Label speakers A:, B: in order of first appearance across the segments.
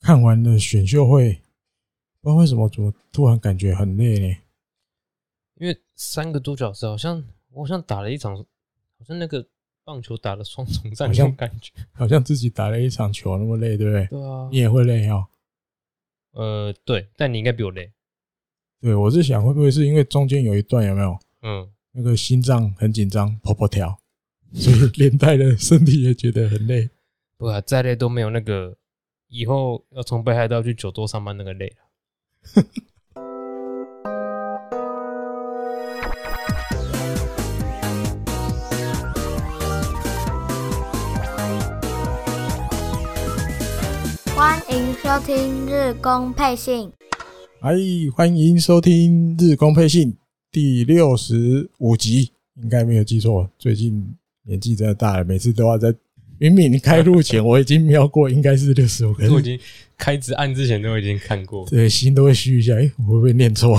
A: 看完了选秀会，不知道为什么怎么突然感觉很累呢？
B: 因为三个多小时，好像我好像打了一场，好像那个棒球打了双重战
A: 好
B: 那
A: 像
B: 种感觉。
A: 好像自己打了一场球那么累，对不对？
B: 对啊
A: 你，也会累哦。
B: 呃，对，但你应该比我累。
A: 对，我是想会不会是因为中间有一段有没有
B: 嗯，
A: 那个心脏很紧张，跑跑跳，所以连带的身体也觉得很累。
B: 不啊，再累都没有那个以后要从北海道去九州上班那个累了。
C: 欢迎收听日工配信。
A: 哎，欢迎收听《日工配信》第六十五集，应该没有记错。最近年纪真的大了，每次都要在明明开录前我已经瞄过，应该是六十五个
B: 我
A: 字，
B: 已经开始按之前都已经看过。
A: 哎对，心都会虚一下，哎、我会不会念 错？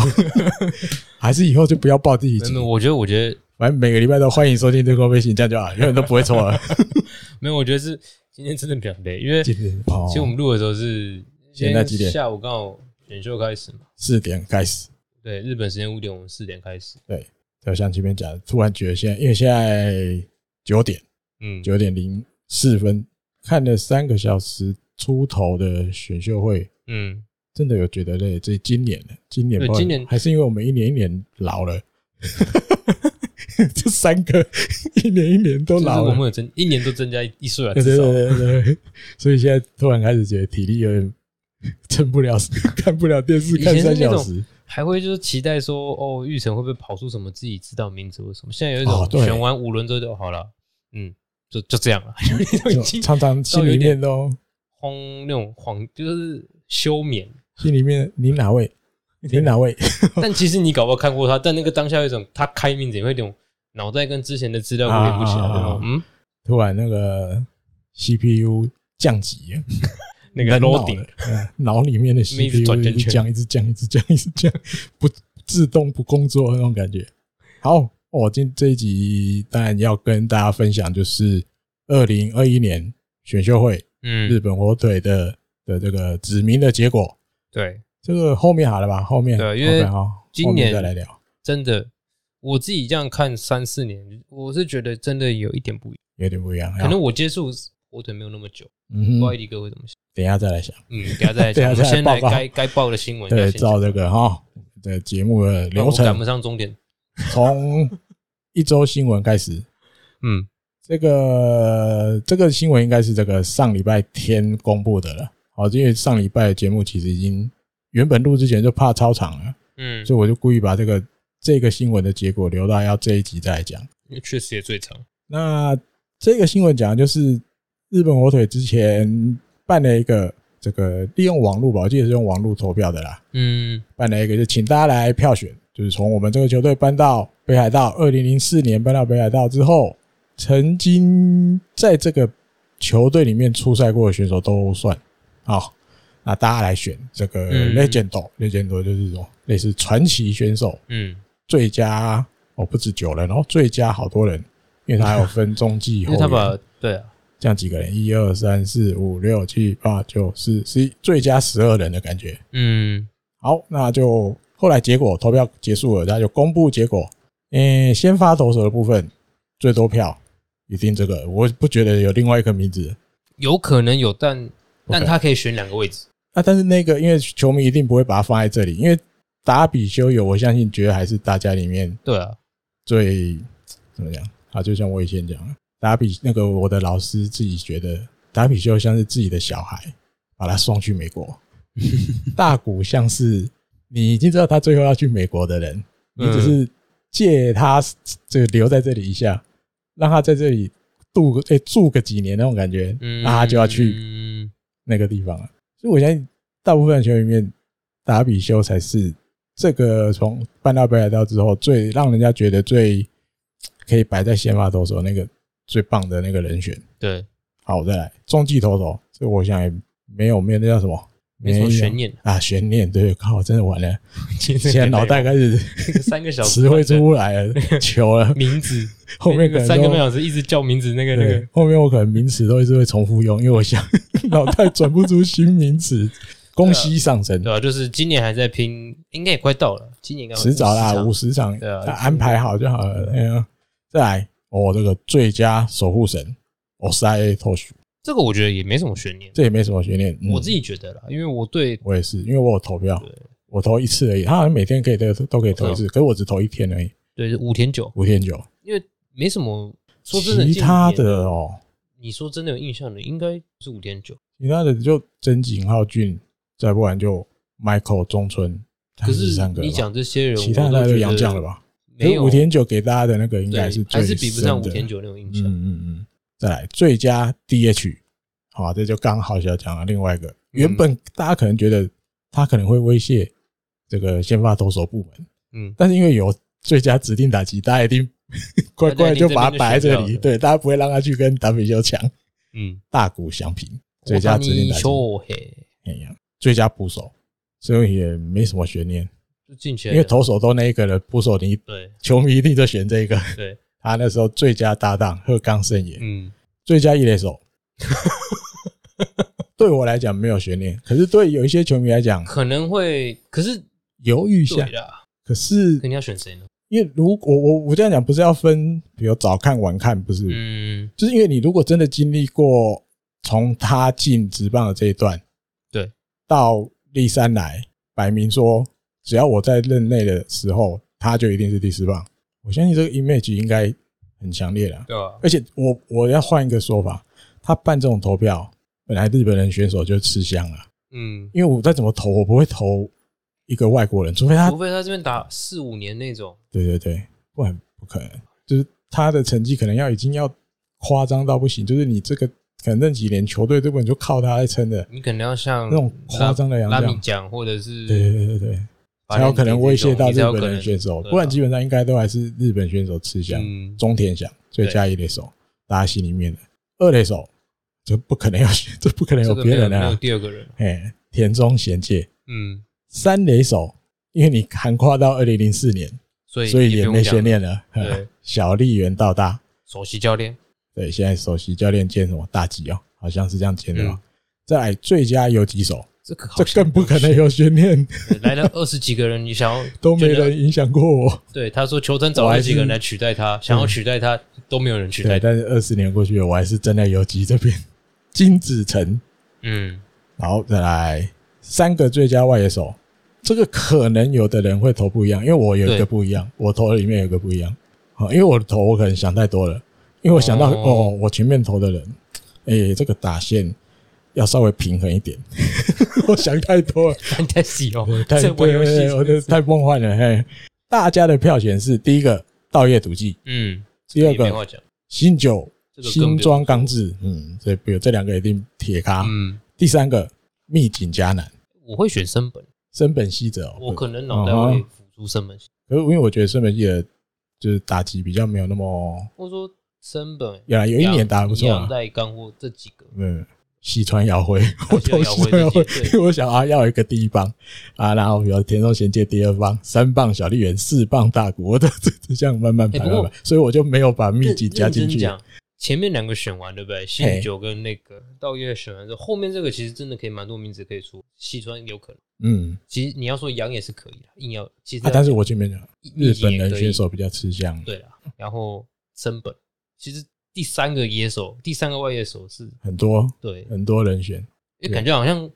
A: 还是以后就不要报第一
B: 没
A: 集
B: 有，没有，我觉得，我觉得
A: 反正每个礼拜都欢迎收听《日工配信》，这样就好，永远都不会错了。
B: 没有，我觉得是今天真的比较累，因为
A: 今
B: 其
A: 天哦，
B: 实我们录的时候是
A: 现在几点
B: 下午刚好选秀开始嘛，
A: 四点开始。
B: 对，日本时间五点，我们四点开始。
A: 就像前面讲的，突然觉得现在，因为现在九点
B: 嗯，
A: 九点零四分，看了三个小时出头的选秀会，
B: 嗯，
A: 真的有觉得累。这今年的，今年
B: 对
A: 不知道
B: 今年
A: 还是因为我们一年一年老了， 这三个一年一年都
B: 就是
A: 老
B: 我们
A: 了，
B: 有增一年都增加一一岁了，
A: 对
B: 啊
A: 对
B: 至少。
A: 对对对，所以现在突然开始觉得体力有点撑不了， 看不了电视
B: 以前
A: 看
B: 是
A: 三
B: 那
A: 小
B: 种
A: 时，
B: 还会就是期待说，哦，玉成会不会跑出什么自己知道名字或什么？现在有一
A: 哦
B: 种
A: 对
B: 选完五轮之后就哦好了，嗯，就就这 样了，就已
A: 就
B: 经
A: 常常心里面都
B: 慌那种慌，就是休眠。
A: 心里面你哪 位？你哪位？
B: 但其实你搞不好看过他，但那个当下有一种他开名字也会有一种脑袋跟之前的资料会连不起来，
A: 啊啊啊
B: 那
A: 啊
B: 种嗯，
A: 突然那个 CPU 降级了，
B: 那个
A: 人脑
B: loading
A: 的嗯脑里 面的
B: 一直
A: CPU
B: 转
A: 一
B: 圈
A: 直
B: 圈
A: 降，一直降，一直降，一直降，不自动不工作那种感觉。好，我今这一集当然要跟大家分享，就是二零二一年选秀会日
B: 嗯，
A: 本火腿的的这个指名的结果。
B: 对，
A: 这个后面好了吧？后面
B: 对因为
A: 后面哦
B: 今
A: 后面
B: 年
A: 再来聊，
B: 真的，我自己这样看三四年，我是觉得真的有一点不一样，
A: 有点不一样。
B: 可能我接触火腿没有那么久，不
A: 哎嗯
B: 知道
A: 哼，
B: 一哥会怎么想。
A: 等一下再来想。
B: 嗯，等下再 来
A: 等
B: 讲。
A: 下
B: 我
A: 再来
B: 们先
A: 报
B: 来
A: 告
B: 该该报的新闻，要
A: 啊对，
B: 先
A: 照
B: 讲
A: 这个哈的节目的
B: 不然
A: 流
B: 我
A: 程，
B: 赶不上终点。
A: 从一周新闻开始，
B: 嗯，
A: 这个这个新闻应该是这个上礼拜天公布的了。好，因为上礼拜的节目其实已经原本录之前就怕超长了，
B: 嗯，
A: 所以我就故意把这个这个新闻的结果留到要这一集再来讲。
B: 因为确实也最长。
A: 那这个新闻讲的就是日本火腿之前办了一个这个利用网络吧，我记得是用网络投票的啦，
B: 嗯
A: 办了一个，就请大家来票选，就是从我们这个球队搬到北海道，二零零四年搬到北海道之后，曾经在这个球队里面出赛过的选手都算。好，那大家来选这个
B: 嗯
A: legend，legend、就是这种类似传奇选手，
B: 嗯，
A: 最佳哦不止九人哦，最佳好多人，因为他还有分中继
B: 因
A: 后援，
B: 为他把对啊，
A: 这样几个人，一二三四五六七八九十十一，最佳十二人的感觉。
B: 嗯
A: 好，那就后来结果投票结束了，那就公布结果。诶、先发投手的部分最多票，一定这个，我不觉得有另外一个名字。
B: 有可能有，但但他可以选两个位置。
A: 啊，但是那个，因为球迷一定不会把它放在这里，因为达比修有，我相信觉得还是大家里面
B: 对啊，
A: 最怎么讲啊？就像我以前讲的，达比那个我的老师自己觉得达比修像是自己的小孩，把他送去美国。大谷像是你已经知道他最后要去美国的人，你只是借他这个留在这里一下，让他在这里度个、哎住个几年那种感觉，
B: 嗯，
A: 那他就要去
B: 嗯，
A: 那个地方了。所以我相信大部分的球员里面，达比修才是这个从搬到北海道之后最让人家觉得最可以摆在先发投手那个最棒的那个人选。
B: 对，
A: 好，我再来中继投手，这我想也没有没有那叫什么，
B: 没什么
A: 有
B: 悬念。
A: 啊，悬念对，靠，真的完 了，
B: 现
A: 现在脑袋开 始
B: 三个小时
A: 词汇出不来 了，球了，
B: 名 字，
A: 后面
B: 那
A: 可
B: 个
A: 能
B: 三个
A: 都
B: 半小时一直叫名字，那个那
A: 对
B: 个
A: 后面我可能名词都一直会重复用，因为我想脑袋转不出新名词，恭喜上升
B: 对，啊吧、就是今年还在拼，应该也快到了，今年应该
A: 迟早啦，五
B: 五十
A: 十场
B: 对啊
A: 啊安排好就好了。哎呀，再来哦，这个最佳守护神 Osai t o s h
B: 这个我觉得也没什么悬念，
A: 这也没什么悬念。嗯
B: 我自己觉得啦，因为我对
A: 我也是，因为我有投票
B: 对，啊
A: 我投一次而已。他好像每天可以都都可以投一次，可是我只投一天而已，
B: 对五田九
A: 五天九。
B: 没什么。说真的，
A: 其他
B: 近
A: 的
B: 年
A: 哦，
B: 你说真的有印象的，应该是五田九。
A: 其他的就真井浩俊，再不然就 Michael 中村，
B: 可
A: 他们
B: 是
A: 哎三个了吧
B: 你讲这些人，
A: 其他
B: 我
A: 的大
B: 都
A: 概
B: 觉
A: 就
B: 得
A: 杨将了吧？
B: 没
A: 可是
B: 有
A: 五田九给大家的那个应
B: 对
A: 该是
B: 还
A: 最
B: 是比不上
A: 深的
B: 五田九那种印象。
A: 嗯嗯嗯，再来最佳 DH，好、这就刚好要讲了另外一
B: 嗯
A: 个。原本大家可能觉得他可能会威胁这个先发投手部门，
B: 嗯，
A: 但是因为有最佳指定打击，大家一定 乖乖地就把它摆在这里，对，大家不会让他去跟达比修抢
B: 嗯，
A: 大股相平。最佳指定打击，
B: 球嘿，
A: 哎呀，最佳捕手，所以也没什么悬念，
B: 就进去
A: 因
B: 了，
A: 为投手都那一个人，捕手你
B: 对
A: 球迷一定就选这个。
B: 对，
A: 他那时候最佳搭档鹤冈胜也，
B: 嗯，
A: 最佳一垒手， 对我来讲没有悬念，可是对有一些球迷来讲
B: 可能会，可是
A: 犹豫一下
B: 对。啊啦，
A: 可是
B: 可你要选谁呢？
A: 因为如果我我这样讲，不是要分，比如早看晚看，不是，
B: 嗯，
A: 就是因为你如果真的经历过从他进职棒的这一段，
B: 对，
A: 到立三来，摆明说只要我在任内的时候，他就一定是第四棒。我相信这个 image 应该很强烈了。
B: 对啊吧？
A: 而且我我要换一个说法，他办这种投票，本来日本人选手就吃香了，
B: 嗯，
A: 因为我再怎么投，我不会投一个外国人，除非他
B: 除非他这边打四五年那种，
A: 对对对，不然不可能，就是他的成绩可能要已经要夸张到不行，就是你这个可能那几年球队根本就靠他在撑的，
B: 你可能要像
A: 那种夸张的洋
B: 拉
A: 将
B: 拉米讲，或者是
A: 对对对对对，才
B: 法兰
A: 有
B: 迪
A: 可能威胁到
B: 这
A: 日
B: 种
A: 本人选手，不然基
B: 本
A: 本上应该都还是日本选手吃香。
B: 啊嗯，
A: 中田翔最
B: 对
A: 佳一垒手，大家心里面的二垒手，这不可能有， 这不可能有
B: 这个没
A: 别
B: 有
A: 人
B: 没有
A: 啊！
B: 第二个人，
A: 哎，田中贤介
B: 嗯，
A: 三垒手，因为你横跨到二零零四年，
B: 所以
A: 所以
B: 也
A: 也
B: 不
A: 没
B: 用讲
A: 悬念了。
B: 对
A: 小笠原道大，
B: 首席教练，
A: 对，现在首席教练兼什么大吉哦，好像是这样兼的吧
B: 嗯？
A: 再来最佳游击手，
B: 这个
A: 这
B: 好像
A: 更不可能有悬念，
B: 对来了二十几个人，你想要
A: 都没
B: 觉得
A: 人影响过我。嗯
B: 对，他说球团找了几个人来取代他，想要取代他都没有人取代
A: 对，
B: 他。
A: 但是二十年过去了，我还是站在游击这边。金子成，
B: 嗯，
A: 然后再来三个最佳外野手，这个可能有的人会投不一样，因为我有一个
B: 对
A: 不一样，我投的里面有一个不一样啊，因为我的投我可能想太多了，因为我想到
B: 哦
A: 哦我前面投的人，哎、这个打线要稍微平衡一点， 我想太多了，
B: 但太喜哦，
A: 太
B: 这玩游戏
A: 对我的太梦幻了，嘿，大家的票选是第一个道业笃纪，
B: 嗯，
A: 第二
B: 也没话
A: 个
B: 讲，
A: 新九
B: 这个更不用
A: 新庄刚志，嗯，这比如这两个一定铁咖，
B: 嗯，
A: 第三个密景迦南。
B: 我会选升本，
A: 升本希哲哦、
B: 我可
A: 可
B: 能脑袋会浮出升本，
A: 可是因为我觉得升本希哲就是打击比较没有那么，
B: 或者说升本
A: 有啦，有一年打的不错
B: 杨
A: 啊，
B: 代干或这几个，
A: 嗯，西川遥辉，我投西川
B: 遥
A: 遥辉
B: 辉对，
A: 因为我想啊，要有一个第一棒啊，然后有田中贤介第二棒，三棒小笠原，四棒大谷，我都这这这样慢慢排
B: 哎不
A: 慢
B: 过
A: 慢排，所以我就没有把秘
B: 认
A: 籍加进
B: 认真
A: 去。
B: 讲，前面两个选完对不对？
A: 嘿
B: 新九跟那个道月选完之后，后面这个其实真的可以蛮多名字可以出，西川有可能。
A: 嗯，
B: 其实你要说杨也是可以的，硬要其实
A: 啊，但是我前面讲
B: 逆
A: 日
B: 境
A: 本
B: 也
A: 人
B: 可以
A: 选手比较吃香，
B: 对啦，然后升本，其实第三个野手，第三个外野手是
A: 很多
B: 对，
A: 很多人选，
B: 因为感觉好像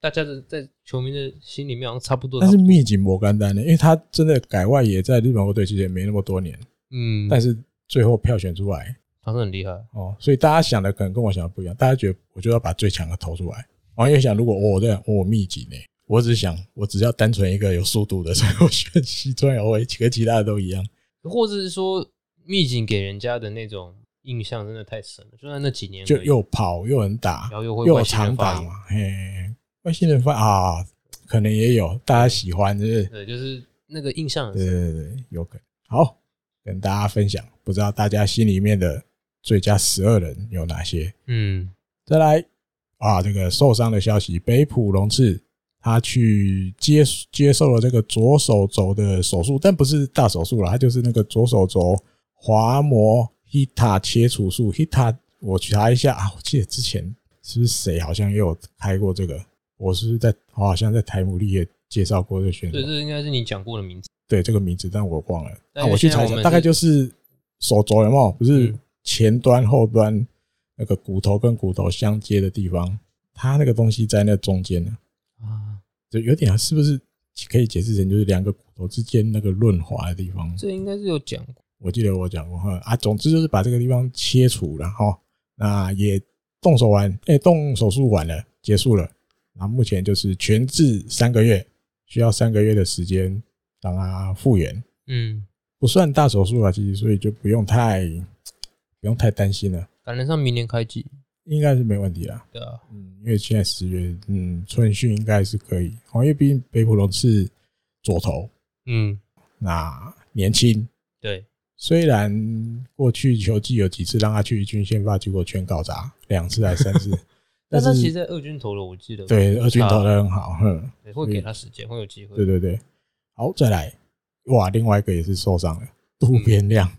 B: 大家的在球迷的心里面好像差不多，
A: 但是秘籍摩干单的，因为他真的改外野在日本国队其实也没那么多年，
B: 嗯，
A: 但是最后票选出来。
B: 好像很厉害，
A: 哦，所以大家想的可能跟我想的不一样，大家觉得我就要把最强的投出来，哦，因为想如果我这样我密集呢，我只想我只要单纯一个有速度的，所以我选西川遥辉，跟其他的都一样。
B: 或者是说秘境给人家的那种印象真的太深了，就在那几年
A: 就
B: 而已
A: 又跑又能打
B: 然，后又会
A: 又
B: 外
A: 有
B: 星人
A: 长
B: 发
A: 打
B: 言，
A: 嘛，嘿，外星人发啊，可能也有大家喜欢，就是
B: 对，就是那个印象很
A: 对
B: 深，
A: 对对，有可能。好，跟大家分享，不知道大家心里面的最佳十二人有哪些？
B: 嗯，
A: 再来啊，这个受伤的消息，北浦龙次他去接接受了这个左手肘的手术，但不是大手术啦，他就是那个左手肘滑膜 hita 切除术，hita 我查一下啊，我记得之前是不是谁好像也有开过这个？我是不是在我好像在台姆利也介绍过这个选手
B: 对，，这应该是你讲过的名字。
A: 对这个名字，但我忘了。
B: 但
A: 啊，
B: 因为
A: 我去
B: 现在
A: 查
B: 我
A: 一下，
B: 们
A: 大概
B: 是
A: 就是手肘有没有？不是
B: 嗯
A: 前端后端那个骨头跟骨头相接的地方，它那个东西在那中间呢，
B: 啊，
A: 就有点是不是可以解释成就是两个骨头之间那个润滑的地方？
B: 这应该是有讲过。
A: 我记得我讲过哈啊，总之就是把这个地方切除了哈，那也动手完，哎、动手术完了，结束了，那目前就是全治三个月，需要三个月的时间让它复原，
B: 嗯，
A: 不算大手术啊，其实所以就不用太不用太担心了，
B: 赶得上明年开季，
A: 应该是没问题啦。
B: 对啊，
A: 嗯，因为现在十月，嗯，春训应该是可以，哦，因为毕竟北普龙是左投，
B: 嗯，
A: 那年轻，
B: 对，
A: 虽然过去球季有几次让他去一军先发，结果全搞砸，两次还是三次，但
B: 但他其实
A: 是
B: 在二军投了，我记得
A: 对二军投的很好，哼，
B: 对会给他时间，会有机会。
A: 对对对，好，再来，哇，另外一个也是受伤了，渡边亮，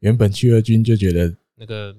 A: 原本去二军就觉得
B: 那个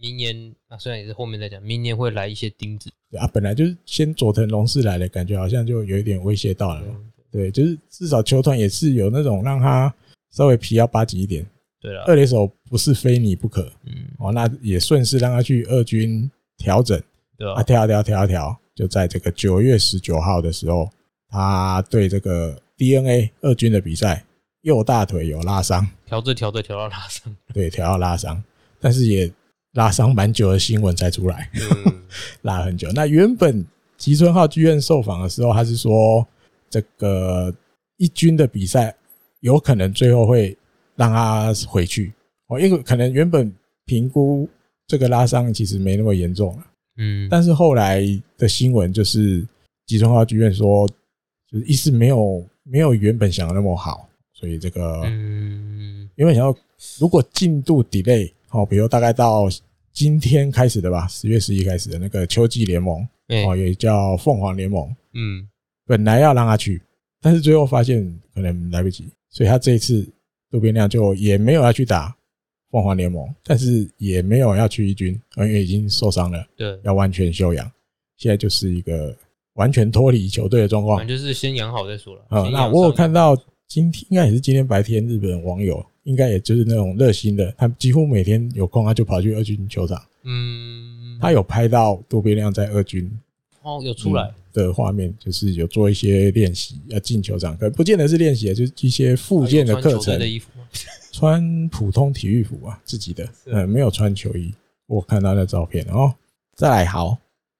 B: 明年啊，虽然也是后面再讲，明年会来一些钉子。
A: 啊，本来就是先佐藤龙士来的感觉，好像就有一点威胁到了，对，就是至少球团也是有那种让他稍微皮要巴紧一点，
B: 对了，
A: 二垒手不是非你不可
B: 嗯，
A: 哦，那也顺势让他去二军调整。
B: 对
A: 啊，
B: 吧？
A: 调啊调啊调啊调啊，就在这个九月十九号的时候，他对这个 DNA 二军的比赛右大腿有拉伤，
B: 调着调着调到拉伤，
A: 对，调到拉伤，但是也拉伤蛮久的新闻才出来，
B: 嗯，
A: 拉很久。那原本吉村浩剧院受访的时候，他是说这个一军的比赛有可能最后会让他回去，哦，因为可能原本评估这个拉伤其实没那么严重了。
B: 嗯，
A: 但是后来的新闻就是吉川花剧院说，就是意思没有没有原本想的那么好，所以这个
B: 嗯，
A: 原本想要如果进度 delay 哦，比如大概到今天开始的吧，十月十一开始的那个秋季联盟
B: 哎、
A: 哦，也叫凤凰联盟，
B: 嗯，
A: 本来要让他去，但是最后发现可能来不及，所以他这一次渡边亮就也没有要去打凤凰联盟，但是也没有要去一军，因为已经受伤了。
B: 对，
A: 要完全休养，现在就是一个完全脱离球队的状况
B: 反正。就是先养好再说了。
A: 啊、
B: 先养
A: 那我有
B: 伤
A: 看到今天应该也是今天白天，日本网友应该也就是那种热心的，他几乎每天有空他就跑去二军球场，
B: 嗯，
A: 他有拍到渡边亮在二军
B: 哦有出来，
A: 嗯的画面，就是有做一些练习，要进球场，可能不见得是练习，就是一些附
B: 附
A: 件的课
B: 的
A: 程，
B: 衣服吗，
A: 穿普通体育服啊，自己的，
B: 是
A: 嗯，没有穿球衣。我看到那照片了哦，再来好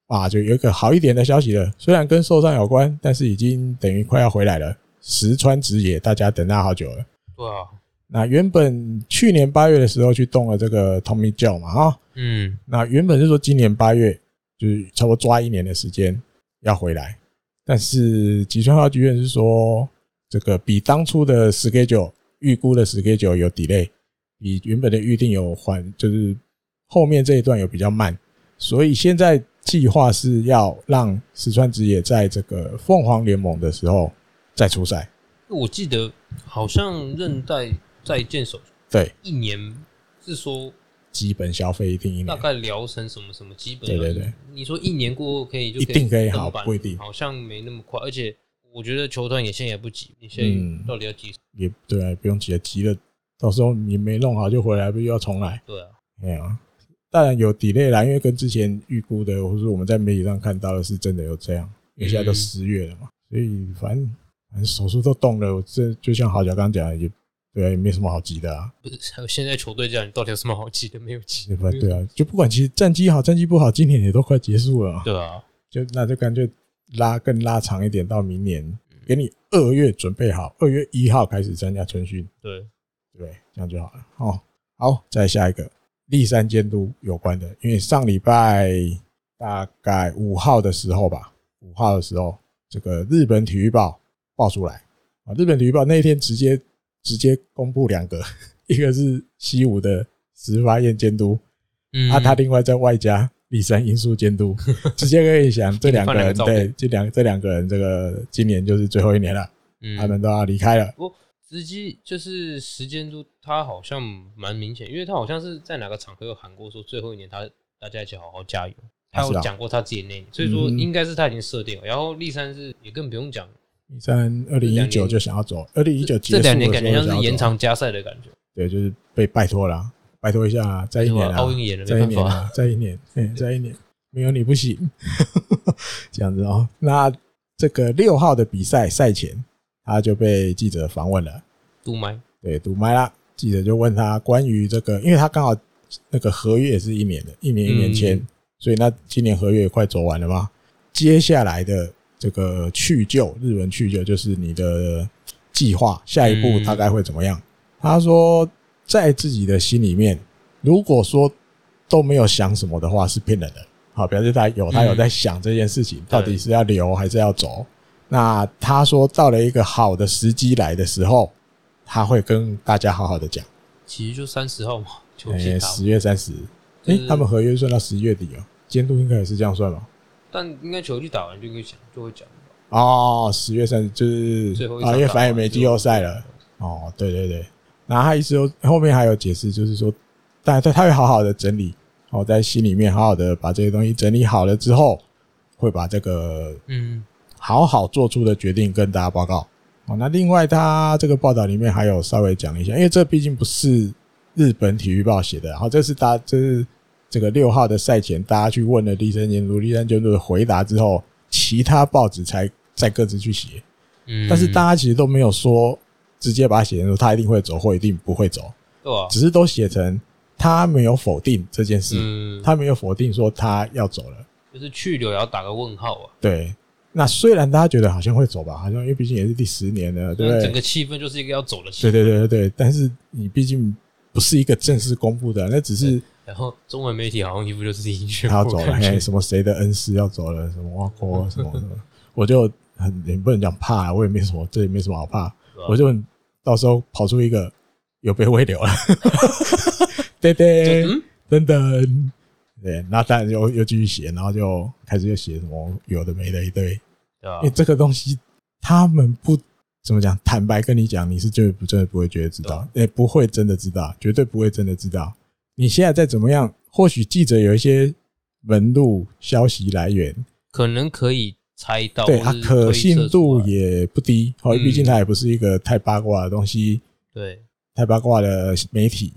A: 啊，就有一个好一点的消息了，虽然跟受伤有关，但是已经等于快要回来了。石川直也，大家等他好久了。
B: 对啊，
A: 那原本去年八月的时候去动了这个 Tommy j o 嘛，哦哈、
B: 嗯，
A: 那原本是说今年八月，就是差不多抓一年的时间要回来，但是吉川浩剧院是说，这个比当初的 schedule 预估的 schedule 有 delay，比原本的预定有缓，就是后面这一段有比较慢，所以现在计划是要让石川直也在这个凤凰联盟的时候再出赛。
B: 我记得好像韧带再见手术
A: 对，
B: 一年是说
A: 基本消费一定一
B: 大
A: 年，
B: 概疗程什么什么基本的，
A: 对对对
B: 你说一年过后可以就
A: 一定可以
B: 登
A: 好
B: 板
A: 不一定
B: 好像没那么快，而且我觉得球团也现在也不急，你现
A: 嗯
B: 在到底要急什么？
A: 也对啊，不用急了，急了到时候你没弄好就回来，不就要重来？
B: 对啊，
A: 没有，当然有 delay 啦，因为跟之前预估的，或是我们在媒体上看到的是真的有这样，因为现在都
B: 嗯
A: 十月了嘛，所以反正反正手术都动了，我这就像郝小刚讲，的，也对啊，也没什么好急的啊，
B: 不是还有现在球队这样，你到底有什么好急的？没有急
A: 对，吧？对啊，就不管其实战绩好战绩不好，今年也都快结束了嘛，
B: 对啊，
A: 就那就干脆拉更拉长一点到明年，给你二月准备好，二月一号开始参加春训，
B: 对，
A: 对，这样就好了。哦，好，再下一个立山监督有关的，因为上礼拜大概五号的时候吧，五号的时候，这个日本体育报爆出来啊，日本体育报那一天直接直接公布两个， 一个是西武的石发彦监督，
B: 嗯
A: 啊，他另外再外加立山因素监 督，直接可以想这两个
B: 给你放两个
A: 人，
B: 照
A: 对
B: 片，
A: 这两这两个人，这个今年就是最后一年了，
B: 嗯
A: 他们都要离开了。
B: 直击就是时间都，他好像蛮明显，因为他好像是在哪个场合有喊过说最后一年他大家一起好好加油，他
A: 是
B: 有
A: 啊
B: 讲过他自己的内所以说
A: 嗯
B: 应该是他已经设定了。然后立三是也更不用讲，
A: 一三二零一九就想要走，二零一九
B: 这
A: 结束的时
B: 两
A: 候
B: 年感觉像
A: 就想
B: 是
A: 要
B: 延
A: 走
B: 长加赛的感觉，
A: 对，就是被拜托啦，拜托一下啊，再一年
B: 对吧
A: 啊，
B: 奥运也了
A: 再一
B: 没
A: 年
B: 办法，
A: 啊，再一年， 嗯，再一年，没有你不行， 这样子哦。那这个六号的比赛赛前，他就被记者访问了，
B: 杜麦
A: 对，堵麦啦。记者就问他关于这个，因为他刚好那个合约也是一年的，一年一年签，
B: 嗯
A: 所以那今年合约也快走完了嘛。接下来的这个去就，日文去就就是你的计划，下一步
B: 嗯
A: 大概会怎么样？他说，在自己的心里面，如果说都没有想什么的话，是骗人的。好，表示他有他有
B: 嗯
A: 在想这件事情，到底
B: 对
A: 是要留还是要走。那他说，到了一个好的时机来的时候，他会跟大家好好的讲。
B: 其实就三十号嘛，球季
A: 诶，
B: 打完，
A: 十月三十，
B: 就
A: 诶，
B: 是
A: 他们合约算到十月底哦，监督应该也是这样算吧？
B: 但应该球季打完就会讲，就会讲
A: 哦，十月三十就是
B: 最后一场
A: 啊，
B: 打完就，
A: 因为反正也没季后赛了。哦，对对对，然后他意思说后面还有解释，就是说，但他他会好好的整理，哦，在心里面好好的把这些东西整理好了之后，会把这个
B: 嗯，
A: 好好做出的决定跟大家报告。哦，那另外他这个报道里面还有稍微讲一下，因为这毕竟不是日本体育报写的，然后这是大这是这个六号的赛前大家去问了立山监督，立山监督的回答之后，其他报纸才再各自去写，
B: 嗯
A: 但是大家其实都没有说直接把它写成说他一定会走或一定不会走，
B: 对啊吧？
A: 只是都写成他没有否定这件事，
B: 嗯，
A: 他没有否定说他要走了。
B: 就是去留也要打个问号啊，
A: 对，那虽然大家觉得好像会走吧，好像因为毕竟也是第十年了，对不
B: 整
A: 对？
B: 个气氛就是一个要走的
A: 对
B: 气氛。
A: 对对对对，但是你毕竟不是一个正式公布的，那只是
B: 然后中文媒体好像一副就是已经宣
A: 他
B: 布
A: 要走了，
B: 感觉
A: 嘿，什么谁的恩师要走了，什么挖锅什么什么，我就很也不能讲怕，啊我也没什么，这也没什么好怕，
B: 对吧啊
A: 我就很到时候跑出一个有被喂流 了，对对，
B: 嗯，
A: 等等，对，那当然又又继续写，然后就开始又写什么有的没的一堆。
B: 对吧
A: 因为？哎这个东西他们不怎么讲，坦白跟你讲，你是绝对不真的不会觉得知道，也不会真的知道，绝对不会真的知道。你现在再怎么样，或许记者有一些门路、消息来源，
B: 可能可以猜到，
A: 对
B: 或
A: 它
B: 是
A: 可
B: 推测
A: 信度
B: 出来
A: 也不低，好，
B: 嗯
A: 毕竟它也不是一个太八卦的东西，
B: 对，
A: 太八卦的媒体。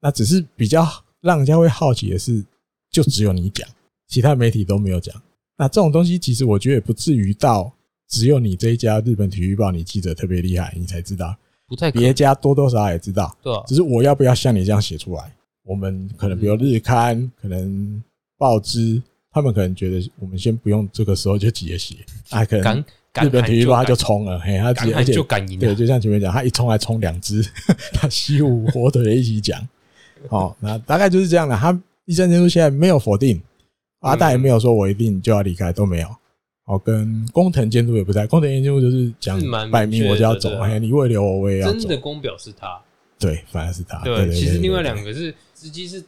A: 那只是比较让人家会好奇的是，就只有你讲，其他媒体都没有讲。那这种东西，其实我觉得也不至于到只有你这一家日本体育报，你记者特别厉害，你才知道，
B: 不太可
A: 别家多多少少也知道。
B: 对吧？
A: 只是我要不要像你这样写出来？我们可能比如日刊，可能报纸，他们可能觉得我们先不用这个时候就急着写，啊，可能
B: 敢敢
A: 日本体育报
B: 吧
A: 他就冲了，嘿，他直
B: 敢
A: 接而
B: 喊
A: 且
B: 就敢赢
A: 对，
B: 啊，
A: 就像前面讲，他一冲还冲两只， 他西武火腿一起讲。哦，那大概就是这样的。他医生监督现在没有否定，阿大也没有说我一定就要离开，都没有。哦，跟工藤监督也不在，工藤监督就是讲
B: 是蛮明
A: 摆明我就要走
B: 确，的对啊
A: 哎，你为留我我也要
B: 真
A: 走
B: 的。公表是他。
A: 对，反而是他。对，
B: 对，
A: 对
B: 其实另外。
A: 对对
B: 两个是司机是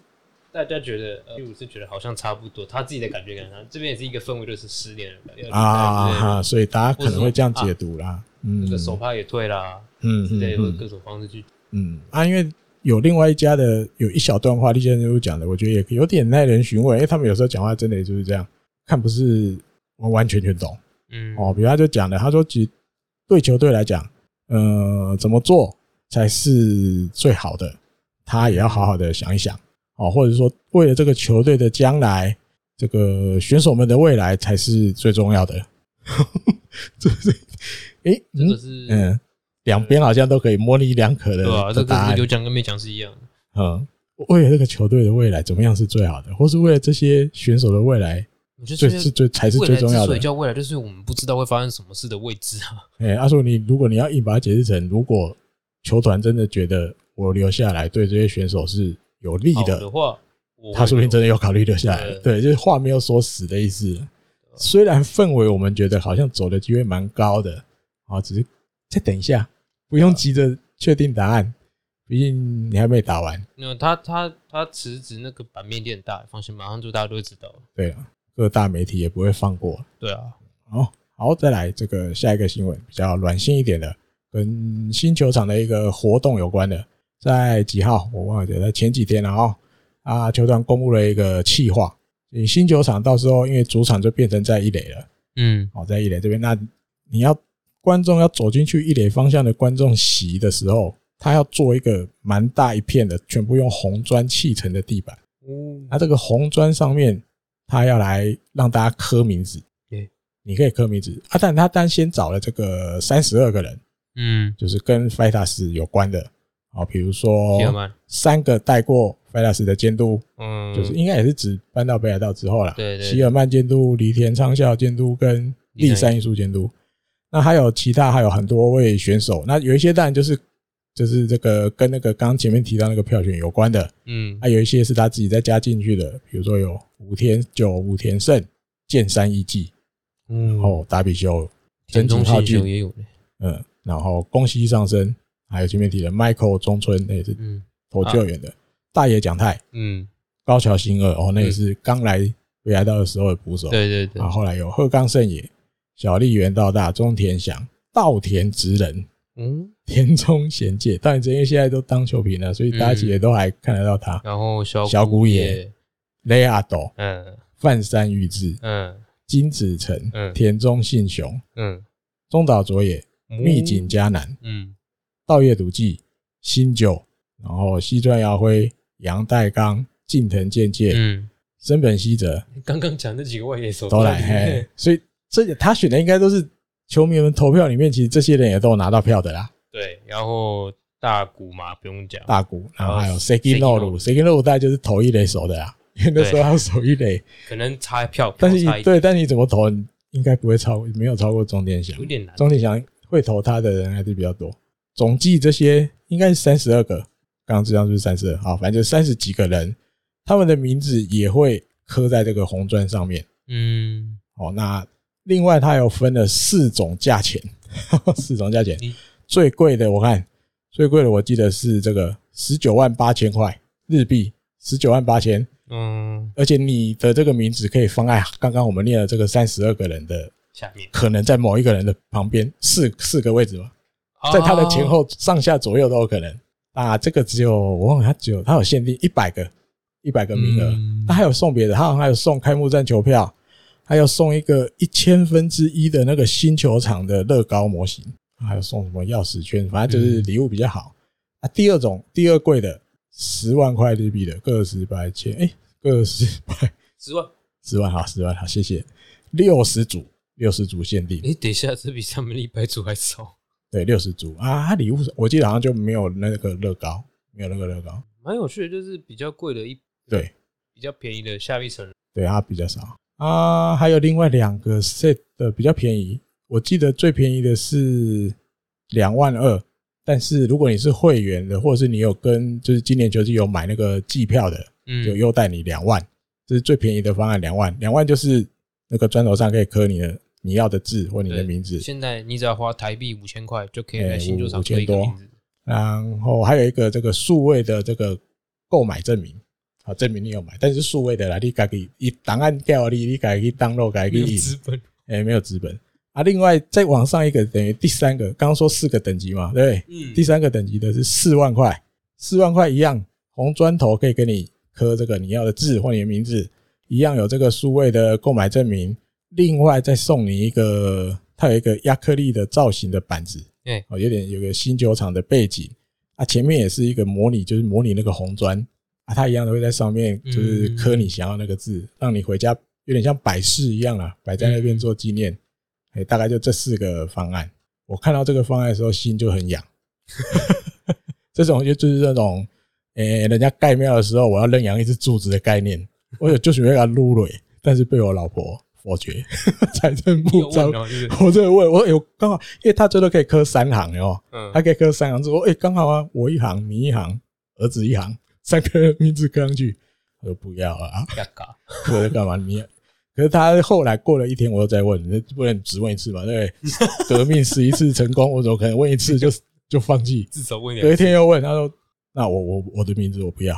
B: 大家觉得呃第五是觉得好像差不多，他自己的感觉感觉，这边也是一个氛围，就是失恋了感觉
A: 啊哈，，所以大家可能会这样
B: 或
A: 解
B: 是啊
A: 读啦。嗯
B: 这个手帕也退啦，
A: 嗯
B: 之
A: 嗯
B: 类或者
A: 嗯
B: 各种方式去
A: 嗯啊，因为有另外一家的有一小段话，立先生讲的，我觉得也有点耐人寻味，因为他们有时候讲话真的就是这样，看不是完完全全懂
B: 嗯
A: 哦。比如他就讲了，他说其实对球队来讲，呃，怎么做才是最好的，他也要好好的想一想哦，或者说为了这个球队的将来，这个选手们的未来才是最重要的。 这是，诶，
B: 这个
A: 嗯
B: 是
A: 嗯，两边好像都可以模棱两可的
B: 对吧？
A: 的
B: 这
A: 答
B: 个
A: 案
B: 是有讲跟没讲是一样的，
A: 嗯，为了这个球队的未来怎么样是最好的，或是为了这些选手的未来
B: 我就
A: 最
B: 觉
A: 是
B: 得
A: 最才是
B: 未
A: 最
B: 来之
A: 重要
B: 所以
A: 的。
B: 叫未来，就是我们不知道会发生什么事的未知啊。
A: 哎、阿叔，你如果你要硬把它解释成，如果球团真的觉得我留下来对这些选手是有利
B: 好
A: 的，
B: 的话，哦我会
A: 他说不定真的有考虑留下来
B: 对。啊
A: 对，就是话没有说死的意思。虽然氛围我们觉得好像走的机会蛮高的，啊，只是再等一下，不
B: 啊
A: 用急着确定答案，毕竟你还没打完。
B: 那他他他辞职那个版面店很大，放心，马上就大家都会知道了。
A: 对了，各大媒体也不会放过。
B: 对啊，
A: 好，好，再来这个下一个新闻，比较软性一点的，跟新球场的一个活动有关的，啊在几号我忘了，在前几天了哦。啊，球团公布了一个企划，你新球场到时候因为主场就变成在一垒了，
B: 嗯，
A: 哦，在一垒这边，那你要观众要走进去一垒方向的观众席的时候，他要做一个蛮大一片的，全部用红砖砌成的地板。
B: 哦
A: 那这个红砖上面，他要来让大家刻名字
B: 对，
A: 你可以刻名字啊，但他单先找了这个三十二个人，
B: 嗯，
A: 就是跟 f i t a s 有关的，哦，比如说
B: 第二曼，
A: 三个带过 f i t a s 的监督，
B: 嗯，
A: 就是应该也是指搬到北海道之后啦。
B: 对对
A: 希尔曼监督、梨田昌孝监督跟立山艺术监督，那还有其他还有很多位选手，那有一些当然就是就是这个跟那个刚刚前面提到那个票选有关的，
B: 嗯
A: 啊还有一些是他自己再加进去的，比如说有武田久、武田胜、剑山一纪，
B: 嗯
A: 然，后达比修，
B: 田中
A: 哦真
B: 信
A: 井浩
B: 秀
A: 俊
B: 也有呢，
A: 嗯，然后宫西上升，还有前面提的 Michael 中村，那也是
B: 嗯
A: 投救援的，大野讲太、
B: 嗯，
A: 高桥新二，哦，那也是刚来北海道的时候的捕手，
B: 对对对
A: 啊，，后来有鹤冈胜也、小笠原道大、中田翔、稻田直人、
B: 嗯，
A: 田中贤介。当然，因为现在都当球评了，所以大
B: 嗯
A: 家其实也都还看得到他。
B: 然后小
A: 小
B: 谷
A: 谷野，雷亚斗、
B: 嗯
A: 范山裕志、
B: 嗯
A: 金子成、
B: 嗯
A: 田中信雄、
B: 嗯，
A: 中岛卓也、
B: 秘
A: 密井，佳男、
B: 嗯
A: 道叶笃纪、新久，然后西川遥辉、杨代刚、近藤健介、
B: 嗯，
A: 森本希哲
B: 刚刚讲那几个外野手
A: 都来。 嘿，所以这个他选的应该都是球迷们投票里面，其实这些人也都有拿到票的啦。
B: 对，然后大谷嘛不用讲，
A: 大谷，然后还有
B: 哦
A: Seki n o r u s e k i n o r u 大概就是投一垒手的啦，因为那时候
B: 对
A: 他要守一 垒，
B: 可能差票票
A: 但是
B: 差
A: 你
B: 一点，
A: 对，但你怎么投，你应该不会超，没有超过中田翔
B: 有，点难。
A: 中田翔会投他的人还是比较多，总计这些应该是三十二个，刚刚知道是三十二，好，反正就三十几个人，他们的名字也会刻在这个红砖上面。
B: 嗯，
A: 哦，那另外它有分了四种价钱，四种价钱
B: 嗯，
A: 最贵的我看最贵的我记得是这个十九万八千块日币，十九万八千，
B: 嗯，
A: 而且你的这个名字可以放在刚刚我们念的这个三十二个人的，
B: 下面
A: 可能在某一个人的旁边四四个位置嘛，在他的前
B: 哦，
A: 后上下左右都有可能。啊，这个只有我忘了，它只有它有限定一百个一百个名额，
B: 嗯
A: 他还有送别的，他好像还有送开幕战球票，还有送一个一千分之一的那个新球场的乐高模型，还有送什么钥匙圈，反正
B: 嗯
A: 就是礼物比较好啊。第二种第二贵的十万块日币的个十百千，哎、个十百
B: 十万。
A: 十万好，十万好，谢谢，六十组六十组限定，
B: 诶，等一下，这比上面一百组还少，
A: 对，六十组啊，他礼物我记得好像就没有那个乐高，没有那个乐高，
B: 蛮有趣的，就是比较贵的一
A: 对
B: 比较便宜的下一层，
A: 对，它比较少啊。还有另外两个 set 的比较便宜，我记得最便宜的是两万二，但是如果你是会员的，或者是你有跟就是今年球季有买那个季票的，
B: 嗯，
A: 就优待你两万，这是最便宜的方案，两万，两万就是那个砖头上可以刻你的你要的字或你的
B: 对
A: 名字，
B: 现在你只要花台币五千块就可以
A: 哎
B: 在新球
A: 五
B: 场
A: 千
B: 刻一个
A: 多
B: 名字。
A: 然后还有一个这个数位的这个购买证明。啊，证明你有买，但是数位的啦，你自己一档案掉你，你自己 download，自
B: 没有
A: 己印
B: 资本，
A: 哎、没有资本啊。另外再往上一个，等于第三个，刚刚说四个等级嘛，对不对？
B: 嗯
A: 第三个等级的是四万块，四万块一样，红砖头可以给你刻这个你要的字或你的名字，一样有这个数位的购买证明，另外再送你一个，它有一个亚克力的造型的板子，
B: 哎
A: 哦，有点有个新酒厂的背景啊，前面也是一个模拟，就是模拟那个红砖。啊，它一样都会在上面，就是
B: 嗯
A: 刻你想要那个字，让你回家有点像摆饰一样啦，摆在那边做纪念。
B: 嗯
A: 哎、大概就这四个方案。我看到这个方案的时候，心就很痒。 这种就就是那种，诶、人家盖庙的时候，我要认养一只柱子的概念。我有就是为了撸蕊，但是被我老婆否 决。财政
B: 你有
A: 部
B: 问
A: 招，
B: 哦，就是
A: 我这问我有刚好，因为他最多可以刻三行哦，
B: 嗯
A: 他，可以刻三行之后，哎、刚好啊，我一行，你一行，儿子一行，三个名字刻上去，我说不要啊。
B: 嘎嘎，
A: 我在干嘛？你可是他后来过了一天，我又再问，你不能只问一次嘛？对不对？革命十一次成功，我怎么可能问一次就就放弃？
B: 至少问两
A: 隔一
B: 次
A: 天又问，他说：“那我我我的名字我不要，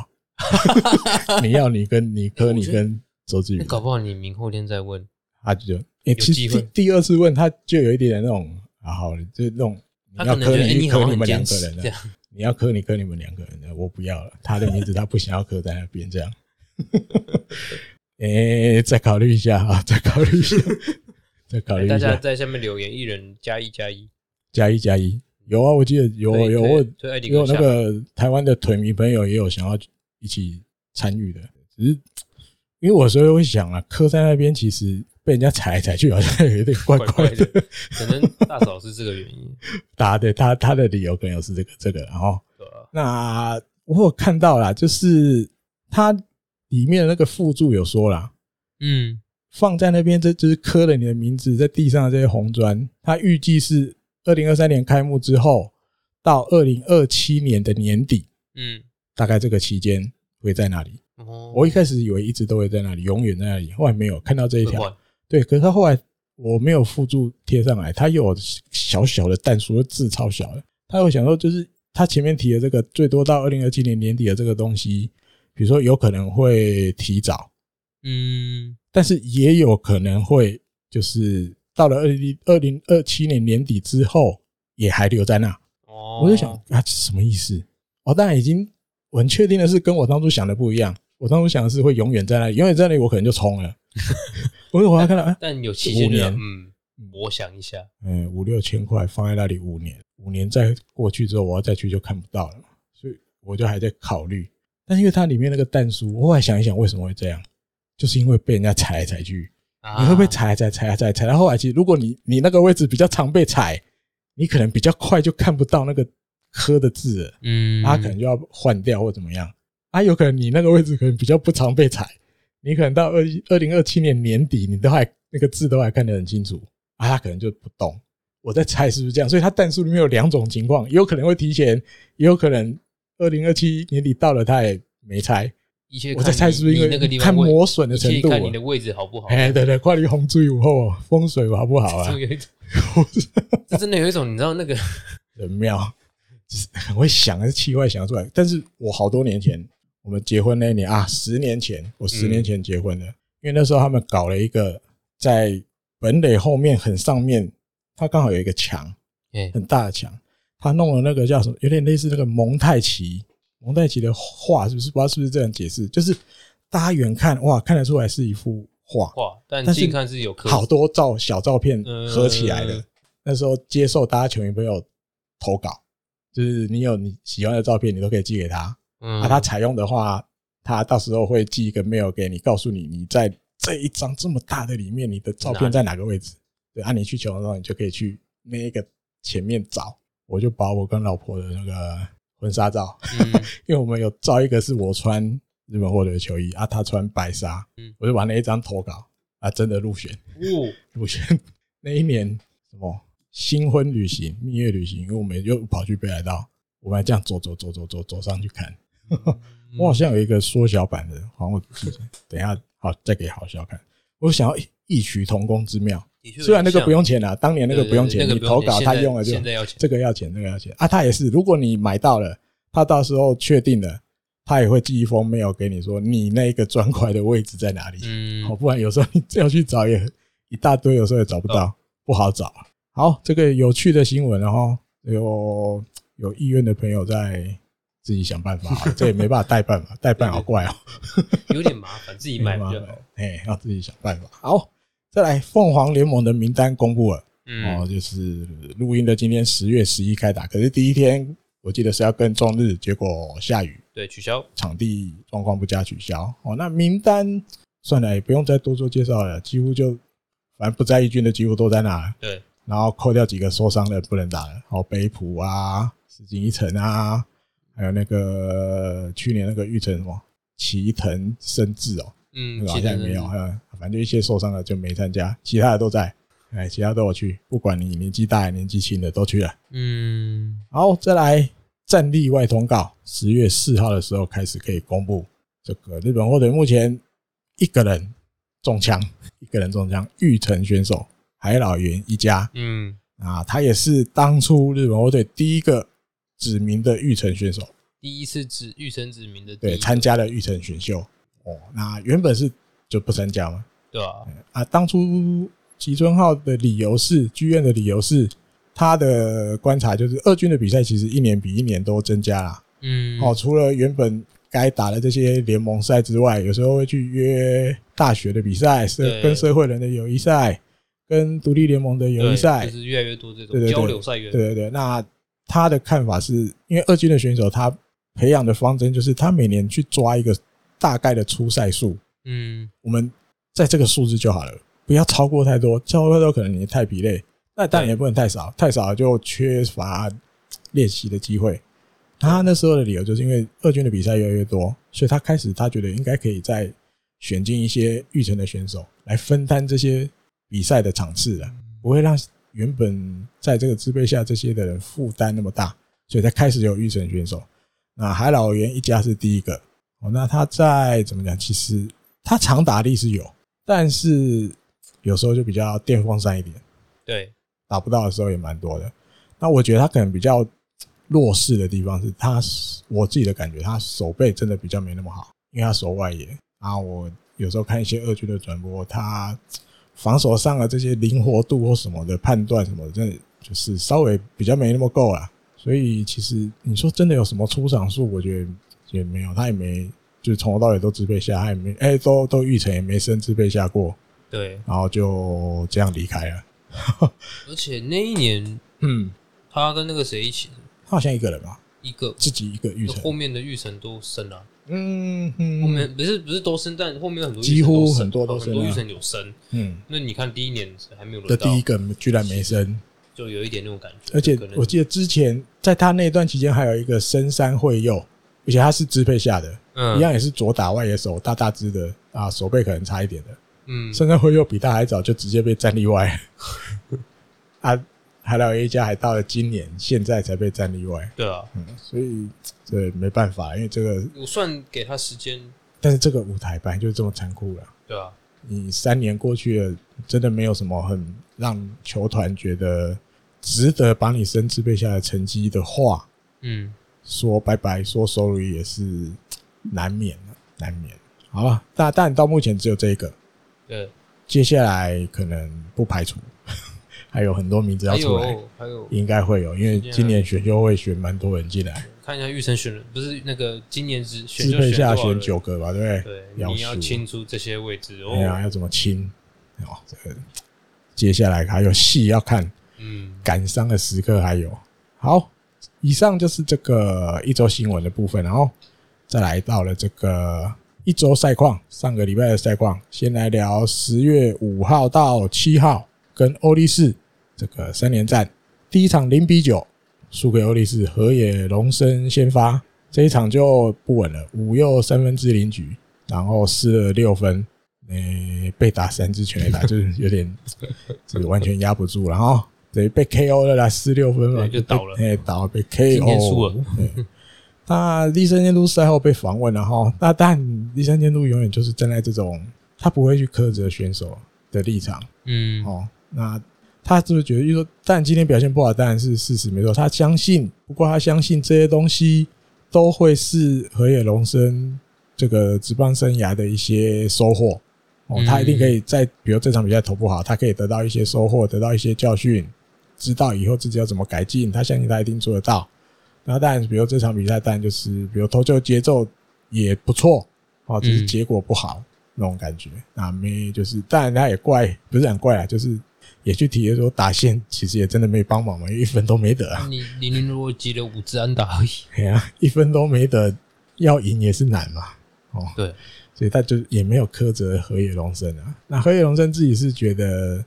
A: 你要你跟你
B: 我
A: 哥你
B: 觉得
A: 跟周志
B: 那
A: 宇。
B: 搞不好你明后天再问，”
A: 他就诶，其
B: 机
A: 实
B: 会
A: 第第二次问他就有一点点那种啊，好，就是那种
B: 他
A: 你
B: 可
A: 要
B: 能觉
A: 磕你磕你
B: 得哎，好像很
A: 们两
B: 坚
A: 个
B: 持
A: 人
B: 这
A: 的，
B: 样，
A: 你要磕你磕你啊们两个人的，我不要了，他的名字他不想要刻在那边这样。 诶、再考虑一下啊，再考虑一 下，再考虑一
B: 大家
A: 下，
B: 在下面留言，一人加一加一。
A: 加一加一。有啊，我记得有
B: 推
A: 有
B: 推
A: 我
B: 推艾迪
A: 有
B: 哥下
A: 那
B: 吧，
A: 个台湾的腿迷朋友也有想要一起参与的，只是因为我所以会想啊，刻在那边其实被人家踩来踩去，好像有点怪
B: 怪
A: 怪的。
B: 的，可能大嫂是这个原因，
A: 答对他他的理由可能是这个这个，然后
B: 对啊吧？
A: 那我有看到啦，就是它里面的那个附注有说啦，
B: 嗯，
A: 放在那边这就是刻了你的名字在地上的这些红砖，它预计是二零二三年开幕之后到二零二七年的年底，
B: 嗯，
A: 大概这个期间会在那里。
B: 哦，
A: 我一开始以为一直都会在那里，永远在那里，后来没有看到这一
B: 会
A: 条，
B: 换
A: 对，可是他后来我没有附注贴上来，他又有小小的淡书字超小的，他又想说就是他前面提的这个最多到二零二七年年底的这个东西，比如说有可能会提早，
B: 嗯，
A: 但是也有可能会就是到了二零二零二七年年底之后也还留在那，
B: 哦，
A: 我就想啊这什么意思？哦，当然已经我很确定的是跟我当初想的不一样，我当初想的是会永远在那里，永远在那里我可能就冲了， 我我还看到啊。
B: 但有期限就
A: 五年
B: 嗯，我想一下，
A: 嗯，五六千块放在那里五年，五年再过去之后，我要再去就看不到了嘛，所以我就还在考虑。但是因为它里面那个蛋叔，我后来想一想，为什么会这样，就是因为被人家踩来踩去，
B: 啊
A: 你会不会踩来踩踩来踩踩到后来，其实如果你你那个位置比较常被踩，你可能比较快就看不到那个磕的字了，
B: 嗯，
A: 它可能就要换掉或怎么样。啊，有可能你那个位置可能比较不常被踩，你可能到二二零二七年年底，你都还那个字都还看得很清楚啊，他可能就不懂。我在猜是不是这样，所以它弹数里面有两种情况，也有可能会提前，也有可能二零二七年底到了他也没拆。
B: 一切
A: 我
B: 看
A: 在猜
B: 你
A: 是不是
B: 你
A: 因
B: 那个地
A: 为
B: 方
A: 看
B: 位
A: 磨损的
B: 一切
A: 程度
B: 看你
A: 啊
B: 的？位置好不好？
A: 哎，对对，跨离洪水以后风水好不好
B: 这
A: 啊
B: 种？有一种，这真的有一种，你知道那个，
A: 很妙，就是 很会想，是气坏想出来。但是我好多年前，我们结婚那一年啊，十年前，我十年前结婚的，因为那时候他们搞了一个在本垒后面很上面，它刚好有一个墙，
B: 哎，
A: 很大的墙，他弄了那个叫什么，有点类似那个蒙太奇，蒙太奇的画，是不是？不知道是不是这样解释，就是大家远看哇，看得出来是一幅画，
B: 话，但
A: 但是
B: 近看是有可
A: 好多照小照片合起来的。
B: 嗯
A: 那时候接受大家球迷朋友投稿，就是你有你喜欢的照片，你都可以寄给他。
B: 嗯，
A: 啊，他采用的话，他到时候会寄一个 mail 给你，告诉你你在这一张这么大的里面，你的照片在哪个位置。对，啊，你去球场上，你就可以去那一个前面找。我就把我跟老婆的那个婚纱照，
B: 嗯
A: 因为我们有照一个是我穿日本获得的球衣啊，她穿白纱
B: 嗯，
A: 我就把那一张投稿啊，真的入选。
B: 哦，
A: 入选那一年什么新婚旅行、蜜月旅行，因为我们又跑去北海道，我们还这样走走走走走走上去看。
B: 嗯
A: 我好像有一个缩小版的，好像我记得等一下好再给好笑看。我想要异曲同工之妙，
B: 的确有点像，
A: 虽然那个不用钱啊，当年那个不用钱，
B: 对
A: 你
B: 对对那个
A: 投
B: 不用钱
A: 稿
B: 现
A: 他
B: 在
A: 用了就
B: 现在要钱，
A: 这个要钱，那个要钱啊。他也是，如果你买到了，他到时候确定了，他也会寄一封 mail 给你说你那个砖块的位置在哪里。
B: 嗯
A: 好，，哦不然有时候你这样去找也一大堆，有时候也找不
B: 嗯
A: 到，不好找啊。好，这个有趣的新闻，然后有有意愿的朋友在自己想办法 好了，这也没办法代办嘛，代办好怪哦、
B: 有点麻烦，自己买比 较好，
A: 哎，要自己想办法。好，再来，凤凰联盟的名单公布了，
B: 嗯
A: 哦，，就是录音的今天十月十一开打，可是第一天我记得是要跟中日，结果下雨，
B: 对，取消，
A: 场地状况不佳取消。哦，那名单算了，也不用再多做介绍了，几乎就反正不在意军的几乎都在那了，
B: 对，
A: 然后扣掉几个受伤的不能打了，哦，北浦啊，石井一成啊，还有那个去年那个玉成什么齐藤伸志哦，那
B: 嗯，
A: 个好
B: 其他
A: 像也没有，
B: 人
A: 还有反正就一些受伤的就没参加，其他的都在，哎，其他都有去，不管你年纪大还是年纪轻的都去了。
B: 嗯，
A: 好，再来战例外通告，十月四号的时候开始可以公布。这个日本火腿目前一个人中枪，一个人中枪，玉成选手海老原一家
B: 嗯，
A: 啊，他也是当初日本火腿第一个指名的玉成选手，
B: 第一次指玉成指名的第一
A: 对，
B: 个，
A: 参加了玉成选秀。哦，那原本是就不参加嘛，
B: 对啊，
A: 啊，当初吉村浩的理由是，剧院的理由是，他的观察就是二军的比赛其实一年比一年都增加啦。
B: 嗯，
A: 哦哦，除了原本该打的这些联盟赛之外，有时候会去约大学的比赛，社
B: 对
A: 跟社会人的友谊赛，跟独立联盟的友谊
B: 对
A: 赛
B: 就，是越来越多这
A: 对对
B: 种
A: 对
B: 交流赛越
A: 对对对。那他的看法是因为二军的选手，他培养的方针就是他每年去抓一个大概的出赛数，
B: 嗯，
A: 我们在这个数字就好了，不要超过太多，超过太多可能你太疲累，那但
B: 对
A: 也不能太少，太少就缺乏练习的机会。他那时候的理由就是因为二军的比赛越来越多，所以他开始他觉得应该可以再选进一些育成的选手来分担这些比赛的场次了，不会让原本在这个支配下这些的人负担那么大，所以才开始有育成选手。那海老园一家是第一个哦，那他在怎么讲？其实他长打力是有，但是有时候就比较电风扇一点，
B: 对，
A: 打不到的时候也蛮多的。那我觉得他可能比较弱势的地方是他，我自己的感觉，他手背真的比较没那么好，因为他手外野啊。我有时候看一些二军的转播，他防守上的这些灵活度或什么的判断什么的，真的就是稍微比较没那么够啊。所以其实你说真的有什么出场数，我觉得也没有，他也没就是从头到尾都支配下，他也没哎、都都预成也没升支配下过，
B: 对，
A: 然后就这样离开了。
B: 而且那一年
A: 嗯，
B: 他跟那个谁一起，
A: 他好像一个人吧。
B: 一个
A: 自己一个预
B: 后
A: 测，
B: 面的玉成都升了、
A: 嗯
B: 后
A: 嗯
B: 面不是不是都升，但后面有很多
A: 几
B: 玉成都
A: 乎
B: 升
A: 很多都
B: 很
A: 升
B: 多
A: 啊
B: 玉成有升。
A: 嗯
B: 那你看第一年还没有轮
A: 的
B: 到，
A: 第一个居然没升，
B: 就有一点那种感觉，
A: 而且
B: 就可能
A: 我记得之前在他那段期间还有一个深山惠佑，而且他是支配下的，
B: 嗯
A: 一样也是左打外野手，大大只的啊，手背可能差一点的，
B: 嗯
A: 深山惠佑比他还早就直接被战例外， 啊，海老一家还到了今年现在才被战例外，
B: 对啊，
A: 嗯，所以这没办法，因为这个，
B: 我算给他时间，
A: 但是这个舞台本来就是这么残酷了。
B: 对啊，
A: 你嗯三年过去了，真的没有什么很让球团觉得值得把你升支配下的成绩的话，
B: 嗯，
A: 说拜拜，说 sorry 也是难免的，难免。好了，但但到目前只有这一个，
B: 对，
A: 接下来可能不排除 还有很多名字要
B: 还
A: 出来，
B: 有还有，
A: 应该会有，因为
B: 接下来
A: 今年选秀会选蛮多人进来，
B: 看一下玉成选了，不是那个今年只选
A: 支
B: 秀
A: 配下
B: 多少
A: 选
B: 人
A: 九个吧，对不对？
B: 对，
A: 要
B: 你要
A: 输
B: 清出这些位置
A: 哎呀，
B: 哦，
A: 要怎么清？哦，这个接下来还有戏要看。
B: 嗯，
A: 感伤的时刻还有。好，以上就是这个一周新闻的部分，然后再来到了这个一周赛况，上个礼拜的赛况，先来聊十月五号到七号跟欧力士这个三连战，第一场零比九输给欧力士，河野龙生先发，这一场就不稳了，五又三分之零局，然后失了六分。诶、被打三支全垒 打，就是有点，就是完全压不住了哈，等于被 KO 了啦，失六分嘛，
B: 对就倒了
A: 哎、倒了被 KO，
B: 今天输了
A: 对。那第三监督赛后被访问了哈，那但第三监督永远就是站在这种他不会去苛责选手的立场
B: 嗯，
A: 哦。那他是不是觉得，就是说，但今天表现不好，当然是事实没错。他相信，不过他相信这些东西都会是河野龙生这个职棒生涯的一些收获哦。
B: 嗯
A: 他一定可以在，比如这场比赛投不好，他可以得到一些收获，得到一些教训，知道以后自己要怎么改进。他相信他一定做得到。然后当然，比如这场比赛，当然就是比如投球节奏也不错哦，只是
B: 嗯
A: 结果不好、那种感觉。那没就是，当然他也怪，不是很怪啊，就是也去体验说打线其实也真的没帮忙嘛，因为一分都没得 啊，
B: 你零零落集了五支安打而已，
A: 哎呀、一分都没得，要赢也是难嘛。哦，
B: 对，
A: 所以他就也没有苛责河野龙生啊。那河野龙生自己是觉得，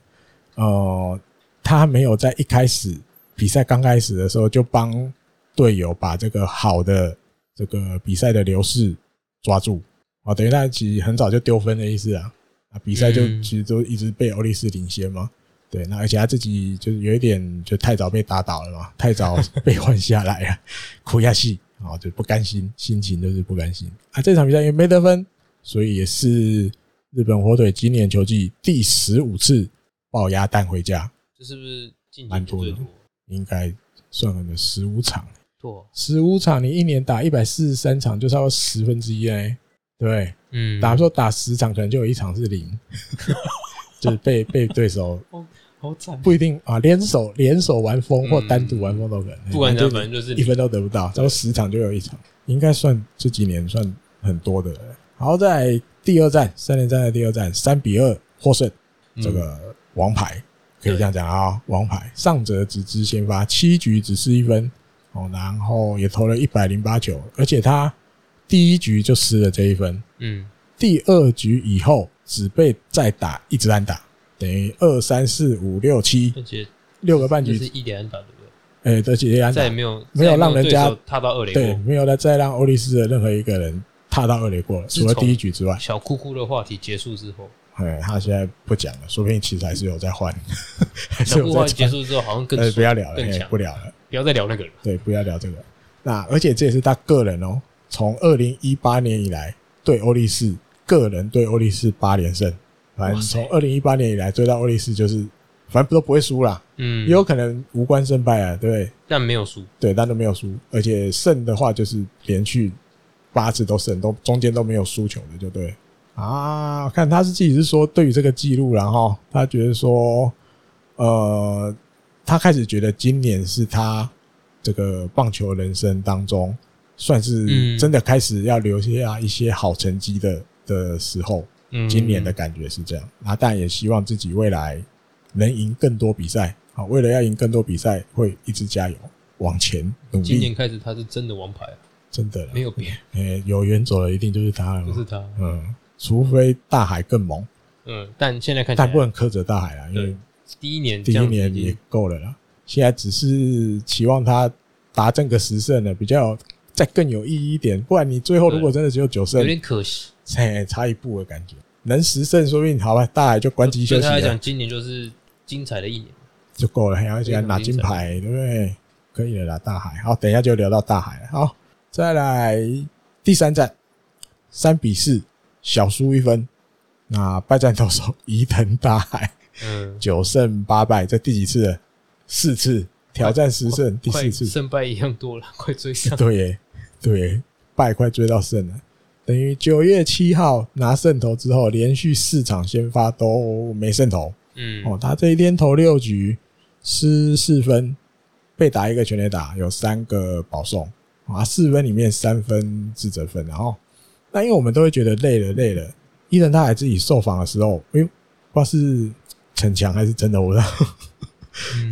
A: 呃，他没有在一开始比赛刚开始的时候就帮队友把这个好的这个比赛的流逝抓住啊，等于他其实很早就丢分的意思啊。啊，比赛就
B: 嗯
A: 其实都一直被欧力士领先嘛。对，那而且他自己就是有一点就太早被打倒了嘛，太早被换下来了，苦亚戏啊，就不甘心，心情就是不甘心啊。这场比赛也没得分，所以也是日本火腿今年球季第十五次爆鸭蛋回家，
B: 这是不是近
A: 蛮
B: 年
A: 多的
B: 最多？
A: 应该算了十五场，
B: 错，
A: 十五场你一年打一百四十三场，就差不多十分之一哎，对不对，
B: 嗯，
A: 打说打十场，可能就有一场是零， 就是被被对手
B: 好惨，
A: 不一定啊，联手联手玩风或单独玩风都可能，
B: 嗯不管怎
A: 就
B: 样，反正就是
A: 一分都得不到，差不多十场就有一场，应该算这几年算很多的了。好，再来第二战三连战的第二战三比二获胜，
B: 嗯
A: 这个王牌可以这样讲啊，王牌上泽直之先发七局只失一分哦，然后也投了一百零八球，而且他第一局就失了这一分，
B: 嗯
A: 第二局以后只被再打一直单打，等于二三四五六七
B: 而且
A: 六个半
B: 就
A: 局
B: 是，一连安打对不对？
A: 哎、这几个安
B: 再
A: 打
B: 也，没有
A: 没有
B: 再也
A: 让人
B: 对
A: 家
B: 手踏到二垒
A: 对，
B: 过。
A: 没有了再让欧力士的任何一个人踏到二垒过了，
B: 自
A: 除了
B: 从
A: 第一局之外，
B: 小哭哭的话题结束之后，
A: 哎，他现在不讲了，说不定其实还是有在换， 还是
B: 小
A: 有
B: 哭
A: 在
B: 话题结
A: 传。
B: 束之后，好像更
A: 呃，
B: 爽
A: 不要聊了，
B: 更
A: 哎
B: 强
A: 不聊了，
B: 不要再聊那个了。
A: 对，不要聊这个。那而且这也是他个人哦，从二零一八年以来对欧力士个人对欧力士八连胜，反正
B: 哇塞
A: 从二零一八年以来追到欧力士就是，反正都不会输啦，
B: 嗯，
A: 也有可能无关胜败啊，对不对？
B: 但没有输。
A: 对，但都没有输，而且胜的话就是连续八次都胜，都中间都没有输球的，就对了啊。看他是自己是说对于这个记录，然后他觉得说，呃，他开始觉得今年是他这个棒球人生当中算是
B: 嗯
A: 真的开始要留下一些好成绩的的时候，
B: 嗯，
A: 今年的感觉是这样。那但也希望自己未来能赢更多比赛。好，为了要赢更多比赛，会一直加油往前努
B: 今年
A: 力。
B: 开始他是真的王牌啊，
A: 真的啦
B: 没，有别人，
A: 诶、有缘走了，一定就是他了
B: 不
A: 嘛。
B: 是他。
A: 嗯，除非大海更猛，
B: 嗯，但现在看起
A: 但不
B: 来
A: 能苛责大海啦，因为
B: 第一年
A: 第
B: 这
A: 一
B: 样子
A: 年
B: 已
A: 也
B: 经
A: 够了啦。现在只是期望他达阵个十胜了，比较再更有意义一点。不然你最后如果真的只有九胜
B: 有，点可惜。
A: 嘿，差一步的感觉。能十胜，说不定好吧，大海就关机
B: 对
A: 休息啊
B: 他来
A: 了。
B: 讲，今年就是精彩的一年。
A: 就够了，而且还拿金牌，对不对？可以了啦，大海。好，等一下就聊到大海了。好，再来第三战，三比四，小输一分。那败战投手伊藤大海
B: 嗯，
A: 九胜八败，这第几次了？四次挑战哦十胜，第
B: 快
A: 四次。
B: 胜败一样多了， 快追上。
A: 对耶，对耶，败快追到胜了。等于九月七号拿胜投之后，连续四场先发都没胜投，
B: 嗯，
A: 哦，他这一天投六局失四分，被打一个全垒打，有三个保送啊，四分里面三分自责分，然后那因为我们都会觉得累了累了，伊人他还自己受访的时候，哎呦，不知道是逞强还是真的，我不知道，
B: 嗯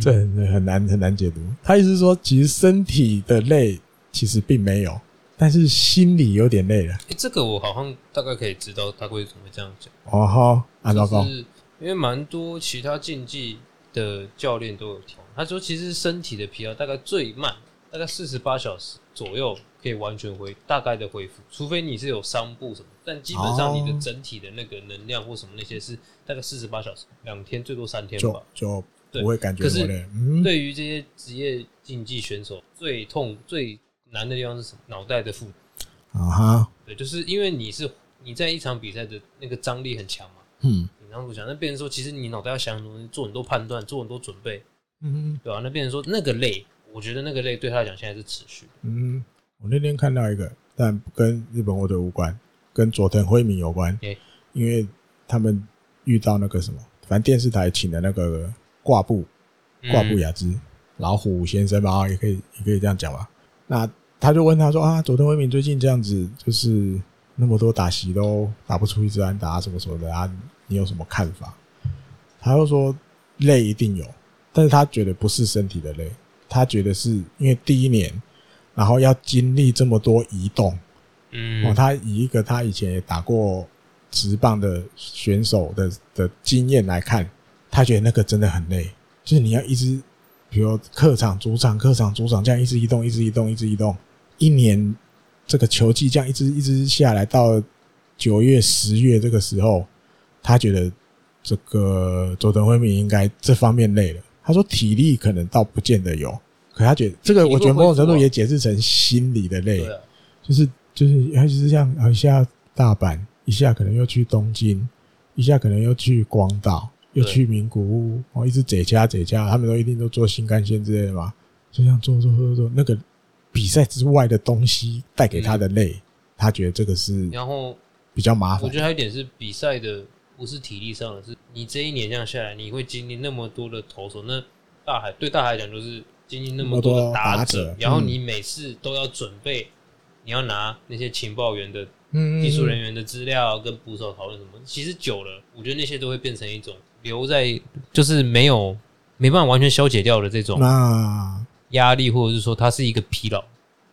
A: 这很很难很难解读。他意思是说，其实身体的累其实并没有，但是心里有点累了。
B: 欸这个我好像大概可以知道他为什么会这样讲，
A: 哦吼，按照
B: 就
A: 高，
B: 是因为蛮多其他竞技的教练都有调，他说其实身体的疲劳大概最慢大概四十八小时左右可以完全恢大概的恢复，除非你是有伤部什么，但基本上
A: 哦
B: 你的整体的那个能量或什么那些是大概四十八小时，两天最多三天
A: 就
B: 吧。
A: 就
B: 对
A: 不会感觉
B: 可是
A: 我累。嗯，
B: 对于这些职业竞技选手，最痛最难的地方是什么？脑袋的负担。
A: 啊哈，
B: 对，就是因为你是你在一场比赛的那个张力很强嘛，
A: 嗯
B: 紧张度强，那变成说其实你脑袋要想很多东西，做很多判断，做很多准备，
A: 嗯。
B: 对吧、啊那变成说那个累，我觉得那个累对他来讲现在是持续的。
A: 嗯，我那天看到一个，但跟日本火腿无关，跟佐藤辉明有关
B: 诶，
A: 因为他们遇到那个什么，反正电视台请的那个挂布挂
B: 嗯
A: 布雅之老虎先生吧，也可以也可以这样讲吧。那他就问他说啊，佐藤辉明最近这样子，就是那么多打席都打不出一支安打什么什么的啊，你有什么看法？他又说累一定有，但是他觉得不是身体的累，他觉得是因为第一年，然后要经历这么多移动，
B: 嗯，
A: 哦，
B: 嗯，
A: 他以一个他以前也打过直棒的选手的的经验来看，他觉得那个真的很累，就是你要一直，比如客场、主场、客场、主场这样一直移动、一直移动、一直移动，一年这个球季这样一直一直下来，到九月、十月这个时候，他觉得这个佐藤辉明应该这方面累了。他说体力可能倒不见得有，可他觉得这个，我觉得某种程度也解释成心理的累。
B: 对啊，
A: 就是就是，尤其是像啊一下大阪，一下可能又去东京，一下可能又去广岛，又
B: 对
A: 去名古屋，哦，一直贼家贼家，他们都一定都坐新干线之类的嘛，就像坐坐坐坐，那个比赛之外的东西带给他的累，他觉得这个是
B: 然后
A: 比较麻
B: 嗯我
A: 烦
B: 觉。得还有一点是比赛的不是体力上的，是你这一年这样下来，你会经历那么多的投手，那大海对大海来讲就是经历那么
A: 嗯
B: 多
A: 那么多
B: 的打
A: 打
B: 者
A: 者，
B: 然后
A: 嗯
B: 你每次都要准备，你要拿那些情报员的
A: 嗯
B: 技术人员的资料跟捕手讨论什么，其实久了，我觉得那些都会变成一种留在，就是没有没办法完全消解掉的这种
A: 那
B: 压力，或者是说它是一个疲劳。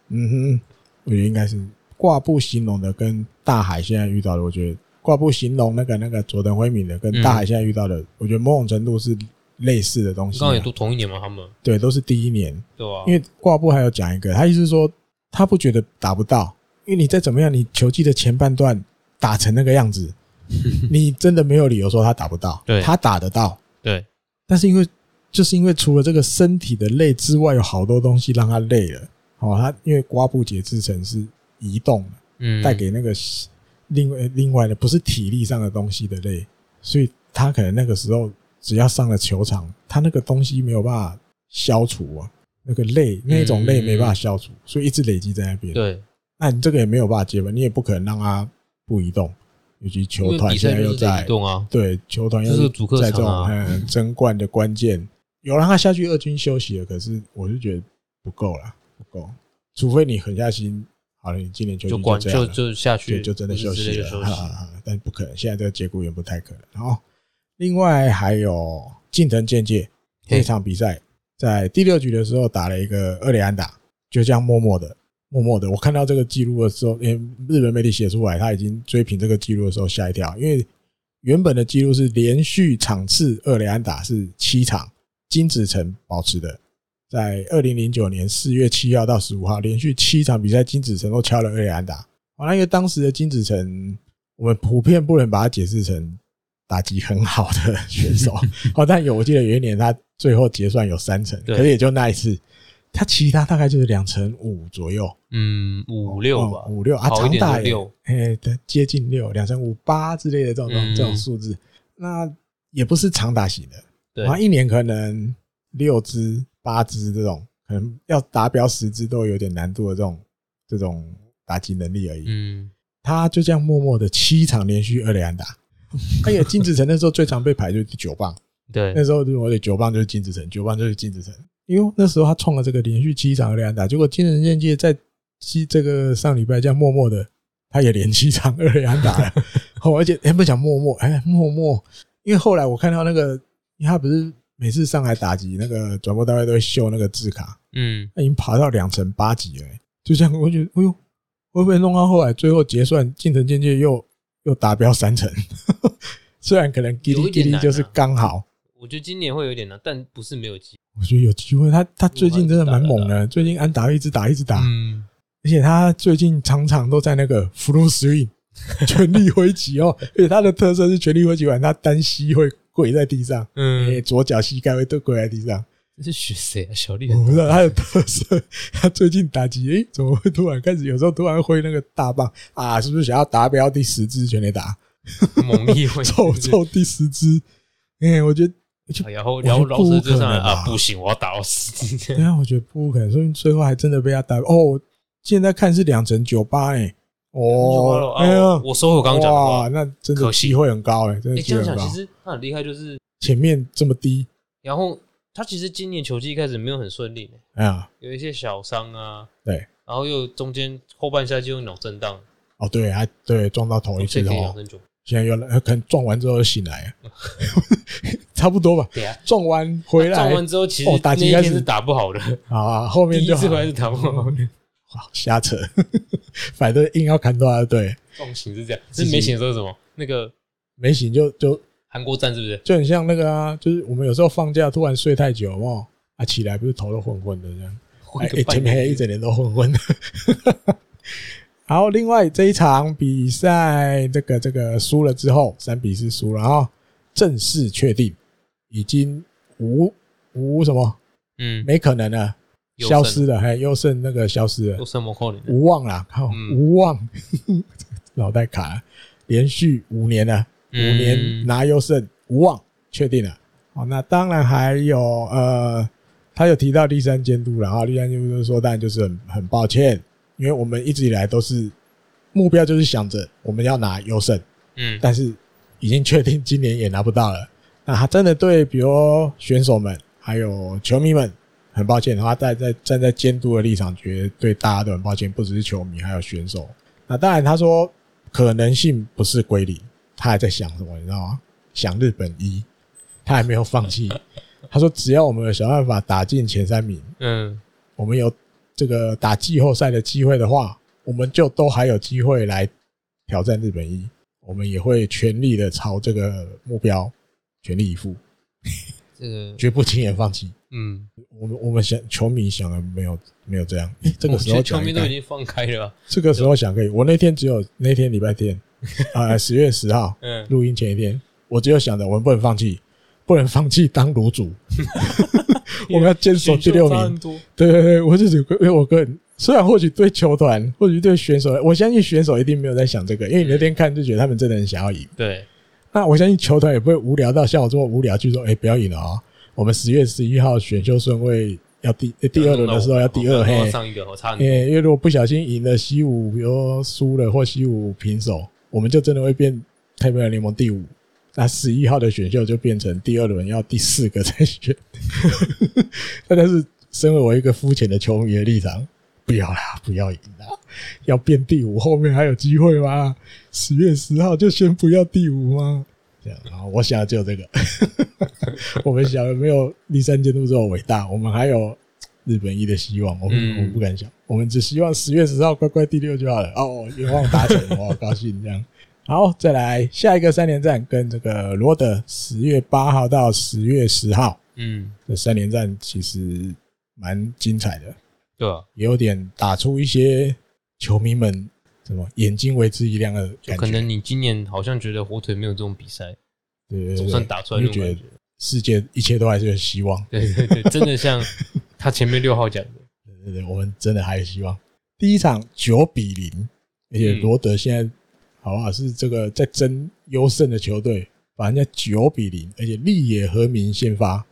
A: 嗯哼，我觉得应该是挂不形容的，跟大海现在遇到的，我觉得挂不形容那个那个佐藤辉敏的，跟
B: 嗯
A: 大海现在遇到的，我觉得某种程度是类似的东西
B: 刚
A: 啊、
B: 刚也都同一年嘛，他们
A: 对，都是第一年，
B: 对吧、
A: 因为挂布还有讲一个，他意思是说他不觉得打不到，因为你再怎么样，你球季的前半段打成那个样 子，你真的没有理由说他打不到，
B: 对
A: 他打得到，
B: 对，
A: 但是因为就是因为除了这个身体的累之外，有好多东西让他累了。哦，他因为瓜布节制成是移动的，
B: 嗯，
A: 带给那个另外另外的不是体力上的东西的累，所以他可能那个时候只要上了球场，他那个东西没有办法消除啊，那个累那种累没办法消除，所以一直累积在那边。
B: 对，
A: 那你这个也没有办法接吧，你也不可能让他不移动，尤其
B: 因
A: 球
B: 为
A: 团
B: 比
A: 现
B: 赛
A: 在
B: 就
A: 又
B: 是在
A: 在
B: 移动啊，
A: 对球团要
B: 这是主客
A: 在这
B: 场
A: 种
B: 啊
A: 嗯争冠的关键，有让他下去二军休息了，可是我是觉得不够啦，不够，除非你狠下心，好了，你今年球季
B: 就关
A: 这样
B: 就
A: 了
B: 就下
A: 就
B: 去，
A: 就真的
B: 或是
A: 休
B: 之类
A: 息
B: 的
A: 了，
B: 休
A: 哈
B: 息
A: 哈哈但不可能，现在这个节骨眼不太可能。然后，另外还有近藤健介
B: 嘿
A: 那场比赛，在第六局的时候打了一个二连安打，就这样默默的、默默的。我看到这个记录的时候，因为日本媒体写出来他已经追平这个记录的时候吓一跳，因为原本的记录是连续场次二连安打是七场，金子成保持的。在二零零九年四月七号到十五号，连续七场比赛，金子成都敲了二连安打。好，那因为当时的金子成，我们普遍不能把它解释成打击很好的选 手。好，但有我记得有一年他最后结算有三成，
B: 对
A: 可是也就那一次，他其他大概就是两成五左右，
B: 嗯，五六
A: 哦
B: 吧，
A: 五六啊，
B: 好一
A: 长
B: 点
A: 打
B: 就
A: 也
B: 六，
A: 哎，对，接近六，两成五八之类的这种东
B: 嗯
A: 这种数字，那也不是长打型的，
B: 对
A: 然后一年可能六支、八支这种，可能要达标十支都有点难度的这种这种打击能力而已。
B: 嗯，
A: 他就这样默默的七场连续二连安打。 哎呀，金子成那时候最常被排就是第九棒，
B: 对
A: 那，时候我的九棒就是金子成，九棒就是金子成，因为那时候他创了这个连续七场二连安打，结果金子成界在七这个上礼拜这样默默的，他也连七场二连安打 了，哦，而且哎不讲默默，哎默默，因为后来我看到那个，因为他不是每次上来打击那个转播单位都会秀那个字卡，
B: 嗯，
A: 他已经爬到两成八级了、欸就这样，我觉得，哎呦，会不会弄到后来最后结算，近藤健介又又达标三成？ 虽然可能叽
B: 有
A: 哩
B: 一
A: 叽
B: 点
A: 哩
B: 难啊
A: 就是刚好，
B: 我觉得今年会有点难，但不是没有机
A: 我觉得有机会。他他最近真的蛮猛
B: 打
A: 的，最近安打一直打一直
B: 会，
A: 打，
B: 嗯，
A: 而且他最近常常都在那个 flu swing 全力挥击哦，而且他的特色是全力挥击完，他单膝会跪在地上，诶，
B: 嗯，
A: 左脚膝盖会都跪在地上。
B: 这 是学谁啊？小丽
A: 我不知道他的特色，他最近打击，诶、怎么会突然开始？有时候突然挥那个大棒啊，是不是想要达标第十支全垒打，
B: 猛力会
A: 凑凑第十支？哎、我觉得，
B: 然后
A: 觉得
B: 然后老师就上
A: 不可
B: 来
A: 能吧
B: 啊，不行，我要打 到死。
A: 对啊，我觉得不可能，说明最后还真的被他打。哦，现在看是两成九八，哎，哦，哎
B: 啊
A: 呀，，
B: 我收回我刚刚讲的
A: 哇，
B: 话。
A: 那真的
B: 可惜
A: 机会很高、哎，真
B: 哎，
A: 的机
B: 这
A: 会
B: 样
A: 很
B: 讲
A: 高
B: 其。实他很厉害，就是
A: 前面这么低，
B: 然后他其实今年球季一开始没有很顺利，
A: 哎呀，
B: 有一些小伤啊，
A: 对，
B: 然后又中间后半赛季又脑震荡，
A: 哦，对，还对撞到同一次
B: 所以可以
A: 哦
B: 两，分九。
A: 现在又来呃可能撞完之后就醒来 了， 差不多吧。
B: 对啊，
A: 撞完回来，
B: 撞完之后其实
A: 哦打
B: 那
A: 击
B: 一
A: 开
B: 天
A: 始
B: 是打不好的，
A: 好啊，后
B: 第
A: 面
B: 一
A: 就
B: 次
A: 好
B: 回来是哦打不好的，
A: 好瞎扯， 反正硬要砍到他，对，
B: 撞醒是 这样，是没醒的时候是什么？那个
A: 没醒就就
B: 韩国站是不是？
A: 就很像那个啊，就是我们有时候放假突然睡太久哦，啊起来不是头都昏昏的这样，
B: 混
A: 哎、
B: 个
A: 哎
B: 半
A: 前面还
B: 年
A: 一整年都昏昏的。 然后另外这一场比赛，这个这个输了之后，三比四输了啊，正式确定已经无无什么
B: 嗯，
A: 没可能了，
B: 优
A: 消
B: 胜
A: 失了，还优胜那个消失了
B: 有，什么可能？
A: 无望啦，靠，
B: 嗯
A: 无望， 脑袋卡了，连续五年了，五年
B: 嗯
A: 拿优胜，无望，确定了。哦，那当然还有呃，他有提到第三监督了啊，第三监督就是说，当然就是很很抱歉，因为我们一直以来都是目标就是想着我们要拿优胜，
B: 嗯，
A: 但是已经确定今年也拿不到了。那他真的对，比如选手们还有球迷们，很抱歉，他在在站在监督的立场，觉得对大家都很抱歉，不只是球迷，还有选手。那当然，他说可能性不是归零，他还在想什么，你知道吗？想日本一，他还没有放弃。他说，只要我们有想办法打进前三名，
B: 嗯，
A: 我们有这个打季后赛的机会的话，我们就都还有机会来挑战日本一。我们也会全力的朝这个目标全力以赴，
B: 这个
A: 绝不轻言放弃。
B: 嗯，
A: 我们我们想球迷想的没有没有这 样，这个时
B: 我觉
A: 候
B: 得球
A: 讲
B: 迷
A: 应
B: 都
A: 该
B: 已经放开了啊，
A: 这个时候想可以。我那天只有那天礼拜天，啊， 十月十 号
B: 嗯，
A: 录音前一天，我只有想着我们不能放弃，不能放弃当卤 主， 我们要坚守第六
B: 选秀差
A: 名
B: 很。多，
A: 对对对，我就只因为我个人，虽然或许对球团，或许对选手，我相信选手一定没有在想这个，因为你那天看就觉得他们真的很想要赢。
B: 对，
A: 那我相信球团也不会无聊到像我这么无聊去说，哎、不要赢了哦，我们十月十一号选秀顺位要第呃第二轮的时候要第二
B: 我
A: 嘿，
B: 上一个我差很
A: 因
B: 多，
A: 为因为如果不小心赢了西武，比如说输了或西武平手，我们就真的会变太平洋联盟第五。那十一号的选秀就变成第二轮要第四个再选。 那但是，身为我一个肤浅的球迷的立场，不要啦，不要赢啦，要变第五，后面还有机会吗？十月十号就先不要第五吗？这样，然后我想的只有这个。 我们想的没有第三监督这么伟大，我们还有日本一的希望。我们、
B: 嗯
A: 我们不敢想，我们只希望十月十号乖乖第六就好了。哦，愿望达成，我好高兴这样。好，再来下一个三连战跟这个罗德，十月八号到十月十号
B: 嗯，
A: 这三连战其实蛮精彩的，
B: 对啊，
A: 也有点打出一些球迷们什么眼睛为之一亮的
B: 就
A: 感
B: 可
A: 觉。
B: 能你今年好像觉得火腿没有这种比赛，
A: 对对对，
B: 总算打出来
A: 就
B: 那
A: 觉
B: 种
A: 得
B: 感觉，
A: 世界一切都还是有希望。
B: 对对对，真的像 他前面六号讲的，
A: 对对，对，我们真的还有希望。第一场九比零，而且
B: 嗯
A: 罗德现在好不好是这个在争优胜的球队，把人家九比零，而且立野和明先发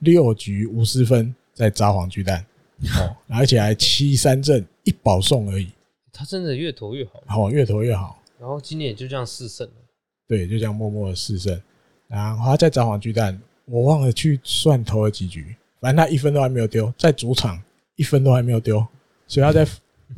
A: 六局无失分，在札幌巨蛋， 哦，而且还七三阵一保送而已，
B: 他真的越投越好，
A: 好、越投越好，
B: 然后今年也就这样四胜了，对
A: 对，就这样默默的四胜。然后他在札幌巨蛋，我忘了去算投了几局，反正他一分都还没有丢，在主场一分都还没有丢，所以他在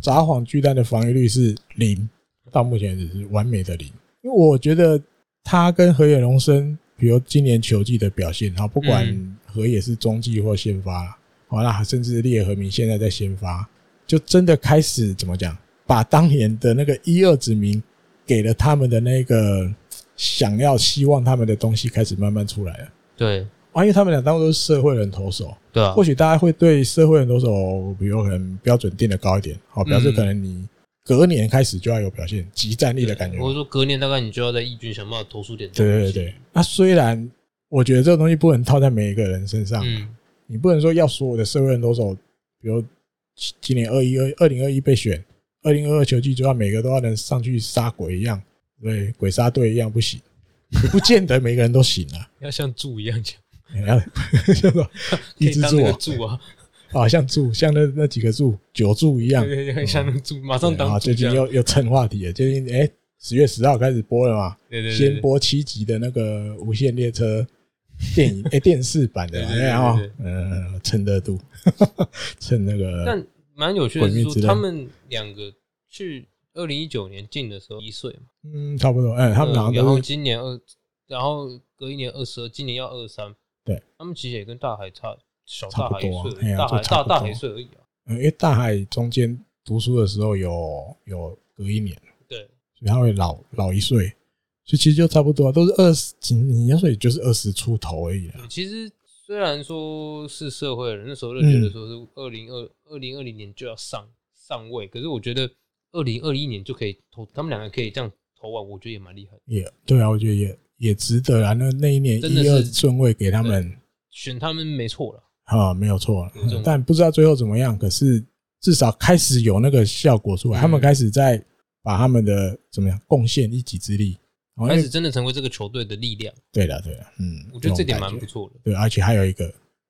A: 札幌巨蛋的防御率是零，到目前只是完美的零。因为我觉得他跟河野龙生，比如今年球季的表现，然后不管
B: 嗯
A: 河野是中继或先发啦，好啦，甚至列和明现在在先发，就真的开始怎么讲，把当年的那个一二指名给了他们的那个想要希望他们的东西开始慢慢出来了。
B: 对
A: 啊，因为他们俩当中都是社会人投手，
B: 对啊
A: 或，许大家会对社会人投手，比如可能标准定的高一点，好，
B: 嗯
A: 表示可能你隔年开始就要有表现，集战力的感觉。
B: 或者说隔年大概你就要在义军想办法投出点东
A: 对对
B: 西，
A: 对对，那虽然我觉得这个东西不能套在每一个人身上，
B: 嗯，
A: 你不能说要所有的社会人投手，比如今年二一二二零二一被选，二零二二球季就要每个都要能上去杀鬼一样，对鬼杀队一样不行，不见得每个人都行 啊。
B: 要像柱一样讲，
A: 你要叫做
B: 可
A: 一
B: 以
A: 只
B: 当
A: 柱
B: 那个
A: 啊
B: 柱啊，
A: 啊，像柱，像那那几个柱，九柱一样。
B: 对对对，像那个柱，马上
A: 对啊
B: 当柱
A: 最
B: 这
A: 近
B: 样，
A: 又又蹭话题了，最近哎，十、月十号开始播了嘛，
B: 对对对
A: 先
B: 对，
A: 播七集的那个《无限列车》电影哎、电视版的嘛，哎
B: 对对对
A: 然后
B: 对
A: 嗯蹭热度， 蹭那个
B: 但蛮有趣的
A: 毁
B: 是
A: 灭
B: 说
A: 呃之，刃
B: 他们两个去二零一九年进的时候一岁嘛，
A: 嗯差不多，哎、他们好像
B: 嗯然后
A: 都是
B: 今年二，然后隔一年二十二，今年要二三，
A: 对，
B: 他们其实也跟大海差小
A: 差
B: 大
A: 不
B: 海一
A: 多啊
B: 岁而
A: 哎
B: 已，
A: 呀
B: 大
A: 就
B: 海
A: 差
B: 大
A: 不
B: 大
A: 多
B: 海一岁而已啊，
A: 嗯因为大海中间读书的时候有有隔一年，
B: 对，
A: 所以他会老老一岁，所以其实就差不多，啊都是二十几，你要说也就是二十出头而已啦。
B: 其实虽然说是社会人，那时候
A: 嗯
B: 就觉得说是二零二二零二零年就要上上位，可是我觉得二零二一年就可以投，他们两个可以这样投完，我觉得也蛮厉害的。
A: 也对啊，我觉得也也值得啦。那那一年
B: 真的
A: 一
B: 是
A: 二顺位给他们
B: 选他们没错了，
A: 啊，没有错
B: 有这种，
A: 但不知道最后怎么样。可是至少开始有那个效果出来，
B: 嗯
A: 他们开始在把他们的怎么样贡献一己之力。哦
B: 开
A: 因
B: 始
A: 为
B: 真的成为这个球队的力量，
A: 对了，对了，嗯，
B: 我觉得这点
A: 种感
B: 蛮不错的。
A: 对，而且还有一个，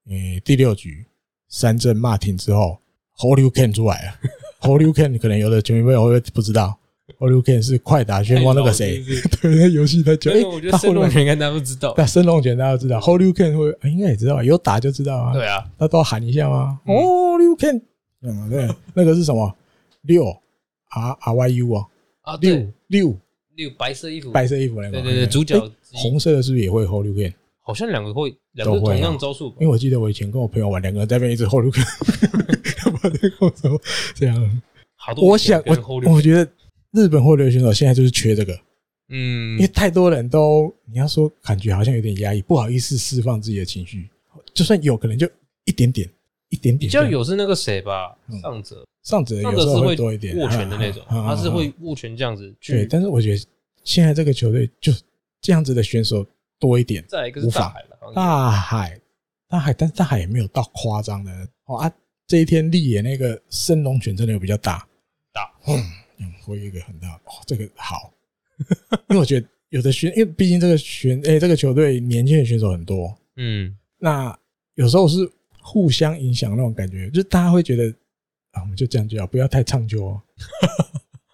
A: 诶，第六局三振骂停之后，侯流 can 出来了。侯 流 can 可能有的球迷朋友会不知道，侯流 can 是快打旋风那个谁，
B: 太老了
A: 对，那
B: 是不是
A: 游戏他就
B: 真的，我觉
A: 诶，
B: 得
A: 他
B: 圣
A: 后
B: 龙
A: 来
B: 人应该大家都知道。
A: 那升龙拳大家都知道，Hold you can 会应该也知道，有打就知道啊。
B: 对，啊，
A: 那都喊一下吗
B: 嗯
A: ？Hold you can，嗯，对，那个是什么？六 R R Y U 哦，
B: 啊
A: 六
B: 对，
A: 六
B: 那个白色衣服，
A: 白色衣服那个
B: 对
A: 嘛，
B: 对对，主角
A: 诶红色的是不是也会 Holy Can？
B: 好像两个会，两个同样招数吧
A: 因为。我记得我以前跟我朋友玩，两个人在那边一直 Holy Can，我在跟我说这样。
B: 好多
A: 我想我我觉得日本或流选手现在就是缺这个，
B: 嗯
A: 因为，太多人都你要说感觉好像有点压抑，不好意思释放自己的情绪，就算有可能就一点点，一点点
B: 比
A: 这
B: 较
A: 样
B: 有是那个谁吧
A: 嗯，
B: 上泽，
A: 上者
B: 上
A: 有
B: 泽
A: 时
B: 是
A: 候
B: 会
A: 多一点
B: 握拳的那种，
A: 啊啊啊啊
B: 他是会握拳这样子
A: 对，
B: 去。
A: 但是我觉得现在这个球队就这样子的选手多一点。
B: 再来一个是大海了，好像
A: 大海，大海，但是大海也没有到夸张的哦啊！这一天力野那个升龙拳真的有比较大，
B: 大，
A: 嗯，嗯会有一个很大哦，这个好， 因为我觉得有的选，因为毕竟这个选，哎、这个球队年轻的选手很多，
B: 嗯，
A: 那有时候是互相影响那种感觉，就是大家会觉得啊，我们就这样就好，不要太唱究、哦。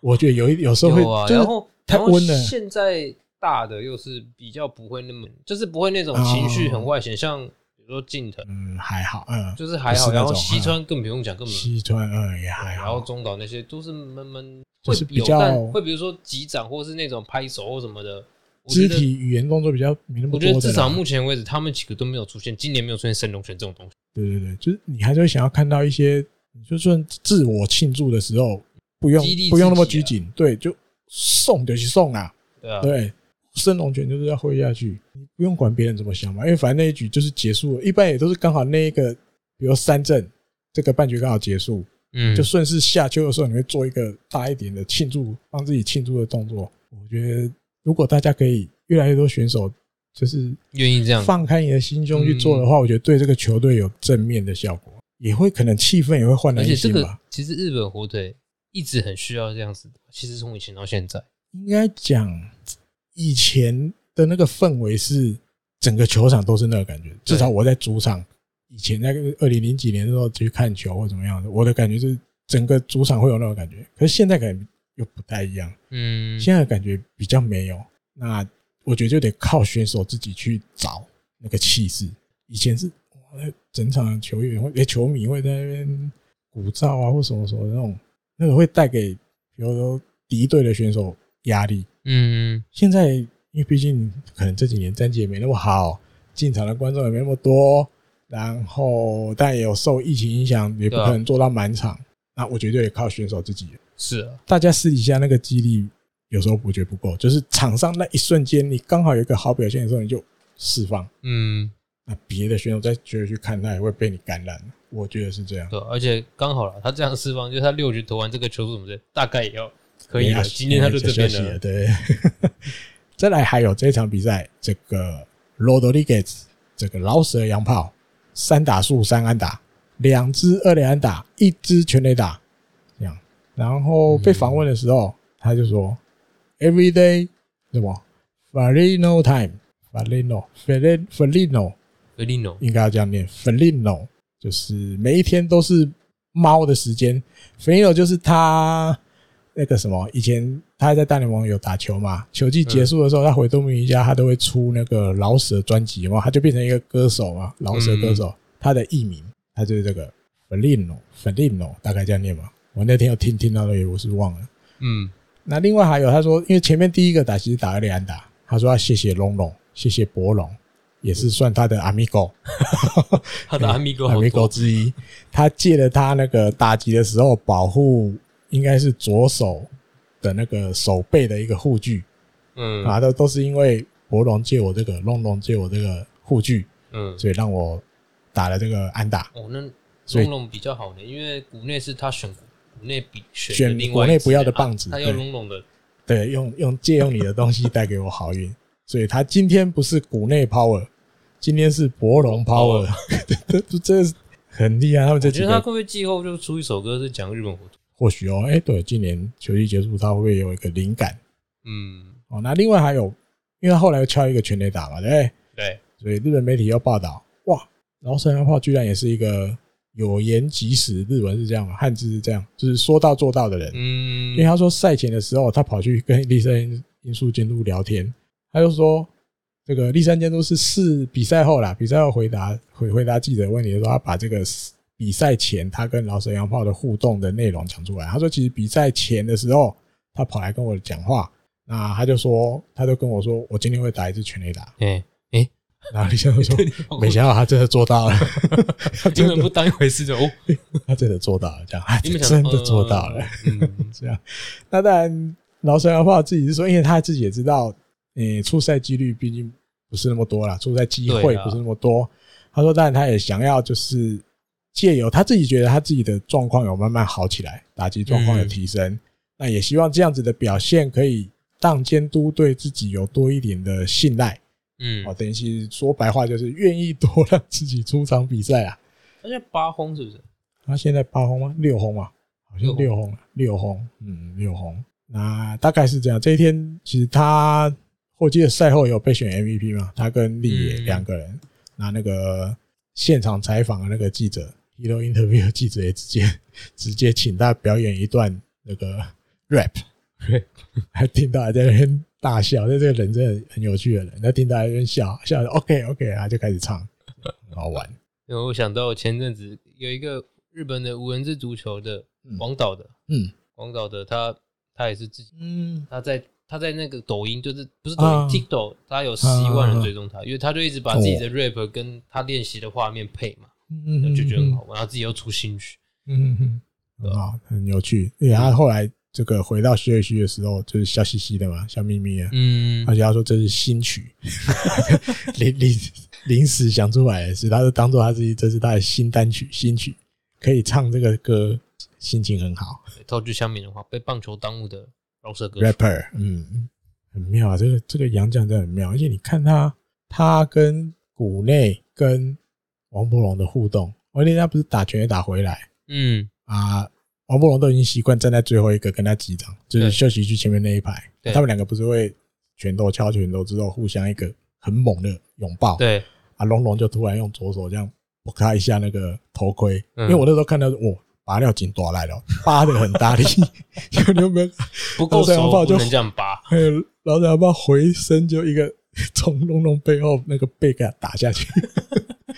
A: 我觉得有一有时候会，
B: 有啊。
A: 就是
B: 然后，
A: 太
B: 然后
A: 温了
B: 现在大的又是比较不会那么，就是不会那种
A: 啊
B: 情绪很外显，像比如说近藤，
A: 嗯还好，嗯，
B: 就是还
A: 不
B: 好。
A: 是那
B: 然
A: 种嗯
B: 后西川更不用讲，根本
A: 西川嗯也还
B: 然后
A: 好，
B: 中岛那些都是慢慢
A: 就
B: 会
A: 是比
B: 有，
A: 较
B: 但会比如说击掌或是那种拍手或什么的。我
A: 肢
B: 觉得
A: 体语言动作比较没那么
B: 我
A: 多
B: 觉
A: 的啦。
B: 得至少目前为止，他们几个都没有出现，今年没有出现神龙拳这种东西。
A: 对对对，就是你还是会想要看到一些，你就算自我庆祝的时候，不用
B: 激励自己啊
A: 不用那么拘谨，对，就送就去送啊，
B: 对啊，
A: 对，升龙拳就是要挥下去，你不用管别人怎么想嘛，因为反正那一局就是结束了，一般也都是刚好那一个，比如三阵这个半局刚好结束，
B: 嗯，
A: 就顺势下丘的时候，你会做一个大一点的庆祝，帮自己庆祝的动作。我觉得如果大家可以越来越多选手就是
B: 愿意这样。
A: 放开你的心胸去做的话，我觉得对这个球队有正面的效果，也会可能气氛也会焕
B: 而
A: 然一
B: 且这
A: 新
B: 个
A: 吧。
B: 其实日本火腿一直很需要这样子的，其实从以前到现在，
A: 应该讲以前的那个氛围是整个球场都是那个感觉，至少我在主场以前那个二零零几年的时候去看球或怎么样的，我的感觉是整个主场会有那种感觉，可是现在感觉又不太一样，
B: 嗯，
A: 现在感觉比较没有。那我觉得就得靠选手自己去找那个气势。以前是哇，那整场球员会、诶球迷会在那边鼓噪啊，或什么什么的那种，那个会带给比如说敌对的选手压力。
B: 嗯，
A: 现在因为毕竟可能这几年战绩也没那么好，进场的观众也没那么多，然后但也有受疫情影响，也不
B: 对啊
A: 可能做到满场。那我觉得也靠选手自己。
B: 是啊，
A: 大家私底下那个激励有时候我觉得不够，就是场上那一瞬间，你刚好有一个好表现的时候，你就释放。
B: 嗯，
A: 那别的选手在觉得去看，他也会被你感染。我觉得是这样。
B: 对啊，而且刚好了，他这样释放，就是他六局投完这个球速什么的，大概也要可以
A: 对啊
B: 了。今天他就这
A: 休
B: 边
A: 息了，
B: 了，
A: 对。再来还有这场比赛，这个 Rodriguez 这个老蛇洋炮，三打数三安打，两支二连安打，一支全垒打，这样。然后被访问的时候，他就说：“Every day 什么 Farino time Farino Farino Farino
B: 格林诺，
A: 应该要这样念 Farino，就是每一天都是猫的时间。Farino 就是他那个什么，以前他在大联盟有打球嘛，球季结束的时候，他回东明一家，他都会出那个老舍专辑嘛，他就变成一个歌手嘛，老舍歌手，他的艺名，他就是这个 Felino Felino，大概这样念嘛。我那天有听听到的，我是忘了。
B: 嗯，
A: 那另外还有他说，因为前面第一个打其实打了两打，他说要谢谢龙龙，谢谢博龙，也是算他的 amigo。
B: 他的阿米哥
A: 还
B: 好
A: 没狗
B: 多，
A: 嗯之一，他借了他那个打击的时候保护，应该是左手的那个手背的一个护具
B: 嗯
A: 啊，都都是因为博龙借我这个，龙龙借我这个护具，
B: 嗯，
A: 所以让我打了这个安打，
B: 哦，那
A: 所以
B: 龙龙比较好呢，因为谷内是他选谷内比选
A: 选
B: 的另
A: 国
B: 外
A: 内
B: 一支
A: 不要的
B: 啊
A: 棒子
B: 他要
A: 对
B: 龙龙的，
A: 对，用用借用你的东西带给我好运，所以他今天不是谷内 power，今天是博龙 power，这 这这是很厉害，他们这
B: 我
A: 几
B: 觉得他
A: 个
B: 会不会季后就出一首歌是讲日本火腿？
A: 或许哦，哎，对，今年球季结束，他会不会有一个灵感？
B: 嗯，
A: 哦，那另外还有，因为他后来又敲一个全垒打嘛，对不对，
B: 对，
A: 所以日本媒体又报道，哇，然后三洋炮居然也是一个有言及时，日文是这样嘛，汉字是这样，就是说到做到的人。因为
B: 嗯，
A: 他说赛前的时候，他跑去跟立山因素监督聊天，他就说这个立山监督是是比赛后啦，比赛后回答回回答记者问题的时候，他把这个比赛前他跟老沈洋炮的互动的内容讲出来。他说其实比赛前的时候，他跑来跟我讲话，那他就说，他就跟我说，我今天会打一支全垒打。
B: 哎，
A: 然后李先生说， 没 想到他真的做到了，他
B: 根
A: 真
B: 本
A: 的
B: 不当一回事就哦，
A: 他真的做到了，这样，他
B: 你们
A: 真
B: 想
A: 的做到了。，
B: 嗯，
A: 这样。那当然，老沈的话自己是说，因为他自己也知道，诶、出赛几率毕竟不是那么多啦，出赛机会
B: 对啊啦
A: 不是那么多。他说，当然他也想要就是借由他自己觉得他自己的状况有慢慢好起来，打击状
B: 嗯
A: 况有提升，那也希望这样子的表现可以让监督对自己有多一点的信赖。
B: 嗯
A: 哦，，等于是说白话就是愿意多 让自己出场比赛啊。
B: 他现在八轰是不是？
A: 他现在八轰吗？六轰嘛，好像
B: 六
A: 六轰，六轰，嗯，六轰。那大概是这样。这一天其实他，我记得赛后有被选 MVP 嘛，他跟立野
B: 嗯
A: 两个人。那那个现场采访的那个记者，Hero Interview 的记者也直接 直接请他表演一段那个 rap，还 听到还在那边大笑。那这个人真的很有趣的人，他听到还在那边笑笑，OK OK，他就开始唱，很好玩。
B: 因为我想到前阵子有一个日本的无人制足球的
A: 嗯
B: 广岛的，
A: 嗯
B: 广岛的他他也是自己，
A: 嗯，
B: 他在他在那个抖音就是不是抖音、
A: 啊
B: TikTok，他有十一万人追踪
A: 嗯
B: 他，因为他就一直
A: 哦
B: 把自己的 rap 跟他练习的画面配嘛，
A: 嗯
B: 就觉得很好玩，然后自己又出新曲，
A: 嗯哼
B: 对
A: 哼，啊，很有趣。因为他后来这个回到徐瑞区的时候，就是笑嘻嘻的嘛，笑眯眯的，
B: 嗯
A: 而且他说这是新曲， 临临临时想出来的是，他就当做他自己这是他的新单曲，新曲可以唱这个歌，心情很好。
B: 套句乡民的话，被棒球耽误的饶舌歌手，
A: rapper，嗯，很妙啊，这个这个杨绛真的很妙，而且你看他，他跟谷内跟王柏荣的互动，而且他不是打拳也打回来。
B: 嗯，
A: 啊，王柏荣都已经习惯站在最后一个跟他击掌，就是
B: 对
A: 休息区前面那一排。
B: 对
A: 他们两个不是会拳头敲拳头之后互相一个很猛的拥抱。，
B: 对，
A: 啊，龙龙就突然用左手这样拨开一下那个头盔，
B: 嗯
A: 因为我那时候看到哇，拔料紧夺来了，扒的很 大力，就你有没有？
B: 不够
A: 然后再
B: 熟
A: 放就
B: 不能这样拔，
A: 还有老蒋爸回身就一个 从龙龙背后那个背给他打下去。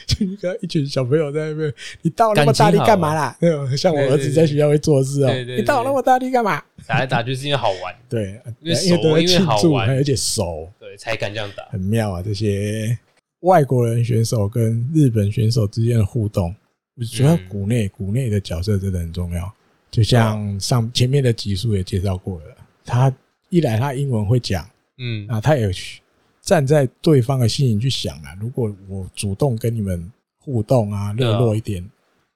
A: 就你看一群小朋友在那边，你大我那么大力干嘛啦？那种像我儿子在学校会做的事哦、
B: 啊对对对对
A: 你大我那么大力干嘛？
B: 打来打去是因为好玩，
A: 对，
B: 因为熟
A: 因都在庆
B: 因为好
A: 祝，
B: 玩
A: 而且熟，
B: 对，才敢这样打，
A: 很妙啊！这些外国人选手跟日本选手之间的互动，我觉得
B: 嗯
A: 国内国内的角色真的很重要。就像
B: 嗯
A: 上前面的集数也介绍过了，他一来他英文会讲。
B: 嗯，
A: 啊，他也去站在对方的心里去想啊，如果我主动跟你们互动啊，
B: 对啊
A: 热络一点，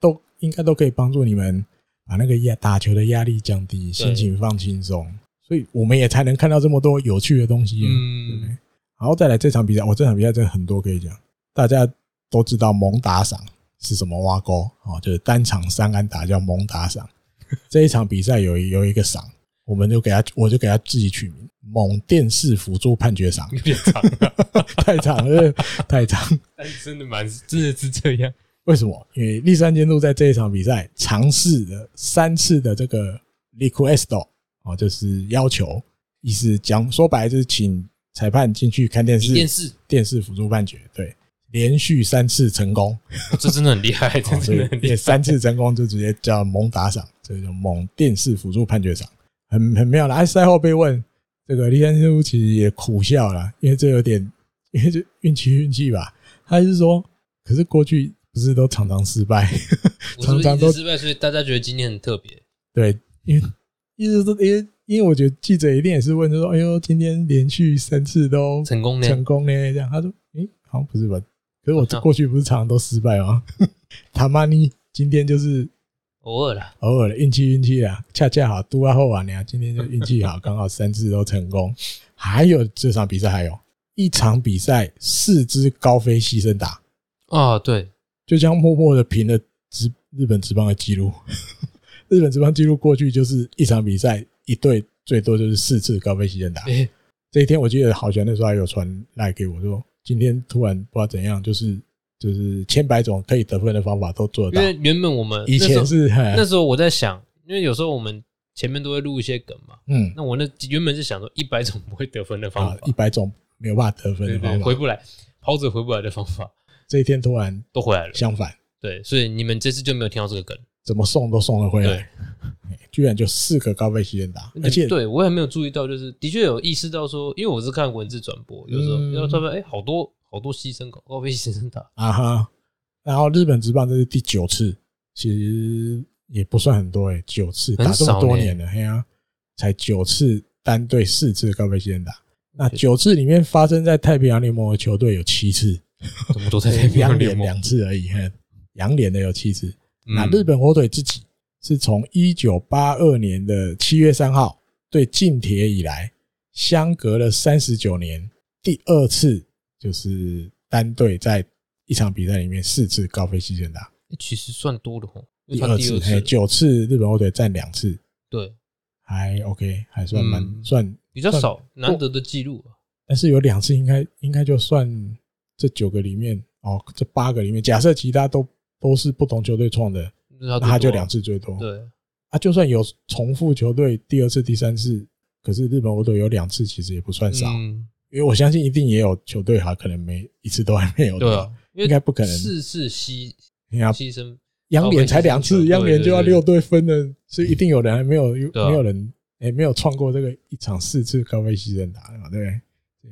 A: 都应该都可以帮助你们把那个压打球的压力降低，心情放轻松，所以我们也才能看到这么多有趣的东西、啊，对不对
B: 嗯，？
A: 然后再来这场比赛，我、哦这场比赛真的很多可以讲，大家都知道蒙打赏是什么挖沟哦，就是单场三安打叫蒙打 赏。这一场比赛有一有一个赏，我们就给他，我就给他自己取名“猛电视辅助判决赏
B: 有点 长啊，”，
A: 太长了，太长。
B: 但是真的蛮，真的是这样，
A: 为什么？因为立山监督在这一场比赛尝试了三次的这个 request 哦，就是要求，意思讲说白了就是请裁判进去看电视，
B: 一件事，
A: 电视辅助判决，对，连续三次成功，
B: 哦 这真的很厉害，这
A: 哦所
B: 真
A: 以
B: 的很厉
A: 也
B: 害，
A: 三次成功就直接叫猛打赏，所以就猛电视辅助判决赏，很很妙啦。哎赛后被问，这个李先生其实也苦笑了，因为这有点， 因为这运气运气吧。他是说，可是过去不是都常常失败，
B: 我是
A: 常
B: 不是
A: 常
B: 一
A: 都
B: 直失败，所以大家觉得今天很特别？
A: 对，因为意思是因为因为我觉得记者一定也是问，就说，哎呦，今天连续三次都
B: 成功呢？
A: 成功呢？这样他说，诶、好像不是吧？可是我
B: 那
A: 过去不是常常都失败吗？ 他妈你今天就是
B: 偶尔啦，
A: 偶尔运气运气啦，恰恰好都阿后啊，你啊，今天就运气好，刚好三次都成功。还有这场比赛还有一场比赛四支高飞牺牲打，
B: 啊，对，
A: 就这样默默的平了职日本职棒的记录。 日本职棒记录过去就是一场比赛一队最多就是四次高飞牺牲打。
B: 哎，
A: 这一天我记得好像那时候还有传来给我说，今天突然不知道怎样，就是就是千百种可以得分的方法都做
B: 因
A: 得
B: 为
A: 到。
B: 原本我们
A: 以
B: 那时候
A: 前是哎嘿
B: 那时候我在想，因为有时候我们前面都会录一些梗嘛，
A: 嗯
B: 那我那原本是想说一百种不会得分的方
A: 啊
B: 法，
A: 一百种没有办法得分
B: 对
A: 的
B: 对，
A: 方
B: 回
A: 法，
B: 不来，跑者回不来的方法
A: 这一天突然
B: 都回来了，
A: 相反，
B: 对，所以你们这次就没有听到这个梗，
A: 怎么送都送了回
B: 对
A: 来，居然就四个高倍期间打，而且
B: 对我也没有注意到，就是的确有意识到说，因为我是看文字转播，有时候
A: 嗯
B: 要转播，哎，好多好多牺牲高高飞牺牲 打，
A: 啊哈，然后日本职棒这是第九次，其实也不算很多诶、欸九次
B: 很
A: 打这
B: 少
A: 么多
B: 呢
A: 年了，嘿啊，才九次单队四次高飞先打，那
B: 对
A: 九次里面发生在太平洋联盟的球队有七次，
B: 怎么都在太平
A: 洋
B: 洋联
A: 联
B: 盟？
A: 哎两次而已，嘿，洋联的有七次，
B: 嗯
A: 那日本火腿自己是从一九八二年的七月三号对近铁以来，相隔了三十九年，第二次就是单队在一场比赛里面四次高飞牺牲打，
B: 诶哎其实算多的吼，因为
A: 第
B: 他
A: 二
B: 第
A: 次哎
B: 二
A: 嘿
B: 次
A: 九次日本火腿占两次，
B: 对
A: 还 OK，还算蛮、
B: 嗯
A: 算，
B: 比较
A: 算
B: 少，难得的记录啊。
A: 但是有两次应该应该就算这九个里面哦，这八个里面，假设其他都都是不同球队创的，
B: 那
A: 那他就两，次最多，
B: 对，
A: 啊，就算有重复球队第二次、第三次，可是日本火腿有两次，其实也不算少，
B: 嗯
A: 因为我相信一定也有球队哈，可能没一次都还没有的
B: 对啊，因为
A: 应该不可能
B: 四次牺
A: 你看
B: 牺牲，
A: 央联才两
B: 哦
A: 次，
B: 对
A: 央联就要
B: 对对
A: 六队分了，所以一定有人还没有，
B: 对啊
A: 没有人哎、没有创过这个一场四次高飞牺牲打的嘛，对不对？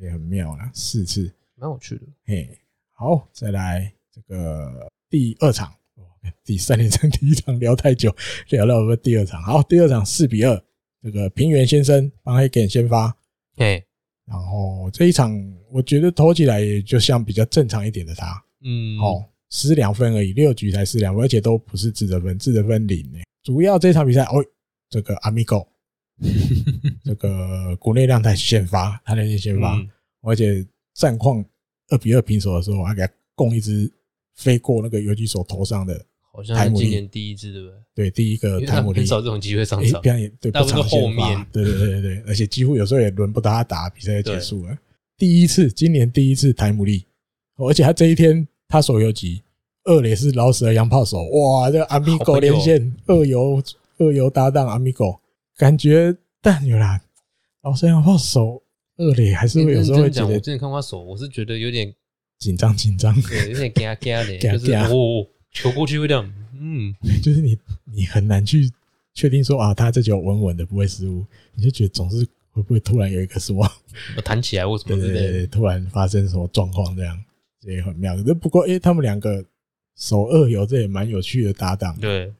A: 这也很妙啦，四次，
B: 蛮有趣的。
A: 嘿，好，再来这个第二场，哦第三连胜， 第一场聊太久，聊到我们第二场。好，第二场四比二，这个平原先生帮黑给先发，
B: 哎，
A: 然后这一场我觉得投起来也就像比较正常一点的他，
B: 嗯，
A: 哦，失两分而已，六局才失两分，而且都不是自责分，自责分零呢。主要这场比赛，哦，这个阿米 狗，这个国内亮太先发，他那天先发，
B: 嗯，
A: 而且战况二比二平手的时候，还给他供一只飞过那个游击手头上的，
B: 好像
A: 台
B: 是
A: 姆利
B: 今年第一支，对不对？
A: 对，第一个
B: 因为
A: 泰
B: 他
A: 姆利
B: 很，少这种机会上
A: 诶
B: 场
A: 不。然也对，
B: 大
A: 不
B: 部分
A: 常
B: 都
A: 先
B: 后
A: 发
B: 面，
A: 对对对对对，而且几乎有时候也轮不到他打，比赛就结束了。第一次，今年第一次台姆利，哦而且他这一天他手游级二垒是老死的洋炮手，哇，这个阿米
B: 好朋
A: 狗
B: 友
A: 连线二游二游搭档阿米狗，感觉但有啦，老死的洋炮手二垒还是会有
B: 认
A: 时候会
B: 真
A: 觉
B: 讲，我
A: 得
B: 之前看过他手，我是觉得有点
A: 紧张紧张。
B: 对，有点嘎 嘎啊的，
A: 怕
B: 就是
A: 怕
B: 哦，球过去会这样，嗯，
A: 就是你你很难去确定说啊，他这球稳稳的不会失误，你就觉得总是会不会突然有一个失望，
B: 我弹起来或什
A: 对
B: 么
A: 对
B: 之
A: 对
B: 类
A: 对，
B: 的。
A: 突然发生什么状况这样，这也很妙。可是不过诶、他们两个手二游这也蛮有趣的搭档。
B: 对，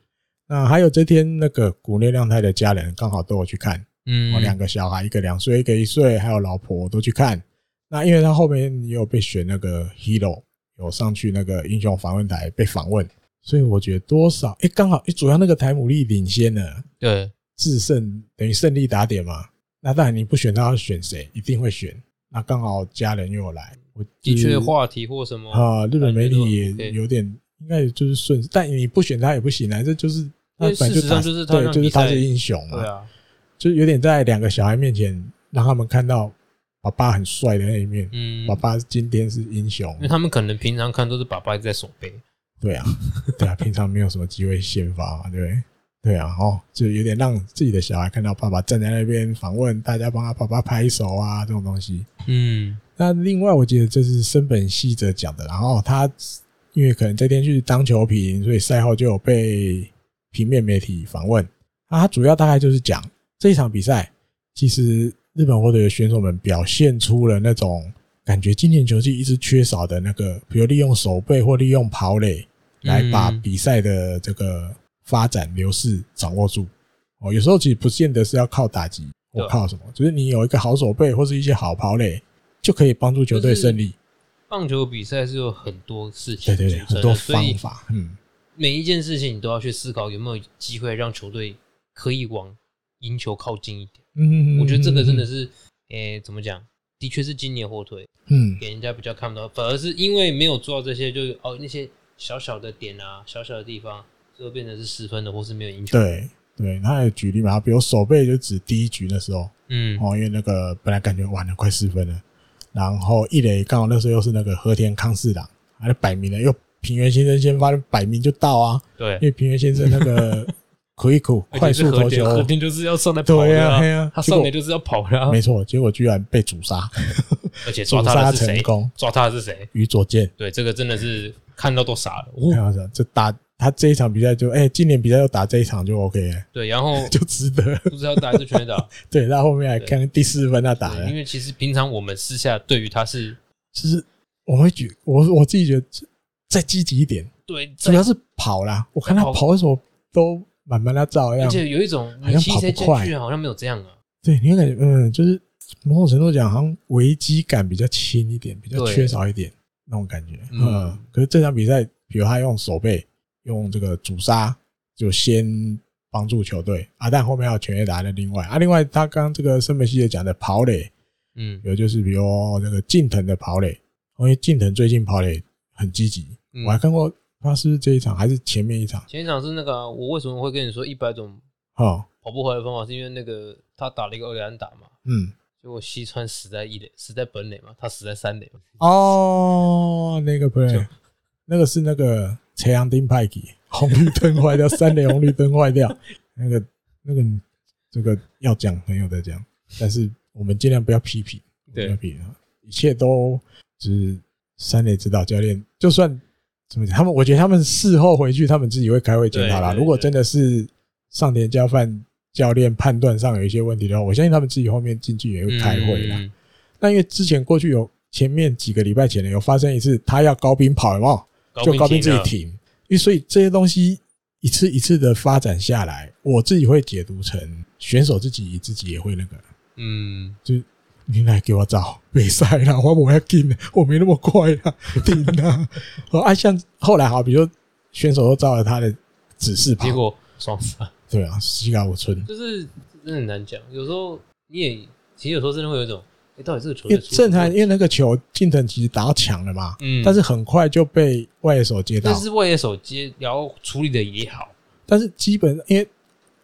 A: 那还有这天那个谷内亮太的家人刚好都有去看，我
B: 嗯，
A: 哦两个小孩，一个两岁，一个一岁，还有老婆都去看。那因为他后面也有被选那个 hero，有上去那个英雄访问台被访问，所以我觉得多少诶，刚、好诶、主要那个台姆利领先了，
B: 对，
A: 制胜等于胜利打点嘛。那当然你不选他，要选谁？一定会选。那刚好家人又有来，我
B: 的确
A: 嗯
B: 话题或什么
A: 啊，日本媒体
B: 感觉都
A: 也
B: OK
A: 有点应该就是顺，但你不选他也不行啊，这就是
B: 因为
A: 反正
B: 事实上
A: 打
B: 就是他
A: 对，
B: 让
A: 就是
B: 比赛
A: 他是英雄嘛
B: 对，啊，
A: 就是有点在两个小孩面前让他们看到爸爸很帅的那一面，
B: 嗯
A: 爸，爸今天是英雄
B: 因，为他们可能平常看都是爸爸在手背，
A: 对啊，对啊，平常没有什么机会先发嘛，对不对？对啊，哦，就有点让自己的小孩看到爸爸站在那边访问，大家帮他爸爸拍手啊，这种东西。
B: 嗯，
A: 那另外，我记得这是升本细则讲的，然后他因为可能这天去当球评，所以赛后就有被平面媒体访问。那他主要大概就是讲这一场比赛，其实日本火腿的选手们表现出了那种感觉今年球季一直缺少的那个，比如利用手背或利用跑垒来把
B: 嗯
A: 比赛的这个发展流势掌握住。哦，有时候其实不见得是要靠打击，
B: 对
A: 我靠什么，就是你有一个好手背或是一些好跑垒，就可以帮助球队胜利。
B: 棒球比赛是有很多事情
A: 对对对，
B: 组成的，
A: 很多
B: 所
A: 方
B: 以
A: 法，嗯，
B: 每一件事情你都要去思考有没有机会让球队可以往赢球靠近一点。
A: 嗯，
B: 我觉得这个真的是，诶，怎么讲？的确是今年火腿
A: 嗯，
B: 给人家比较看不到，反而是因为没有做到这些，就是哦那些小小的点啊，小小的地方，最后变成是失分的，或是没有赢球。，
A: 对对，他有举例嘛，比如手背就指第一局那时候，
B: 嗯，
A: 哦，因为那个本来感觉完了快失分了，然后一垒刚好那时候又是那个和田康士朗，还是摆明了又平原先生先发，摆明就到啊，
B: 对
A: 因，为平原先生那 个苦一苦
B: 而
A: 快
B: 且
A: 速
B: 是和
A: 投
B: 田，
A: 球，
B: 和田就是要上来跑
A: 对啊
B: 的啊
A: 呀，嘿呀
B: 他
A: 结
B: 上
A: 果
B: 来就是要跑的啊，
A: 没错，结果居然被主杀，
B: 而且抓
A: 主
B: 他
A: 杀
B: 的是
A: 成
B: 谁？
A: 功，
B: 抓他的是谁？
A: 于左健。
B: 对，这个真的是看到都傻了。
A: 没
B: 哦，
A: 有这大他这一场比赛就哎、今年比赛就打这一场就 OK 了，
B: 对，然后
A: 就值得。
B: 不知道打就全垒打，
A: 对，他后面还看第四分他 打
B: 对，
A: 了
B: 因，为其实平常我们私下对于他是
A: 就是我会觉我我自己觉得再积极一点，
B: 对，
A: 主要是跑啦。我看他
B: 跑
A: 跑的时候都慢慢的照
B: 而
A: 样，
B: 且有一种
A: 好
B: 你
A: 像
B: 骑
A: 跑
B: 谁
A: 不
B: 进
A: 快
B: 去好像没有这样啊，
A: 对，你会感觉嗯，就是某种程度讲，好像危机感比较轻一点，比较
B: 对
A: 缺少一点那种感觉。
B: 嗯
A: 嗯，可是这场比赛，比如他用手背，用这个主杀，就先帮助球队啊，但后面还有全垒打的另外啊，另外他刚刚这个圣梅西也讲的跑垒，
B: 嗯
A: 有就是比如哦那个近藤的跑垒，哦因为近藤最近跑垒很积极，
B: 嗯
A: 我还看过他是不是这一场还是前面一场，
B: 前一场是那个啊、我为什么会跟你说一百种
A: 哦，
B: 跑不回来的方法，是因为那个他打了一个二垒安打嘛，
A: 嗯，
B: 结果西川死在一垒，死在本垒嘛，他死在三垒嘛，
A: 哦，那个 play，那个是那个垂杨丁派给红绿灯坏掉，三连红绿灯坏掉，那个那个这个要讲很有得讲，但是我们尽量不要批评，不
B: 对
A: 要批评啊，一切都只是三垒指导教练，就算怎么讲，他们我觉得他们事后回去，他们自己会开会检讨啦。
B: 对对
A: 如果真的是上田教范教练判断上有一些问题的话，我相信他们自己后面进去也会开会啦。
B: 嗯
A: 那因为之前过去有前面几个礼拜前呢，有发生一次他要高兵跑，有没有？就高兵自己
B: 了
A: 停，因为所以这些东西一次一次的发展下来，我自己会解读成选手自己自己也会那个，
B: 嗯，
A: 你来给我找比赛啦，我我要进，我没那么快啦， 顶啦。哦啊，像后来好，比如说选手都照了他的指示跑
B: 结，果双杀，
A: 对啊，西冈五村。
B: 就是真的很难讲。有时候你也其实有时候真的会有一种，哎、到底这个
A: 因
B: 球队
A: 为正常，
B: 还
A: 因为那个球近藤其实打到墙了嘛，
B: 嗯
A: 但是很快就被外野手接到
B: 但，是外野手接然后处理的也好，
A: 但是基本因为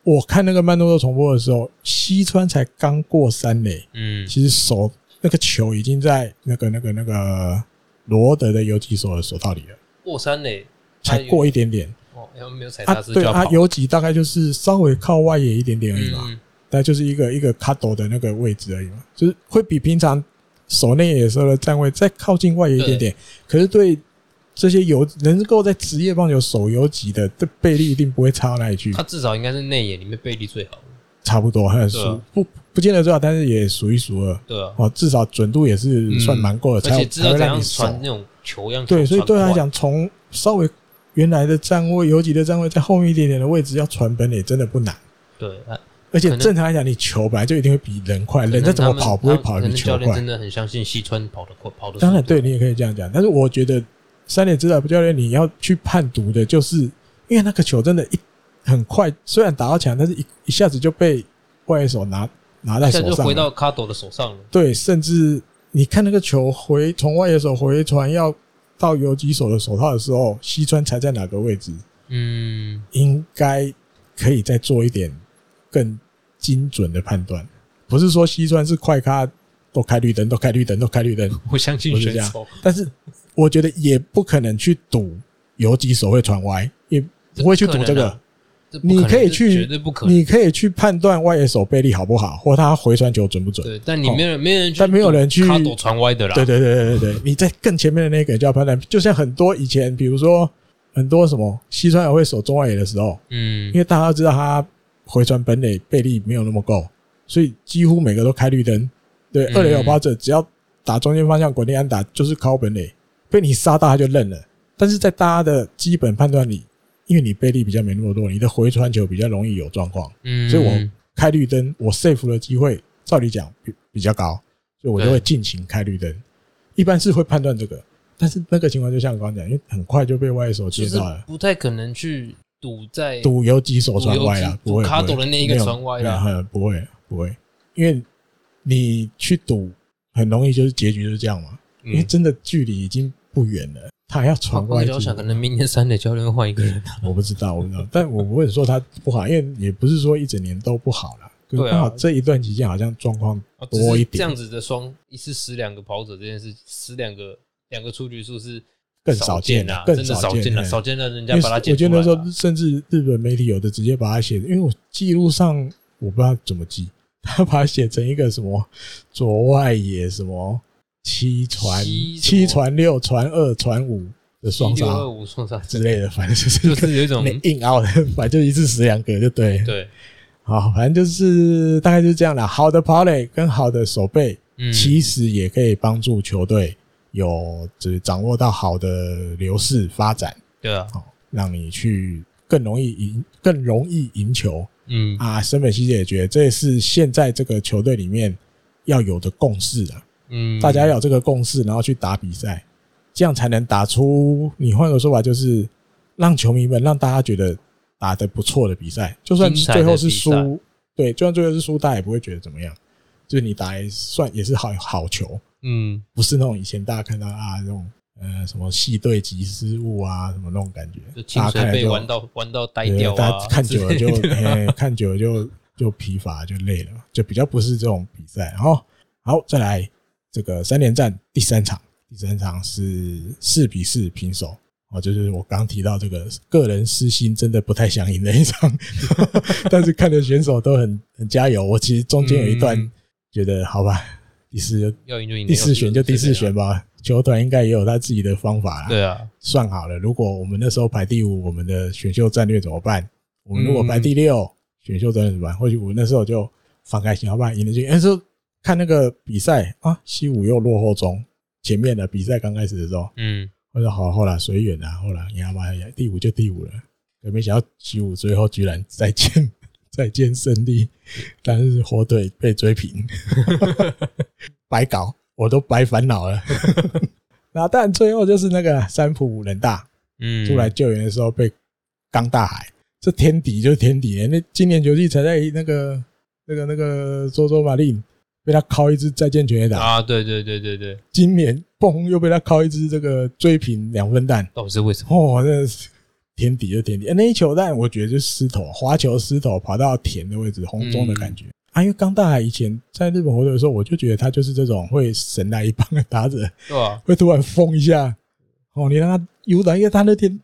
A: 我看那个曼多多重播的时候，西川才刚过三垒，
B: 嗯
A: 其实手那个球已经在那个那个那个罗德的游击手的手套里了，
B: 过三垒他
A: 才
B: 有
A: 过一点点
B: 哦，然后没有踩
A: 啊
B: 踏，实就
A: 对
B: 要
A: 啊
B: 跑，，
A: 游击大概就是稍微靠外野一点点而已嘛，
B: 嗯，
A: 但就是一个一个卡斗的那个位置而已嘛，就是会比平常守内野的时候的站位再靠近外野一点点，可是对。这些游能够在职业棒球守游击的，这倍率一定不会差到哪里去。
B: 他至少应该是内野里面背力最好的，
A: 差不多，很
B: 对
A: 数
B: 啊
A: 不不见得最好，但是也数一数二
B: 对啊，
A: 哦，至少准度也是算蛮够的，
B: 嗯而
A: 才
B: 且
A: 有
B: 知
A: 才
B: 道
A: 会
B: 怎
A: 让
B: 样
A: 你
B: 传
A: 守。
B: 那种球样球
A: 对，所以对他来
B: 传
A: 讲，从稍微原来的站位、游击的站位在后面一点点的位置要传本垒真的不难，
B: 快，对，啊
A: 而且
B: 可能
A: 正常来讲，你球本来就一定会比人快，
B: 可
A: 人
B: 能
A: 再怎么
B: 他们
A: 跑不会跑
B: 他
A: 得
B: 们
A: 比
B: 可
A: 球
B: 能教练
A: 快
B: 真。的很相信西川跑得快，跑得
A: 当然，
B: 速度
A: 对你也可以这样讲，但是我觉得三点指导教练你要去判读的，就是因为那个球真的一很快，虽然打到墙，但是一一下子就被外野手拿拿在
B: 一下
A: 手
B: 就
A: 上啊
B: 回
A: 了。
B: 到卡斗的手上了，
A: 对，甚至你看那个球回从外野手回传要到游击手的手套的时候，西川才在哪个位置？
B: 嗯，
A: 应该可以再做一点更精准的判断。不是说西川是快咖，都开绿灯，都开绿灯，都开绿灯，
B: 我相信
A: 不是
B: 选
A: 这样
B: 手，
A: 但是我觉得也不可能去赌游击手会传歪，也不会去赌这
B: 这不可能
A: 个
B: 啊。这不
A: 你
B: 能
A: 可以
B: 这
A: 去
B: 绝对不可能，
A: 你可以去判断外野手背力好不好，或他回传球准不准。
B: 对，但你没人，没人去，
A: 哦但没有人去
B: 卡斗传歪的啦，
A: 对对对对对对，你在更前面的那个就要判断，就像很多以前，比如说很多什么西川也会守中外野的时候，
B: 嗯
A: 因，为大家都知道他回传本垒背力没有那么够，所以几乎每个都开绿灯。对，
B: 嗯
A: 二垒有跑者只要打中间方向滚地安打就是靠本垒，被你杀到他就认了。但是在大家的基本判断里，因为你背力比较没那么弱，你的回传球比较容易有状况，
B: 嗯，
A: 所以我开绿灯，我 safe 的机会，照理讲比比较高，所以我就
B: 对
A: 会尽情开绿灯。一般是会判断这个，但是那个情况就像我刚刚讲，因为很快就被外手
B: 就
A: 接
B: 是
A: 到了，
B: 不太可能去赌在
A: 赌有几手传歪啊，
B: 赌
A: 不
B: 游击赌
A: 会
B: 卡
A: 不会
B: 赌的那一个
A: 没有
B: 传歪
A: 没有
B: 啦
A: 很不会不会，因为你去赌很容易就是结局就是这样嘛，因为
B: 嗯
A: 真的距离已经不远了，他还要
B: 好
A: 传
B: 我
A: 歪
B: 就
A: 几
B: 想，
A: 步
B: 可能明年三垒教练会换一个人，啊
A: 我不知道，我不知道，但我不会说他不好，因为也不是说一整年都不好啦。可是
B: 对啊
A: 刚好这一段期间好像状况
B: 哦只是
A: 多一
B: 这
A: 点
B: 样，子的双一次死两个跑者这件事，死两个两个出局数是
A: 更
B: 少
A: 少见
B: 啊，
A: 更
B: 真的
A: 少
B: 少见
A: 见
B: 了，
A: 嘿
B: 少见到人
A: 因
B: 家
A: 为
B: 把它
A: 我
B: 捡
A: 觉
B: 出
A: 得
B: 来啊
A: 说
B: 了，
A: 甚至日本媒体有的直接把它写，因为我记录上我不知道怎么记， 他把它写成一个什么左外野什么七传
B: 七什么
A: 七传六传二传五的双
B: 六二
A: 杀
B: 五双杀
A: 之类的，反正就是
B: 就是有 一种
A: 你硬凹的，反正就一次死两个就对了。
B: 对，
A: 好，反正就是大概就是这样啦。好的跑垒跟好的守备，
B: 嗯，
A: 其实也可以帮助球队有就是掌握到好的流势发展，
B: 对啊，
A: 哦，让你去更容易赢，更容易赢球
B: 嗯
A: 啊。森本希也觉得这也是现在这个球队里面要有的共识啊，
B: 嗯，
A: 大家要有这个共识，然后去打比赛，这样才能打出。你换个说法就是，让球迷们让大家觉得打得不错的比赛，就算
B: 精彩的
A: 最后是
B: 比赛
A: 输，对，就算最后是输，大家也不会觉得怎么样。就是你打也算也是好好球，
B: 嗯
A: 不是那种以前大家看到啊那种呃什么系队级失误啊什么那种感觉
B: 就，清
A: 大家
B: 水
A: 看了
B: 被
A: 就
B: 玩到玩到呆
A: 对
B: 掉
A: 大
B: 啊
A: 家，看久了就
B: 之类的
A: 嘿看久了就就疲乏就累了，就比较不是这种比赛。然后好再来这个三连战第三场，第三场是四比四平手。哦，就是我刚提到这个个人私心真的不太想赢的一 场，但是看着选手都很很加油。我其实中间有一段
B: 嗯
A: 觉得，好吧，第四
B: 要赢就赢，
A: 第四选就第四选
B: 吧，
A: 吧。球团应该也有他自己的方法啦，
B: 对啊，
A: 算好了。如果我们那时候排第五，我们的选秀战略怎么办？我们如果排第六，选秀战略怎么办？或许我那时候就放开心，好不好？赢了就哎赢。那时候看那个比赛啊，西武又落后中，前面的比赛刚开始的时候，
B: 嗯，
A: 我说好，后来随缘啦，后来你好吧，第五就第五了。可没想到西武最后居然再见 再见胜利，但是火腿被追平， 白搞，我都白烦恼了。 那但最后就是那个啊三浦人大
B: 嗯，
A: 出来救援的时候被刚大海，这天敌就是天敌耶。那今年球季才在那个那个那个佐佐马令被他敲一支再见全垒打，
B: 啊，对对对对对，
A: 今年嘣又被他敲一支这个追平两分弹。
B: 到底是为什么？
A: 哦，真的是天敌就天敌、欸那一球蛋我觉得就是失头，滑球失头跑到田的位置，红中的感觉。啊，因为刚大海以前在日本火腿的时候，我就觉得他就是这种会神来一棒的打者，
B: 对吧？
A: 会突然疯一下。哦，你让他有打，因为他那天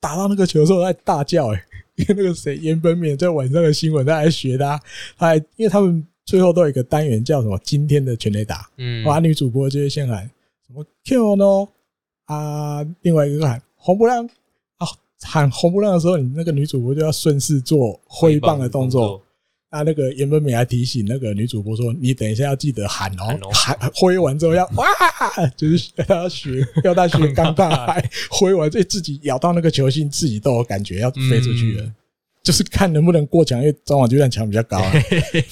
A: 打到那个球的时候，他还大叫哎、欸因为那个谁岩本勉在晚上的新闻，他还学他，他还因为他们最后都有一个单元叫什么“今天的全垒打”，
B: 嗯，
A: 哇，女主播就会先喊什么 Q 呢？啊，另外一个喊红不让啊，喊红不让的时候，你那个女主播就要顺势做挥棒的动作。，啊，那个岩本美还提醒那个女主播说：“你等一下要记得喊
B: 喊
A: 哦
B: 哦，
A: 喊挥完之后要哇， 就是要她 学，要她学刚大海挥完，这自己咬到那个球心，自己都有感觉要飞出去了。
B: 嗯
A: 就是看能不能过墙，因为张网就算墙比较高、 啊，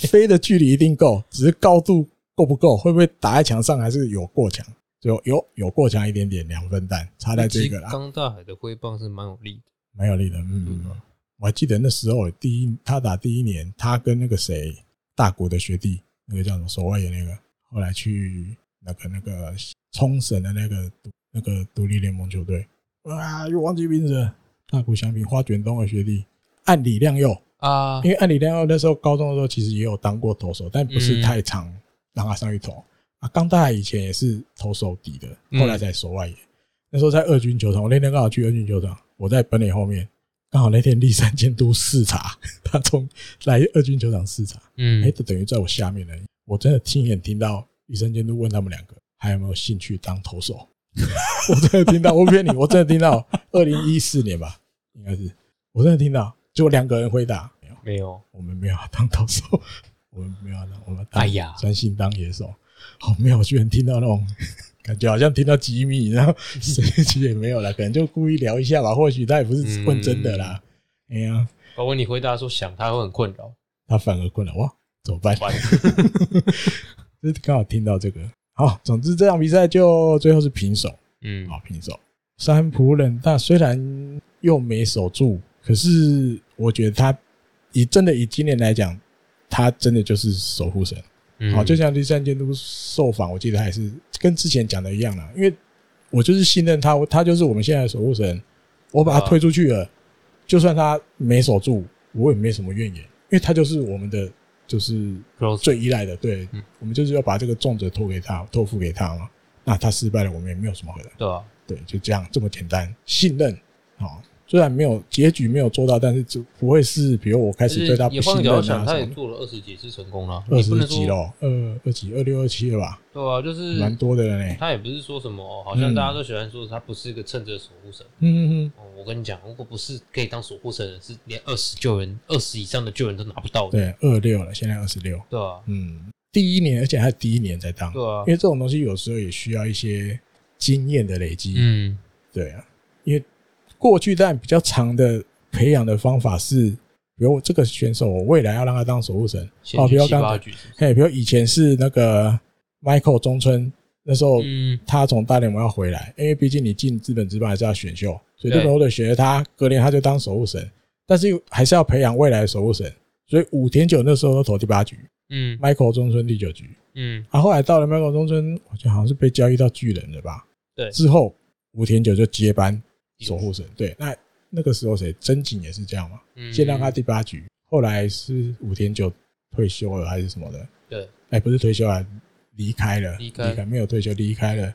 A: 飞的距离一定够，只是高度够不够，会不会打在墙上，还是有过墙？就有有过墙一点点，两分弹差在这个啦，啊
B: 刚大海的挥棒是蛮有力的，
A: 蛮有力的。嗯，我还记得那时候第一他打第一年，他跟那个谁大国的学弟，那个叫什么守卫的那个，后来去那个那个冲绳的那个独那个独立联盟球队，啊，又忘记名字了，大国相比花卷东的学弟，岸里亮佑。
B: 啊
A: 因，为按理亮耀那时候高中的时候其实也有当过投手，但不
B: 嗯
A: 是太常让他上去投啊。刚大海以前也是投手底的，
B: 嗯
A: 后来才守外野。那时候在二军球场，我那天刚好去二军球场，我在本垒后面，刚好那天立山监督视察，他从来二军球场视察，
B: 嗯
A: 哎，，就等于在我下面而已。我真的亲眼听到立山监督问他们两个还有没有兴趣当投手， 我真的听到，我不骗你，我真的听到，二零一四年吧，应该是，我真的听到，就两个人回答。没有
B: 没有，
A: 我们没有要当投手， 我们没有要当，我们当
B: 哎呀
A: 专心当野手。好没有，居然听到那种 感觉，好像听到机密， 然后谁其实也没有啦，可能就故意聊一下吧。或许他也不
B: 嗯
A: 是问真的啦。哎呀，
B: 我问你回答说想他会很困扰，
A: 他反而困了，哇，怎么办？
B: 完，
A: 就是刚好听 到这个。好，总之这场比赛就最后是平手，
B: 嗯，
A: 好平手。山浦冷大虽然又没守住，可是我觉得他以真的以今年来讲，他真的就是守护神。
B: 嗯
A: 好，就像第三监督受访，我记得还是跟之前讲的一样啦，因为我就是信任他，我他就是我们现在的守护神，我把他推出去了，就算他没守住，我也没什么怨言，因为他就是我们的就是最依赖的，对
B: 嗯，
A: 我们就是要把这个重责托给他，托付给他
B: 啊
A: 嘛。那他失败了，我们也没有什么回来，
B: 对吧？
A: 对，就这样这么简单，信任，好，虽然没有结局没有做到，但是就不会是比如我开
B: 就
A: 始对他
B: 是
A: 不
B: 也换
A: 信
B: 个
A: 任
B: 角
A: 啊什
B: 度想，他也
A: 么的。
B: 做了二十几次成功了，
A: 二
B: 你不
A: 十
B: 能
A: 几
B: 说
A: 咯，二二几二六二七了吧，
B: 对啊，就是
A: 蛮多的嗯了呢。
B: 他也不是说什么哦，好像大家都喜欢说他不是一个称职的守护神。
A: 嗯嗯
B: 哦，我跟你讲，如果不是可以当守护神的，是连二十救人、二十以上的救人都拿不到
A: 嗯，
B: 的，
A: 对，二六了，现在二十六。
B: 对啊，
A: 嗯，第一年，而且还第一年才当，
B: 对啊
A: 因，为这种东西有时候也需要一些经验的累积。
B: 嗯，
A: 对啊，因为过去但比较长的培养的方法是，比如这个选手，我未来要让他当守护神，
B: 先
A: 哦，比
B: 去
A: 如
B: 七八
A: 刚，
B: 局，是不是
A: 嘿，比如以前是那个 Michael 中村，那时候
B: 嗯，
A: 他从大联盟要回来，因为毕竟你进资本职棒还是要选秀，所以
B: 对
A: 日本火腿选了他，隔年他就当守护神，但是还是要培养未来的守护神，所以五田九那时候都投第八局
B: 嗯
A: ，Michael 中村第九局，
B: 嗯，
A: 啊，后来到了 Michael 中村，我觉得好像是被交易到巨人了吧？
B: 对嗯
A: 之后武田久就接班守护神。对，那那个时候谁真井也是这样嘛，
B: 嗯
A: 先让他第八局，后来是武田久退休了还是什么的？
B: 对，
A: 哎，不是退休啊，离开了，
B: 离开
A: 没有退休，离开了。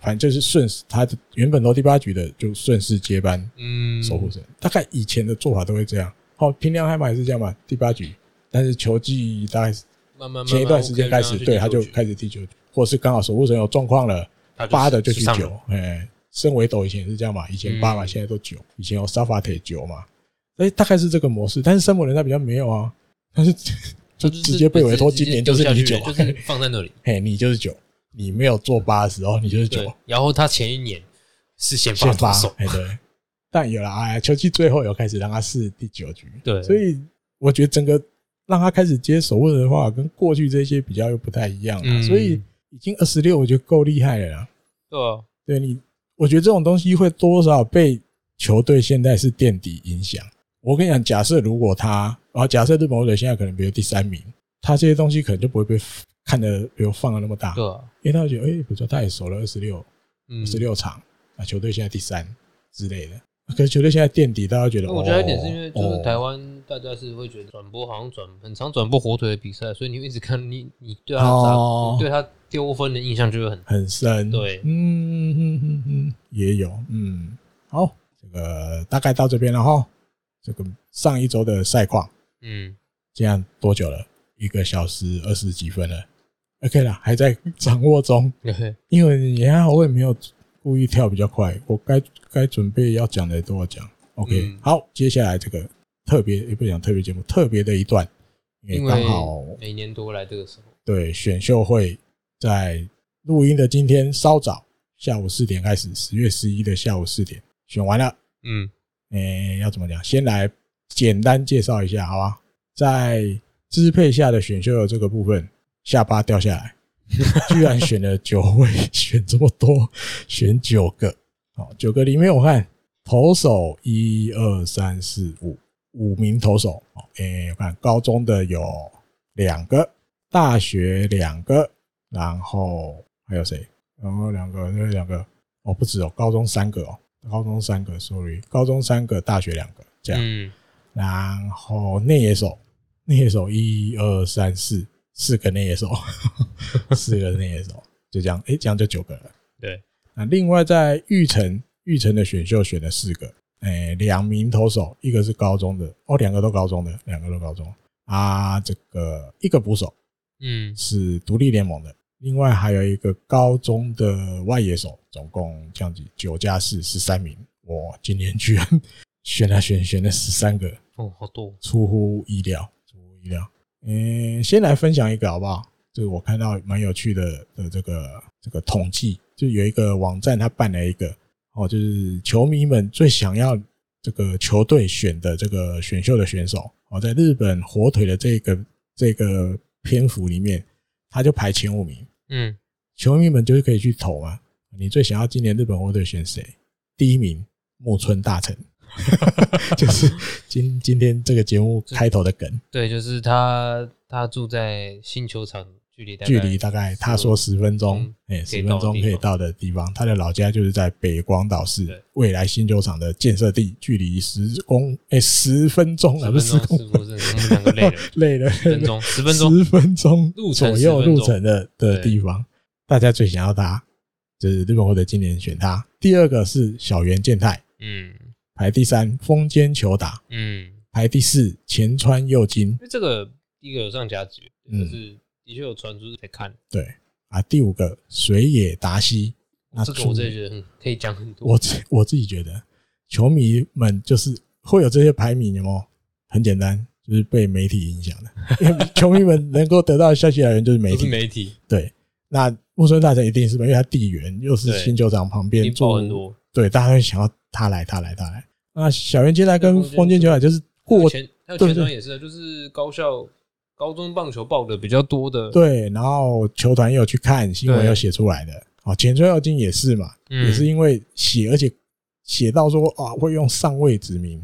A: 反正就是顺势，他原本投第八局的就顺势接班
B: 嗯，
A: 守护神。大概以前的做法都会这样。好，平良海马也是这样嘛，第八局，但是球技大概是
B: 慢慢慢慢
A: 前一段时间
B: OK，
A: 开
B: 让
A: 始，
B: 去
A: 对，
B: 第
A: 他
B: 九
A: 就
B: 局
A: 开始第九，或是刚好守护神有状况了，
B: 他就
A: 八的就
B: 去
A: 去
B: 上
A: 九
B: 了，，
A: 哎，升维斗以前也是这样嘛，以前八嘛，
B: 嗯
A: 现在都九，以前有沙法铁九嘛，哎，大概是这个模式，但是圣母人他比较没有啊，他是 就
B: 他
A: 直接被委托，今年就是
B: 丢
A: 你
B: 下去
A: 九，啊
B: 就是放在那里。
A: 嘿，你就是九，你没有做八的时候，你就是 九
B: 对，，然后他前一年是先发
A: 先
B: 投
A: 发
B: 手，，
A: 哎对，但有了哎，球季最后有开始让他试第九局，
B: 对，
A: 所以我觉得整个让他开始接手握的话，跟过去这些比较又不太一样了、
B: 嗯
A: 所以已经二十六，我觉得够厉害了啦。
B: 对啊，
A: 对你，我觉得这种东西会多多少少被球队现在是垫底影响。我跟你讲，假设如果他，啊，假设日本火腿现在可能比如第三名，他这些东西可能就不会被看的，比如放的那么大，
B: 对啊，
A: 因为他会觉得，哎、不错，他也守了二十六，
B: 嗯
A: 二十六场，啊，球队现在第三之类的。啊可是球队现在垫底，大家会觉得，
B: 那我觉得一点是因
A: 哦
B: 为就是
A: 哦
B: 台湾大家是会觉得转播好像转很常转播火腿的比赛，所以你会一直看你你对他打
A: 哦
B: 你对他丢分的印象就会很
A: 很深，
B: 对
A: 嗯嗯嗯嗯，也有，嗯，好，这个大概到这边了哈。这个上一周的赛况，
B: 嗯
A: 这样多久了？一个小时二十几分了，OK 了，还在掌握中。
B: 对
A: 因为你还好，我也没有故意跳比较快，我该该准备要讲的都要讲。OK，、
B: 嗯
A: 好，接下来这个特别也不讲特别节目，特别的一段，因
B: 因
A: 为
B: 为
A: 刚好
B: 每年都会来这个时候，
A: 对，选秀会在录音的今天稍早下午四点开始，十月十一的下午四点选完了。
B: 嗯
A: 诶、要怎么讲？先来简单介绍一下，好吧？在支配下的选秀的这个部分，下巴掉下来， 居然选了九位，选这么多，选九个。好，九个里面我看投手一二三四五五名投手，哦，诶、我看高中的有两个，大学两个，然后还有谁？然后两个，那两个哦，不止哦，高中三个哦，高中三个，sorry，高中三个，大学两个，这样。
B: 嗯
A: 然后内野手，内野手一二三四，四个内野手， 四个内野手，就这样，诶，这样就九个了。
B: 对
A: 那另外在玉城，玉城的选秀选了四个，诶、两名投手，一个是高中的，哦，两个都高中的，两个都高中啊，这个一个捕手
B: 嗯
A: 是独立联盟的，另外还有一个高中的外野手，总共这样子九加四十三名，我今年居然选来选选了十三个，
B: 哦好多
A: 出乎意料，出乎意料。嗯、先来分享一个好不好？就是我看到蛮有趣的的这个这个统计，就有一个网站，它办了一个哦，就是球迷们最想要这个球队选的这个选秀的选手哦，在日本火腿的这个这个篇幅里面，他就排前五名，
B: 嗯
A: 球迷们就是可以去投啊。你最想要今年日本火腿选谁？第一名木村大臣， 就是今今天这个节目开头的梗，
B: 对，就是他他住在新球场，距离大概
A: 距离大概他说十分钟
B: 嗯，
A: 哎，
B: 可
A: 十
B: 以
A: 分
B: 到的
A: 钟
B: 地
A: 可以
B: 方
A: 到的地方。他的老家就是在北广岛市
B: 对
A: 未来新球场的建设地，距离十公哎十分钟啊，
B: 十
A: 不
B: 分
A: 是十
B: 钟
A: 公
B: 是不是我们两个累了
A: 累了，
B: 十分钟十分
A: 十
B: 钟
A: 分钟
B: 路程
A: 左右
B: 10分钟
A: 路程的的
B: 对
A: 地方，大家最想要他，就是日本或者今年选他。第二个是小圆健太，
B: 嗯
A: 排第三风间球打，
B: 嗯，
A: 排第四前川佑金
B: 因为这个第一个有上甲级，
A: 嗯
B: 就是的确有传出在看，
A: 啊，第五个水野达希。那
B: 哦这个
A: 主
B: 我真的觉得很可以讲很多。
A: 我自我自己觉得，球迷们就是会有这些排名，有没有？很简单，就是被媒体影响 的。因为球迷们能够得到的消息来源就是媒
B: 不是
A: 体。
B: 媒体，
A: 对，那木村大臣一定是吧，因为他地缘又是
B: 对
A: 新球场旁
B: 你
A: 边，
B: 报
A: 住
B: 很多。
A: 对，大家会想要他来，他来，他来。那小圆接待跟
B: 跟
A: 风间球来就是
B: 还有
A: 过
B: 前还有
A: 对
B: 前庄
A: 对
B: 也是啊，就是高校高中棒球报的比较多的，
A: 对，然后球团也有去看新闻，
B: 对
A: 有写出来的。哦，前川耀金也是嘛，
B: 嗯
A: 也是因为写，而且写到说啊，会用上位指 名，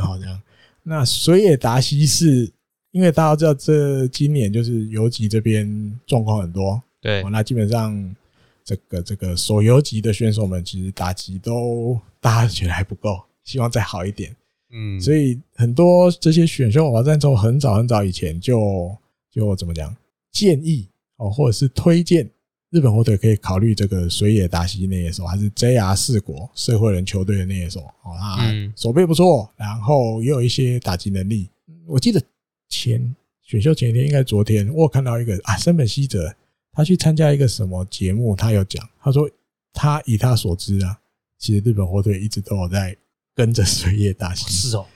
A: 好这样。那水野达希是因为大家知道，这今年就是游击这边状况很多，
B: 对
A: 哦，那基本上这个这个手游级的选手们，其实打击都大家觉得还不够，希望再好一点。
B: 嗯，
A: 所
B: 以
A: 以很多这些选秀网站从很早很早以前就就怎么讲建议哦，或者是推荐日本火腿可以考虑这个水野达希内野手，还是 JR 四国社会人球队的内野手哦，他
B: 嗯
A: 手背不错，然后也有一些打击能力。我记得前选秀前一天，应该昨天，我有看到一个啊，山本希哲他去参加一个什么节目，他有讲，他说他以他所知啊，其实日本火腿一直都有在跟着水野达希。
B: 是哦，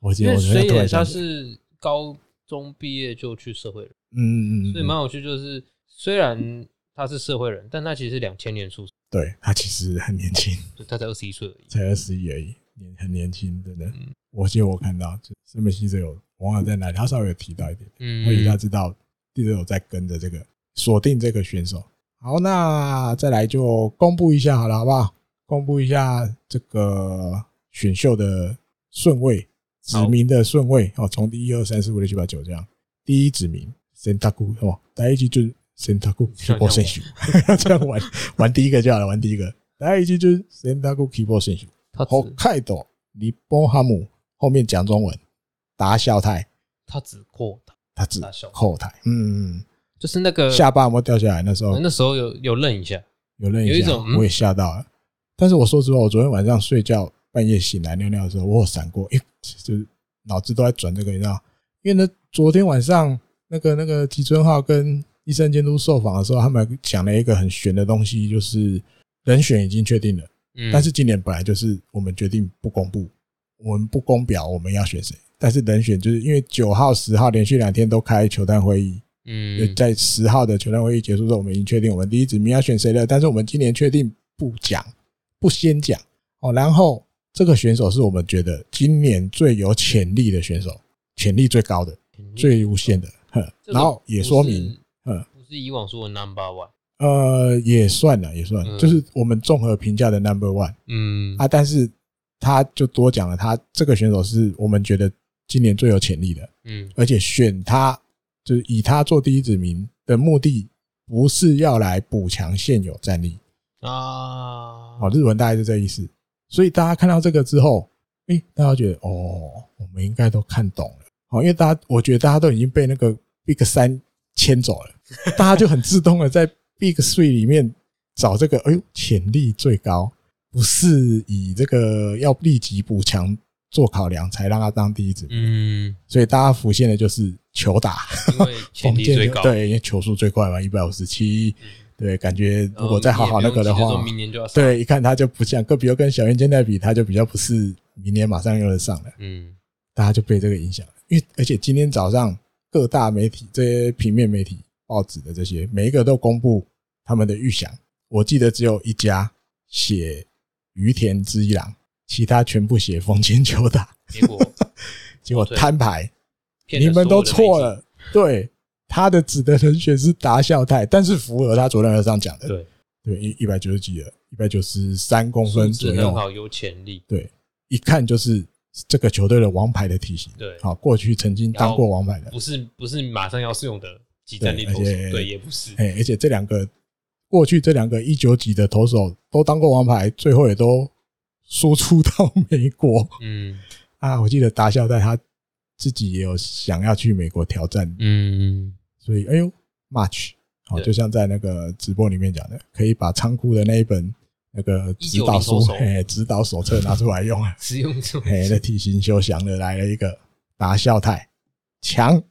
A: 我记
B: 因
A: 得
B: 为
A: 我觉得
B: 水
A: 突
B: 野
A: 然
B: 他
A: 想起来，
B: 是高中毕业就去社会人，
A: 嗯嗯嗯
B: 所以蛮
A: 嗯，
B: 有趣，就是虽然他是社会人，但他其实是两千年出生，
A: 对他其实很年轻，
B: 就他才二十一岁而已。
A: 才二十一而已，年很年轻，真的
B: 嗯。
A: 我记得我看到，就森本希哲有网友在哪里，他稍微有提哦到一点，
B: 嗯，
A: 会以他知道记者有在跟着这个锁定这个选手。好，那再来就公布一下好了，好不好？公布一下这个选秀的顺位，指
B: 好
A: 名的顺位哦，从第一、二、三、四、五、六、七、八、九这样。第一指名 Sentaku 哦，第一句就是 Sentaku
B: 像我
A: Kibo 选手， 这样玩玩第一个就好了，玩第一个。第一句就是 Sentaku Kibo 选手，
B: 他
A: 北
B: 只
A: 海道尼波哈姆后面讲中文，达孝太
B: 他只扩大，
A: 他指
B: 达孝
A: 后台，嗯嗯。嗯
B: 就是那个呃
A: 下巴有没有掉下来？那时候
B: 那时候有有愣一下，
A: 有认
B: 嗯有一
A: 一下
B: 种嗯，
A: 我也吓到了。但是我说实话，我昨天晚上睡觉半夜醒来尿尿的时候，我有闪过，诶，就是脑子都在转这个，你知道？因为呢，昨天晚上那个那个吉村浩跟医生监督受访的时候，他们讲了一个很玄的东西，就是人选已经确定了，
B: 嗯，
A: 但是今年本来就是我们决定不公布，我们不公表我们要选谁，但是人选就是因为九号、十号连续两天都开球探会议，就
B: 嗯，
A: 在十号的球团会议结束之后，我们已经确定我们第一指名要选谁了，但是我们今年确定不讲，不先讲哦。然后这个选手是我们觉得今年最有潜力的选手，潜力最高的、
B: 嗯
A: 最无限的，哼。
B: 这个
A: 然后也说明，
B: 不是
A: 嗯，
B: 不是以往说的 number one，
A: 呃，也算了，也算，
B: 嗯
A: 就是我们综合评价的 number one
B: 嗯
A: 啊。但是他就多讲了，他这个选手是我们觉得今年最有潜力的，
B: 嗯
A: 而且选他就是以他做第一指名的目的，不是要来补强现有战力。
B: 啊，
A: 哦，日文大概是这意思。所以大家看到这个之后，诶、大家觉得哦，我们应该都看懂了。哦，因为大家我觉得大家都已经被那个 Big 三牵走了， 大家就很自动的在 Big Three 里面找这个，哎呦，潜力最高，不是以这个要立即补强做考量才让他当第一指名。
B: 嗯，
A: 所以大家浮现的就是球打。
B: 因 为潜
A: 冯
B: 力
A: 建
B: 最
A: 就
B: 高，嗯
A: 对，因为球速最快嘛，一百五十七，对，感觉
B: 然后
A: 如果再好好那个的
B: 呃你也不用急着说
A: 话，
B: 明年就要上，
A: 对，一看他就不像，跟比如跟小圆肩带比，他就比较不是明年马上又能上了，
B: 嗯
A: 大家就被这个影响了。因为而且今天早上各大媒体、这些平面媒体、报纸的这些，每一个都公布他们的预想。我记得只有一家写于田之一郎，其他全部写丰间球打，
B: 结果
A: 结果
B: 哦对
A: 摊牌。
B: 骗
A: 你
B: 了
A: 们
B: 所有
A: 都
B: 的
A: 错
B: 媒体，
A: 了。对，他的指的人选是达孝泰，但是符合他昨天晚上讲的，
B: 对，
A: 对，一一百九十几了，一百九十三公分
B: 素
A: 左
B: 质很
A: 右，
B: 好，有潜力，
A: 对，一看就是这个球队的王牌的体型。
B: 对
A: 好，过去曾经当过王牌的，
B: 不是不是马上要适用的集战力
A: 对
B: 投
A: 而
B: 手，
A: 且
B: 对，也不是，
A: 哎，而且这两个过去这两个一九几的投手都当过王牌，最后也都输出到美国
B: 嗯
A: 啊。我记得达孝泰他自己也有想要去美国挑战
B: 嗯，
A: 所以哎呦，match 好，
B: 对
A: 就像在那个直播里面讲的，可以把仓库的那一本那个指导
B: 1909
A: 书
B: 手，，
A: 嘿，指导手册拿出来用啊
B: 使用者
A: 嘿，那体型修祥的来了一个达孝泰，强，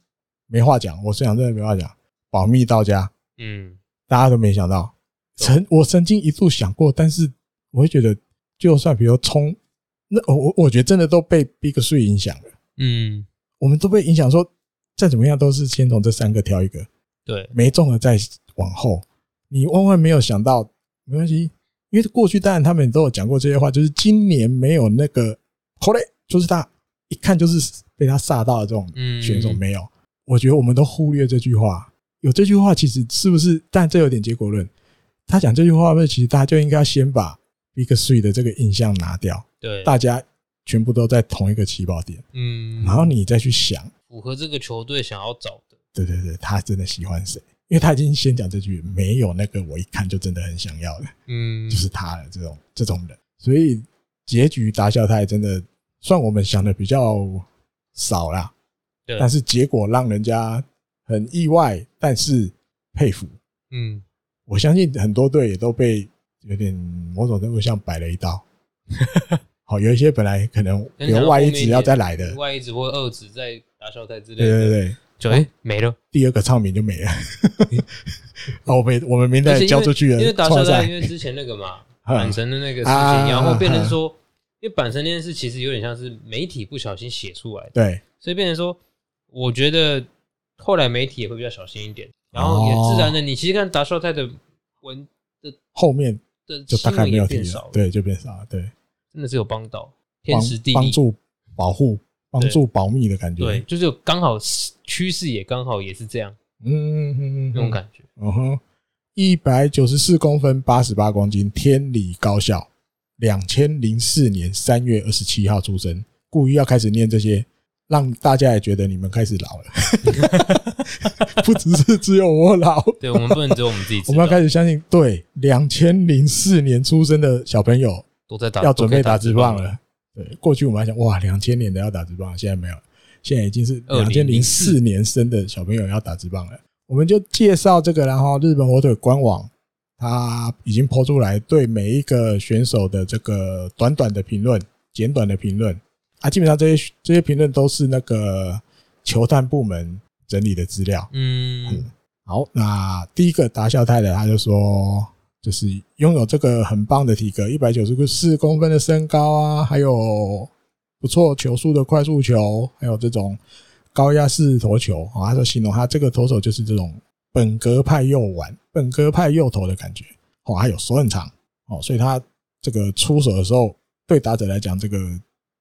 A: 没话讲，我孙想真的没话讲，保密到家，
B: 嗯，
A: 大家都没想到，曾我曾经一度想过，但是我会觉得，就算比如冲，那我我我觉得真的都被 Big Three 影响了，
B: 嗯，
A: 我们都被影响说，再怎么样都是先从这三个挑一个，
B: 对，
A: 没中了再往后。你万万没有想到，没关系，因为过去当然他们都有讲过这些话，就是今年没有那个后来就是他一看就是被他煞到的这种
B: 嗯
A: 选手没有。我觉得我们都忽略这句话，有这句话其实是不是？但这有点结果论。他讲这句话，那其实大家就应该先把 Big Three 的这个印象拿掉，
B: 对，
A: 大家全部都在同一个起跑点，
B: 嗯，
A: 然后你再去想，
B: 符合这个球队想要找的，
A: 对对对，他真的喜欢谁？因为他已经先讲这句，没有那个我一看就真的很想要的，
B: 嗯
A: 就是他了。这种这种人，所以结局打小太真的算我们想的比较少啦，
B: 对，
A: 但是结果让人家很意外，但是佩服。
B: 嗯，
A: 我相信很多队也都被有点某种程度像摆了一道。 好，有一些本来可能
B: 跟你讲
A: 留
B: 到
A: 外
B: 后
A: 一
B: 面
A: 直要
B: 点
A: 再来的，
B: 外一直或二指在打小赛之类
A: 对
B: 的，
A: 对对，
B: 就哎没了，
A: 第二个唱名就 没了。哦，我们我们名单
B: 而
A: 也
B: 且因
A: 交
B: 为
A: 出去了，
B: 因为打
A: 创
B: 小赛，
A: 赛
B: 因为之前那个嘛，
A: 嗯
B: 板神的那个 事
A: 啊
B: 情，然后变成说，因为板神那件事其实有点像是媒体不小心写出来的，
A: 对，
B: 所以变成说，我觉得后来媒体也会比较小心一点，然后也
A: 哦
B: 自然的，你其实看达绍泰的文
A: 后面
B: 的
A: 就大
B: 新
A: 概
B: 闻
A: 没
B: 也
A: 有提
B: 变少
A: 了
B: 了，，
A: 对，就变少了，对，
B: 真的是有帮到天
A: 帮
B: 时地
A: 帮
B: 利，
A: 助保护、帮助保密的感觉，
B: 对，就是有刚好是趋势也刚好也是这样
A: 嗯，嗯嗯嗯，
B: 那种感觉，
A: 嗯哼，一百九十四公分，八十八公斤，天理高校，两千零四年三月二十七号出生，故意要开始念这些，让大家也觉得你们开始老 了， 不只是只有我老，
B: 对我们不能只有我们自己
A: 我
B: 知
A: 们要
B: 道，
A: 开始相信，对，两千零四年出生的小朋友
B: 都在打
A: 要准备打直
B: 直
A: 棒
B: 了，
A: 了。对，过去我们还想，哇，两千年的要打直棒，现在没有了，现在已经是两千零四
B: 2004
A: 年生的小朋友要打直棒了。我们就介绍这个，然后日本火腿官网它已经抛出来对每一个选手的这个短短的评论、简短的评论啊，基本上这些这些评论都是那个球探部门整理的资料。
B: 嗯，
A: 好，那第一个达孝泰的，他就说，就是拥有这个很棒的体格，一百九十四公分的身高啊，还有不错球速的快速球，还有这种高压式投球啊、他说形容他这个投手就是这种本格派右腕、本格派右投的感觉哦，还有手很长哦，所以他这个出手的时候，对打者来讲，这个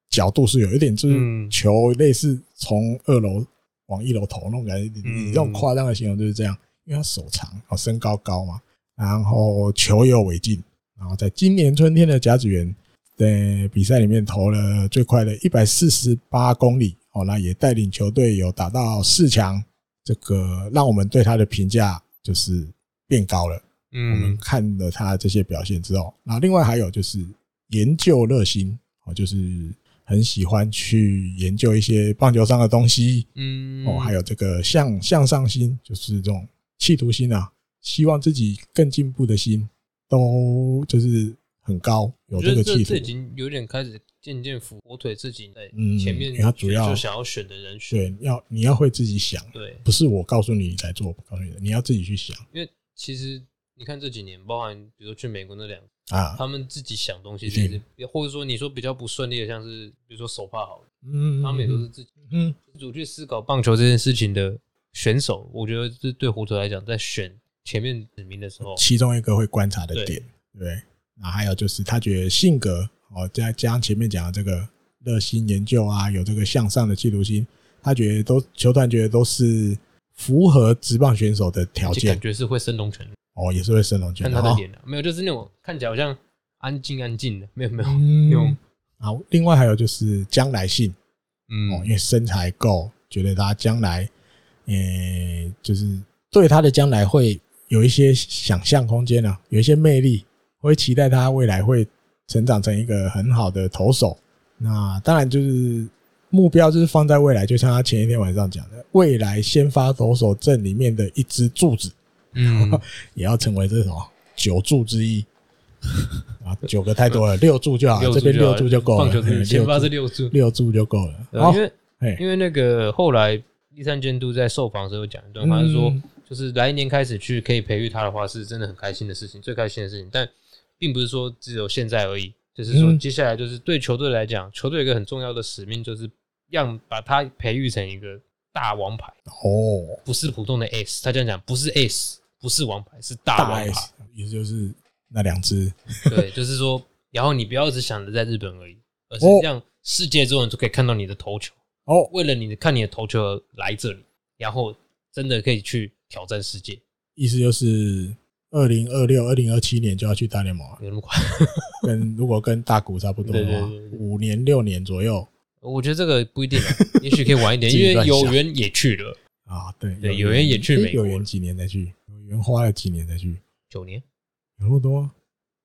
A: 角度是有一点就是
B: 嗯
A: 球类似从二楼往一楼投那种感觉，你
B: 嗯
A: 你这种夸张的形容就是这样，因为他手长，哦，身高高嘛，然后球也有违禁，然后在今年春天的甲子园在比赛里面投了最快的一百四十八公里，哦，那也带领球队有打到四强，这个让我们对他的评价就是变高了。我们
B: 嗯
A: 看了他这些表现之后，然后另外还有就是研究热心，哦，就是很喜欢去研究一些棒球上的东西，
B: 嗯，
A: 哦，还有这个向向上心，就是这种企图心啊，希望自己更进步的心，都就是很高，有
B: 我觉
A: 个
B: 得这
A: 企
B: 这
A: 图
B: 已。经有点开始渐渐符合火腿自己在
A: 嗯
B: 前面
A: 因为他主要
B: 就想要选的人选，
A: 对，要你要会自己想，
B: 对，
A: 不是我告诉你才做，不告诉你的，你要自己去想
B: 因为其实你看这几年，包含比如说去美国那两，
A: 啊。
B: 他们自己想东西，
A: 一定
B: 其实或者说你说比较不顺利的，像是比如说手帕好了，
A: 嗯，
B: 他们也都是自己
A: 嗯，
B: 自主去思考棒球这件事情的选手，我觉得这对火腿来讲，在选前面指名的时候，
A: 其中一个会观察的
B: 对
A: 点，对。那还有就是他觉得性格哦，再加上前面讲的这个热心研究啊，有这个向上的企图心，他觉得都球团觉得都是符合职棒选手的条
B: 就感
A: 件
B: 觉是会升龙拳，
A: 哦，也是会升龙拳
B: 看
A: 的
B: 他的
A: 哦
B: 脸啊，没有，就是那种看起来好像安静安静的，没有没有，那
A: 嗯
B: 种，
A: 好，另外还有就是将来性哦，因
B: 嗯，
A: 为身材够，觉得他将来，诶、就是对他的将来会有一些想象空间啊，有一些魅力，会期待他未来会成长成一个很好的投手。那当然就是目标就是放在未来，就像他前一天晚上讲的，未来先发投手阵里面的一支柱子，
B: 嗯，
A: 也要成为这种九柱之一。 啊，九个太多 了，六注就好，这边六
B: 注
A: 注就够了。
B: 棒球
A: 嘿
B: 是先发是
A: 六
B: 六注
A: 注，六注就够了。
B: 对啊
A: 好
B: 因，为
A: 哎，
B: 因为那个后来第三监督在受访的时候讲一段话，他是说
A: 嗯
B: 就是来年开始去可以培育他的话，是真的很开心的事情，最开心的事情。但并不是说只有现在而已，就是说
A: 嗯
B: 接下来就是对球队来讲，球队有一个很重要的使命，就是让把他培育成一个大王牌，
A: 哦，
B: 不是普通的 S。他这样讲，不是 S，不是王牌，是大
A: 大
B: 王牌。
A: S，意思就是那两只
B: 对，就是说，然后你不要只想着在日本而已，而是
A: 哦
B: 让世界中人都可以看到你的投球。
A: 哦，
B: 为了你的看你的投球而来这里，然后真的可以去挑战世界，
A: 意思就是二零二六、二零二七年就要去大联盟 了，
B: 有那么快？
A: 跟如果跟大谷差不多的话
B: 对对对，对
A: 五年六年左右
B: 我觉得这个不一 定啊，也许可以晚一点，
A: 自
B: 因
A: 己
B: 为
A: 乱想
B: 有缘也去了
A: 啊。对，
B: 对有缘也去
A: 诶
B: 美
A: 有
B: 国
A: 缘几年才去，有缘花了几年才去，
B: 九年，
A: 有那么多吗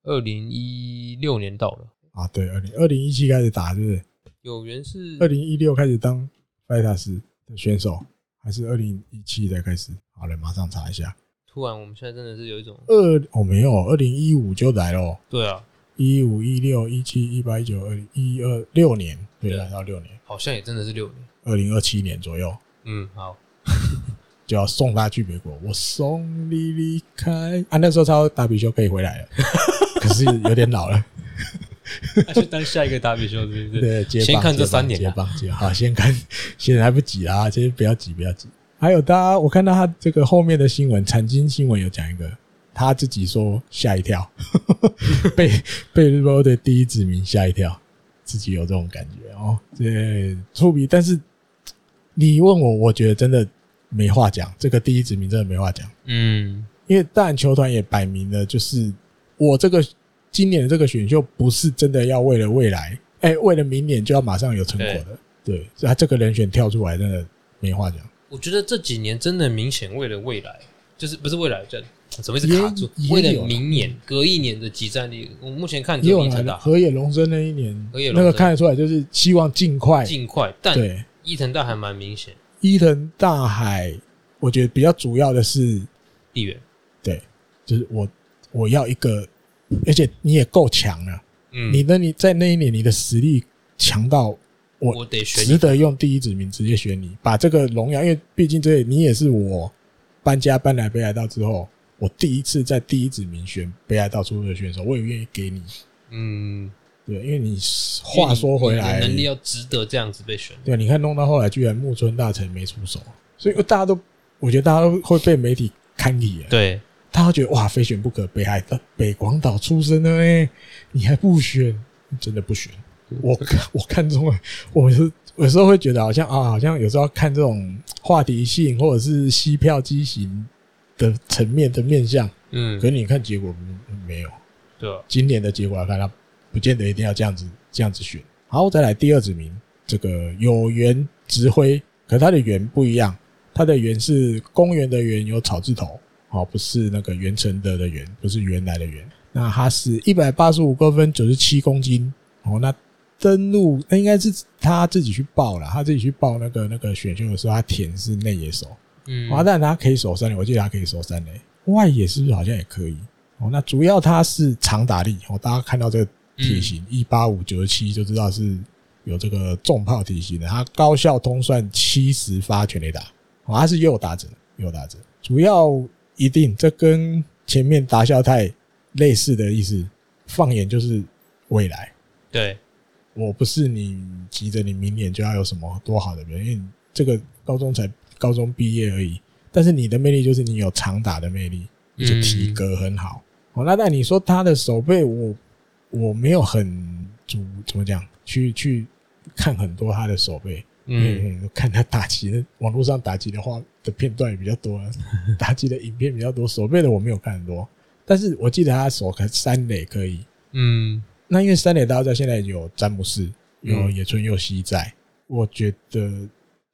B: 二零一六年到了，
A: 啊？对，二零二零一七开始打，是不是？
B: 有缘是
A: 二零一六开始当拜塔斯的选手，还是二零一七才开始？好了，马上查一下。
B: 突然，我们现在真的是有一种
A: 二哦没有，二零一五就来了，
B: 对啊，
A: 一五一六一七一八一九二一二六年，对，
B: 对
A: 来到六年，
B: 好像也真的是六年，
A: 二零二七年左右
B: 嗯，好，
A: 就要送他去美国，我送你离开啊！那时候超打比修可以回来了， 可是有点老了，
B: 那就当下一个打比修是不是？
A: 对，接棒
B: 先看
A: 接
B: 这
A: 棒
B: 三年
A: 接
B: 啊
A: 棒接棒好，先看， 现在来不及啊，先不要急，不要急。还有，大家我看到他这个后面的新闻，产经新闻有讲一个，他自己说吓一跳， 被 被日本队第一指名吓一跳，自己有这种感觉哦。这触笔，但是你问我，我觉得真的没话讲，这个第一指名真的没话讲。
B: 嗯，
A: 因为当然球团也摆明了，就是我这个今年的这个选秀不是真的要为了未来，哎、为了明年就要马上有成果的，对，所以他这个人选跳出来真的没话讲，
B: 我觉得这几年真的明显为了未来，就是不是未来，这怎么一直
A: 也
B: 卡住？
A: 也
B: 为
A: 有啊
B: 了
A: 啦
B: 明年隔一年的集战力，我目前看只
A: 也
B: 有
A: 有啊
B: 伊藤
A: 来
B: 大
A: 河野龙生那一年
B: 河野，龙
A: 那
B: 生
A: 个看得出来就是希望尽快，
B: 尽快，但
A: 哎对，
B: 伊藤大还蛮明显，
A: 伊藤大海，我觉得比较主要的是，
B: 地缘，
A: 对，就是我我要一个，而且你也够强了，
B: 嗯，
A: 你那你在那一年你的实力强到我
B: 我得选
A: 值
B: 你，
A: 得用第一指名直接选你，把这个荣耀，因为毕竟这你也是我搬家搬来北海道之后，我第一次在第一指名选北海道出的选手，我也愿意给你。
B: 嗯，
A: 对，因为你话说回来
B: 你，的能力哦要值得这样子被选，
A: 对，你看弄到后来居然木村大臣没出手，所以大家都我觉得大家都会被媒体看你了，
B: 对，
A: 大家觉得哇非选不可，北海道北广岛出身的哎，你还不选，真的不选。我看我看中了，我是有时候会觉得好像啊，好像有时候要看这种话题性或者是吸票机型的层面的面向，
B: 嗯
A: 可，是你看结果嗯没有，
B: 对啊，
A: 今年的结果来看，他不见得一定要这样子这样子选。好，再来第二指名，这个有缘直挥，可他的缘不一样，他的缘是公园的缘，有草字头，哦，不是那个袁成德的袁，不是原来的原。那他是一百八十五公分，九十七公斤，哦，那登录那应该是他自己去报了，他自己去报那个那个选秀的时候，他填是内野手，
B: 嗯，
A: 华蛋他可以守三垒，我记得他可以守三垒，外野是不是好像也可以？哦，那主要他是长打力哦，大家看到这个体型一八五九十七就知道是有这个重炮体型的。他高效通算七十发全垒打，哦，他是右打者，右打者主要一定这跟前面达孝泰类似的意思，放眼就是未来。
B: 对，
A: 我不是你急着你明年就要有什么多好的表现，因为你这个高中才高中毕业而已。但是你的魅力就是你有长打的魅力，而
B: 嗯
A: 且体格很好。哦，那但你说他的手背，我我没有很主怎么讲，去去看很多他的手背，
B: 嗯，
A: 嗯，看他打击的网络上打击的话的片段也比较多啊，打击的影片比较多，手背的我没有看很多，但是我记得他手可三垒可以，
B: 嗯，
A: 那因为三垒大家现在有詹姆斯、有
B: 嗯
A: 野村佑希在，我觉得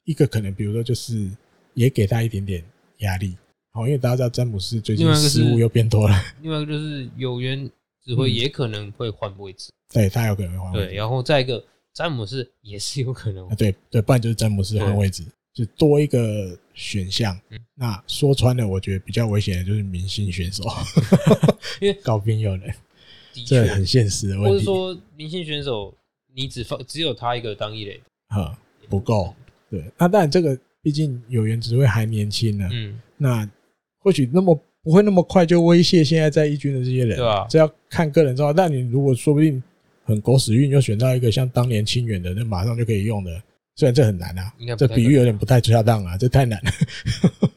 A: 一个可能，比如说就是也给他一点点压力，好，因为大家知道詹姆斯最
B: 另
A: 近
B: 外一个是
A: 失误又变多了，
B: 另外一个就是有缘指挥也可能会换位置，
A: 对他有可能会换位
B: 对，
A: 置，
B: 然后再一个詹姆斯也是有可 能
A: 啊，对对，不然就是詹姆斯换
B: 对
A: 位置，就多一个选项
B: 嗯。
A: 那说穿了，我觉得比较危险的就是明星选手，
B: 因为
A: 搞病友人，
B: 的
A: 这
B: 确
A: 很，现实的
B: 或
A: 问
B: 者
A: 题。
B: 说明星选手，你只放只有他一个当一垒，
A: 啊、不够。对，那当然这个毕竟有缘只会还年轻啊呢，
B: 嗯，
A: 那或许那么不会那么快就威胁现在在一军的这些人，
B: 对啊
A: 这要看个人造化。但你如果说不定很狗屎运，又选到一个像当年清远的，那马上就可以用的。虽然这很难啊
B: 应该，不
A: 这
B: 太
A: 比喻有点不太恰当啊，这太难了。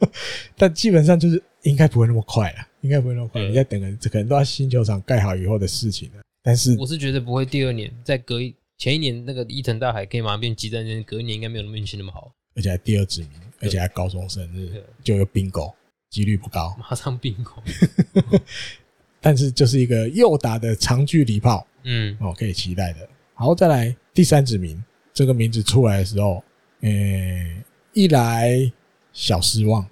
A: 但基本上就是应该不会那么快了，应该不会那么快。
B: 对
A: 你在等个，这可能都要新球场盖好以后的事情了。但是
B: 我是觉得不会第二年再隔一前一年那个伊藤大海可以马上变集战人，隔一年应该没有那么运气那么好，
A: 而且还第二指名，而且还高中生，是
B: 对
A: 就有 bingo，几率不高。
B: 马上并购，
A: 但是就是一个右打的长距离炮
B: 嗯，
A: 哦，可以期待的。好，再来第三指名，这个名字出来的时候，呃、一来小失望，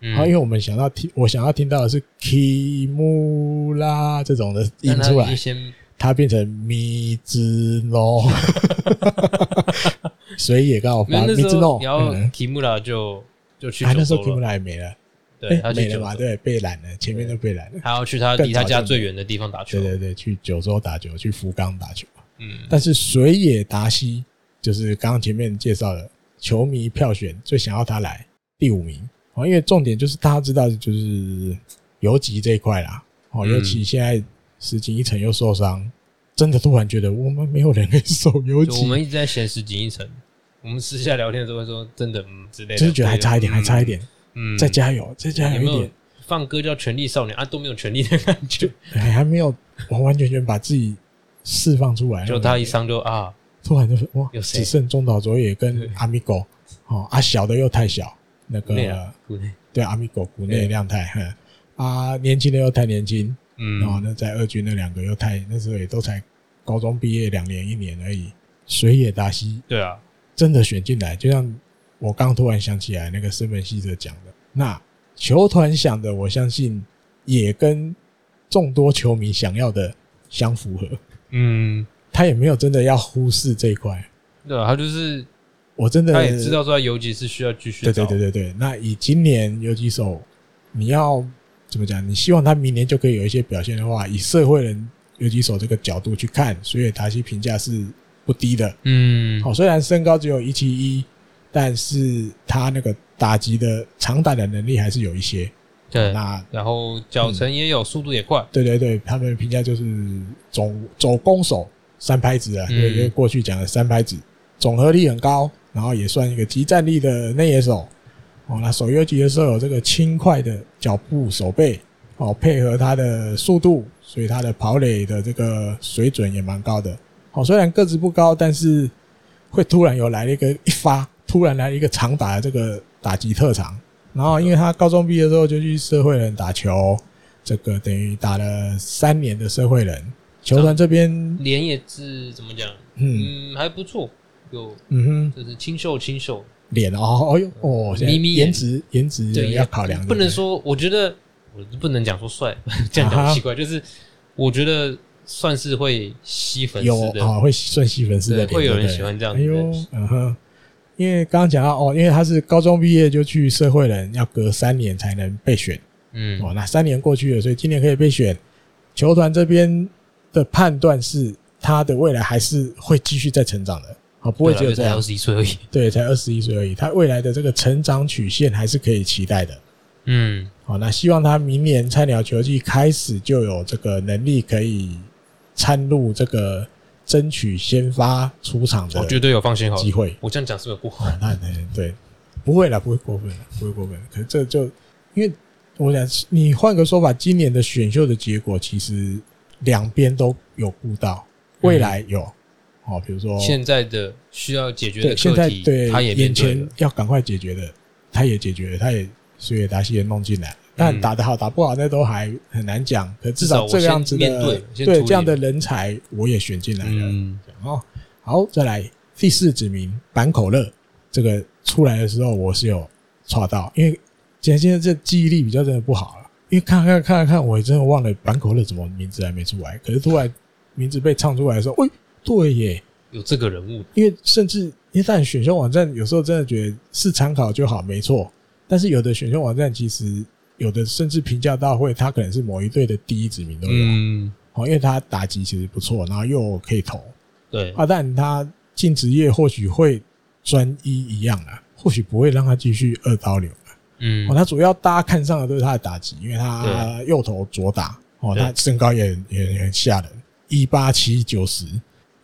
B: 嗯
A: 然后因为我们想要听，我想要听到的是 Kimura 这种的音
B: 但他
A: 出
B: 已经
A: 来，
B: 先
A: 它变成米之 诺，所以也刚好
B: 没
A: 发
B: 有那
A: 米之
B: 时候
A: 诺，
B: 然后
A: 嗯
B: Kimura 就就去
A: 啊，那
B: 九
A: 时候
B: 州了，
A: Kimura 也没了。
B: 对，
A: 哎
B: 他
A: 没
B: 去
A: 了
B: 九
A: 嘛，
B: 州，
A: 对，被拦了，前面都被拦了。
B: 他要去他离他
A: 更早
B: 家
A: 就
B: 最远的地方打球
A: 对，对对，去九州打球，去福冈打球。
B: 嗯，
A: 但是水野达希就是刚刚前面介绍的，球迷票选最想要他来第五名哦，因为重点就是大家知道就是游击这一块啦哦，
B: 嗯
A: 尤其现在石井一成又受伤，真的突然觉得我们没有人可以守游
B: 就我
A: 击，
B: 们一直在嫌石井一成，我们私下聊天的时候会说真的，嗯之类的，
A: 就是觉得还差一点，
B: 嗯
A: 还差一，点，
B: 嗯，
A: 再加油，再加油
B: 有没
A: 一
B: 有
A: 点，
B: 放歌叫《权力少年》啊？都没有权力的感觉，
A: 哎还没有完完全全把自己释放出来。
B: 就他一伤就啊，
A: 突然就是哇，
B: 有谁
A: 只剩中岛卓也跟
B: 对
A: 阿米狗哦，啊小的又太小，那个
B: 累了，苦累
A: 对阿米狗谷内
B: 对
A: 亮太，哼啊年轻的又太年轻，然后
B: 嗯，
A: 那在二军那两个又太那时候也都才高中毕业两年一年而已，水野达希
B: 对啊，
A: 真的选进来，就像我刚突然想起来那个森本希哲讲的，那球团想的，我相信也跟众多球迷想要的相符合，
B: 嗯，
A: 他也没有真的要忽视这一块。
B: 对啊，他就是
A: 我真的
B: 他也知道说他游击是需要继续
A: 对对
B: 找
A: 对对对，那以今年游击手，你要怎么讲？你希望他明年就可以有一些表现的话，以社会人游击手这个角度去看，所以达西评价是不低的。
B: 嗯，
A: 好、虽然身高只有一七一，但是他那个打击的长打的能力还是有一些。
B: 对，
A: 那
B: 然后脚
A: 嗯
B: 程也有，速度也快，
A: 对对对，他们评价就是走走攻守三拍子啊，
B: 嗯
A: 因为过去讲的三拍子，总和力很高，然后也算一个集战力的内野手。哦，那守游击的时候有这个轻快的脚步手背，哦，配合他的速度，所以他的跑垒的这个水准也蛮高的。哦，虽然个子不高，但是会突然有来了一个一发，突然来了一个长打的这个打击特长。然后，因为他高中毕业之后就去社会人打球，这个等于打了三年的社会人。球团这边，
B: 脸也是怎么讲，
A: 嗯
B: 哦嗯，还不错，有
A: 嗯哼，
B: 就是清秀清秀，
A: 脸哦，哦哟，哦，现在
B: 眯眯眼
A: 颜值颜值
B: 对，
A: 要考量，
B: 不
A: 对
B: 能
A: 对啊
B: 说，我觉得我不能讲说帅， 这样讲很奇怪，就是我觉得算是会吸粉
A: 有
B: 丝的，
A: 啊，会算吸粉丝的脸，
B: 对会有人
A: 对不对
B: 喜欢这样
A: 哎
B: 子的
A: 呦，嗯哼，因为刚刚讲到哦，因为他是高中毕业就去社会人，要隔三年才能被选
B: 嗯，
A: 哦。那三年过去了，所以今年可以被选。球团这边的判断是，他的未来还是会继续在成长的，哦，不会只有这样
B: 二。十一岁而 已，
A: 对，才二十一岁而已，他未来的这个成长曲线还是可以期待的。
B: 嗯，
A: 好，那希望他明年菜鸟球季开始就有这个能力，可以参入这个争取先发出场
B: 我
A: 的
B: 绝对有放心好了
A: 机，会。
B: 我这样讲是不是有过分？
A: 啊那那对，不会啦，不会过分啦，不会过分。可是这就因为我想，你换个说法，今年的选秀的结果其实两边都有顾到，未来有、哦，比如说
B: 嗯现在的需要解决的
A: 对现
B: 课
A: 在
B: 题，
A: 对
B: 他也面
A: 眼
B: 对
A: 前
B: 了，
A: 要赶快解决的，他也解决了，他也所以达西也弄进来。但
B: 嗯
A: 打得好打不好，那都还很难讲。可至
B: 至少
A: 少
B: 我
A: 这个
B: 先
A: 样子
B: 面
A: 的
B: 对先处
A: 对
B: 理
A: 这样的人才，我也选进来了。
B: 嗯，
A: 哦，好，再来第四指名坂口乐，这个出来的时候我是有刷到，因为现在现在这记忆力比较真的不好了，因为看看看看，我也真的忘了坂口乐怎么名字还没出来，可是突然名字被唱出来的时候，喂、对耶，
B: 有这个人物，
A: 因为甚至因为但选秀网站有时候真的觉得是参考就好，没错，但是有的选秀网站其实有的甚至评价大会，它可能是某一队的第一指名都有。
B: 嗯，
A: 哦，因为他打击其实不错，然后又可以投
B: 对，
A: 啊，但他进职业或许会专一一样啊，或许不会让他继续二刀流啊。
B: 嗯
A: 哦，，他主要大家看上的都是他的打击，因为他
B: 对
A: 右投左打，哦，
B: 对
A: 他身高也很也很也很吓人，一八七九十。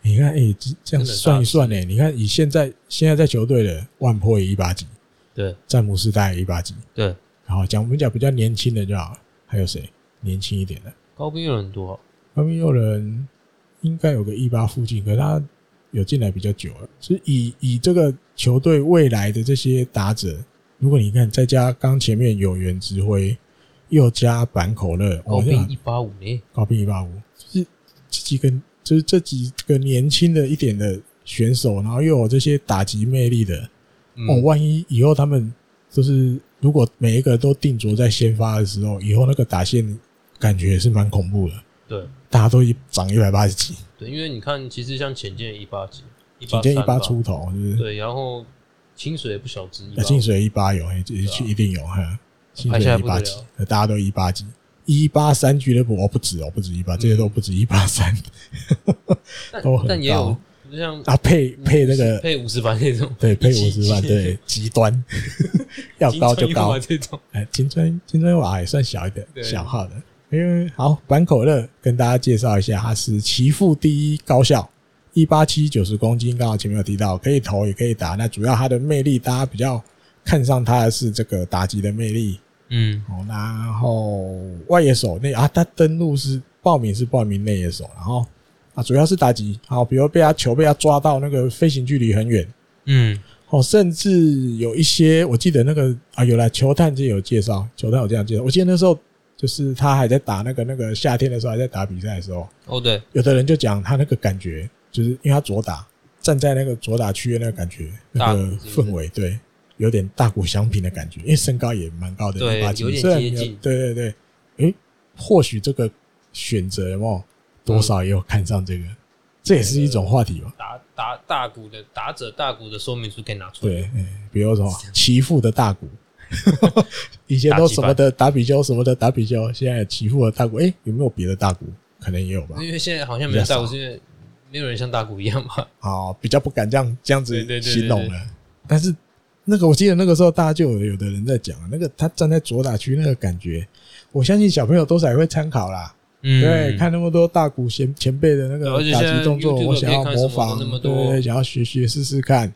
A: 你看，哎、这这样
B: 真的很
A: 算
B: 大
A: 一算呢、你看以现在现在在球队的万坡也一八几，
B: 对
A: 詹姆斯大概一八几，
B: 对，
A: 然后讲我们讲比较年轻的就好了，还有谁年轻一点的？
B: 高兵有很多啊，
A: 外面有人应该有个一八附近，可是他有进来比较久了。所以以以这个球队未来的这些打者，如果你看再加刚前面有原指挥，又加板口乐，
B: 高
A: 我
B: 兵
A: 想
B: 一八五呢，
A: 高兵一八五，就是这几个就是这几个年轻的一点的选手，然后又有这些打击魅力的，哦，
B: 嗯，
A: 万一以后他们就是如果每一个都定着在先发的时候，以后那个打线感觉也是蛮恐怖的。
B: 对
A: 大家都一涨一百八十几，
B: 对，因为你看，其实像浅见一八几，一
A: 几
B: 八
A: 件一
B: 三
A: 八
B: 吧，
A: 出头，是不是？
B: 对，然后清水也不小只，
A: 那
B: 185
A: 薪水一八有，嘿
B: 对啊
A: 一定有哈，薪
B: 拍
A: 水
B: 下来
A: 一
B: 不得
A: 八
B: 了
A: 几，呃大家都一八几，一八三俱乐部哦，不止哦，不止一八，
B: 嗯
A: 这些都不止一八三，
B: 但
A: 都很
B: 但也有
A: 高
B: 就像
A: 啊，配配那个
B: 嗯配五十番那种，
A: 对配五
B: 极
A: 十万，对极端， 要高就高，
B: 金川优啊这种，
A: 哎，金砖金砖瓦也算小一点
B: 对
A: 小号的，因为好板口乐跟大家介绍一下，他是岐阜第一高校，一八七九十公斤，刚好前面有提到，可以投也可以打。那主要他的魅力，大家比较看上他的是这个打击的魅力。
B: 嗯，
A: 哦，然后外野手那啊，他登录是报名是报名内野手，然后啊主要是打击，好，比如被他球被他抓到那个飞行距离很远，
B: 嗯，
A: 哦，甚至有一些，我记得那个啊，有了球探就有介绍，球探有这样介绍。我记得那时候就是他还在打那个那个夏天的时候还在打比赛的时候，
B: 哦对，
A: 有的人就讲他那个感觉，就是因为他左打站在那个左打区的那个感觉，那个
B: 大鼓是不
A: 氛
B: 是
A: 围，对，有点大鼓相平的感觉，因为身高也蛮高的，
B: 对
A: 180
B: 有点
A: 虽然没
B: 接近
A: 对对对，诶、或许这个选择有没有多少也有看上这个，这也是一种话题吧。
B: 打打大鼓的打者大鼓的说明书可以拿出来，
A: 对，嗯比如什么奇富的大鼓， 以前都什么的打比丘什么的打比丘，现在有奇富的大鼓，哎、有没有别的大鼓？可能也有吧。
B: 因为现在好像没有大鼓，
A: 比较少
B: 是因为没有人像大鼓一样嘛，
A: 啊，比较不敢这样这样
B: 对对
A: 子
B: 对对
A: 形容了。但是那个我记得那个时候大家就有有的人在讲，那个他站在左打区那个感觉，我相信小朋友多少也会参考啦。
B: 嗯
A: 对，看那么多大鼓前前辈的那
B: 对而
A: 个
B: 且
A: 打
B: 现
A: 击
B: 在
A: 动作，
B: YouTube
A: 我想要
B: 可以看
A: 模
B: 什么
A: 仿，
B: 那
A: 对
B: 么
A: 对
B: 多
A: 对，想要学学试试看。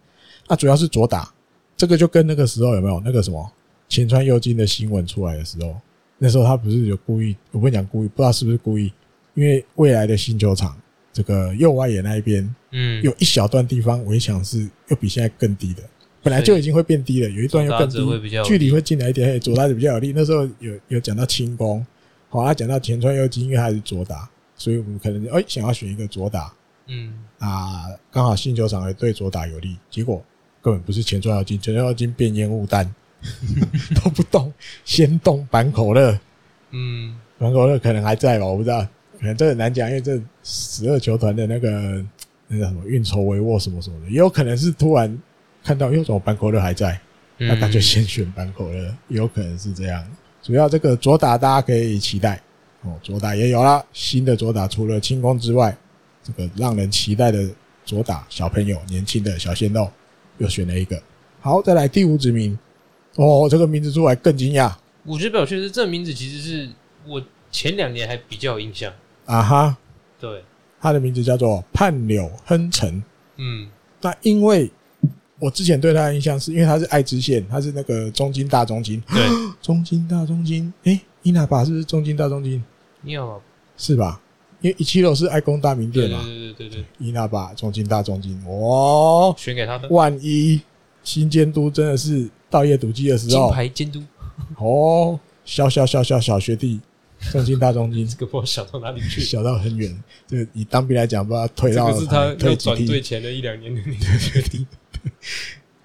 A: 那主要是左打，这个就跟那个时候有没有那个什么前川右京的新闻出来的时候，那时候他不是有故意，我不讲故意，不知道是不是故意，因为未来的新球场这个右外野那一边
B: 嗯，
A: 有一小段地方围墙是又比现在更低的，本来就已经会变低了，有一段又更
B: 左打者会比
A: 低
B: 较，有力
A: 距离会近来一点，嘿左打者比较有力。那时候有有讲到轻功，好、他啊讲到前川右京，因为他是左打，所以我们可能哎、想要选一个左打
B: 嗯，
A: 啊，刚好新球场也对左打有利，结果根本不是前川右京，前川右京变烟雾弹， 都不动，先动板口乐，
B: 嗯
A: 板口乐可能还在吧，我不知道，可能这很难讲，因为这十二球团的那个那叫什么运筹帷幄什么什么的，也有可能是突然看到，为什么板口乐还在，
B: 嗯，
A: 那他就先选板口乐，也有可能是这样。主要这个左打大家可以期待哦，左打也有啦，新的左打除了轻功之外，这个让人期待的左打小朋友年轻的小鲜肉又选了一个。好，再来第五指名，哦，这个名字出来更惊讶
B: 我觉得表确实这名字其实是我前两年还比较有印象，
A: 啊哈，
B: 对，
A: 他的名字叫做盼柳亨城。
B: 嗯
A: 那因为我之前对他的印象是因为他是爱知县，他是那个中京大中京，
B: 对，
A: 中京大中京，诶，伊娜巴是不是中京大中京？
B: 你好，
A: 是吧？因为一七六是爱工大名
B: 对
A: 店
B: 对
A: 嘛，
B: 对对对对，
A: 伊娜巴中京大中京，哦，
B: 选给他的
A: 万一新监督真的是到夜赌鸡的时
B: 金
A: 候，
B: 牌监督，
A: 哦，小小小小小学弟，中京大中 京，
B: 这个不知道想到哪里 去，
A: 小到很远，这个以当兵来讲，不知道退
B: 这
A: 到
B: 个是他
A: 退
B: 要
A: 几
B: 转
A: 地
B: 队前的一两年的那个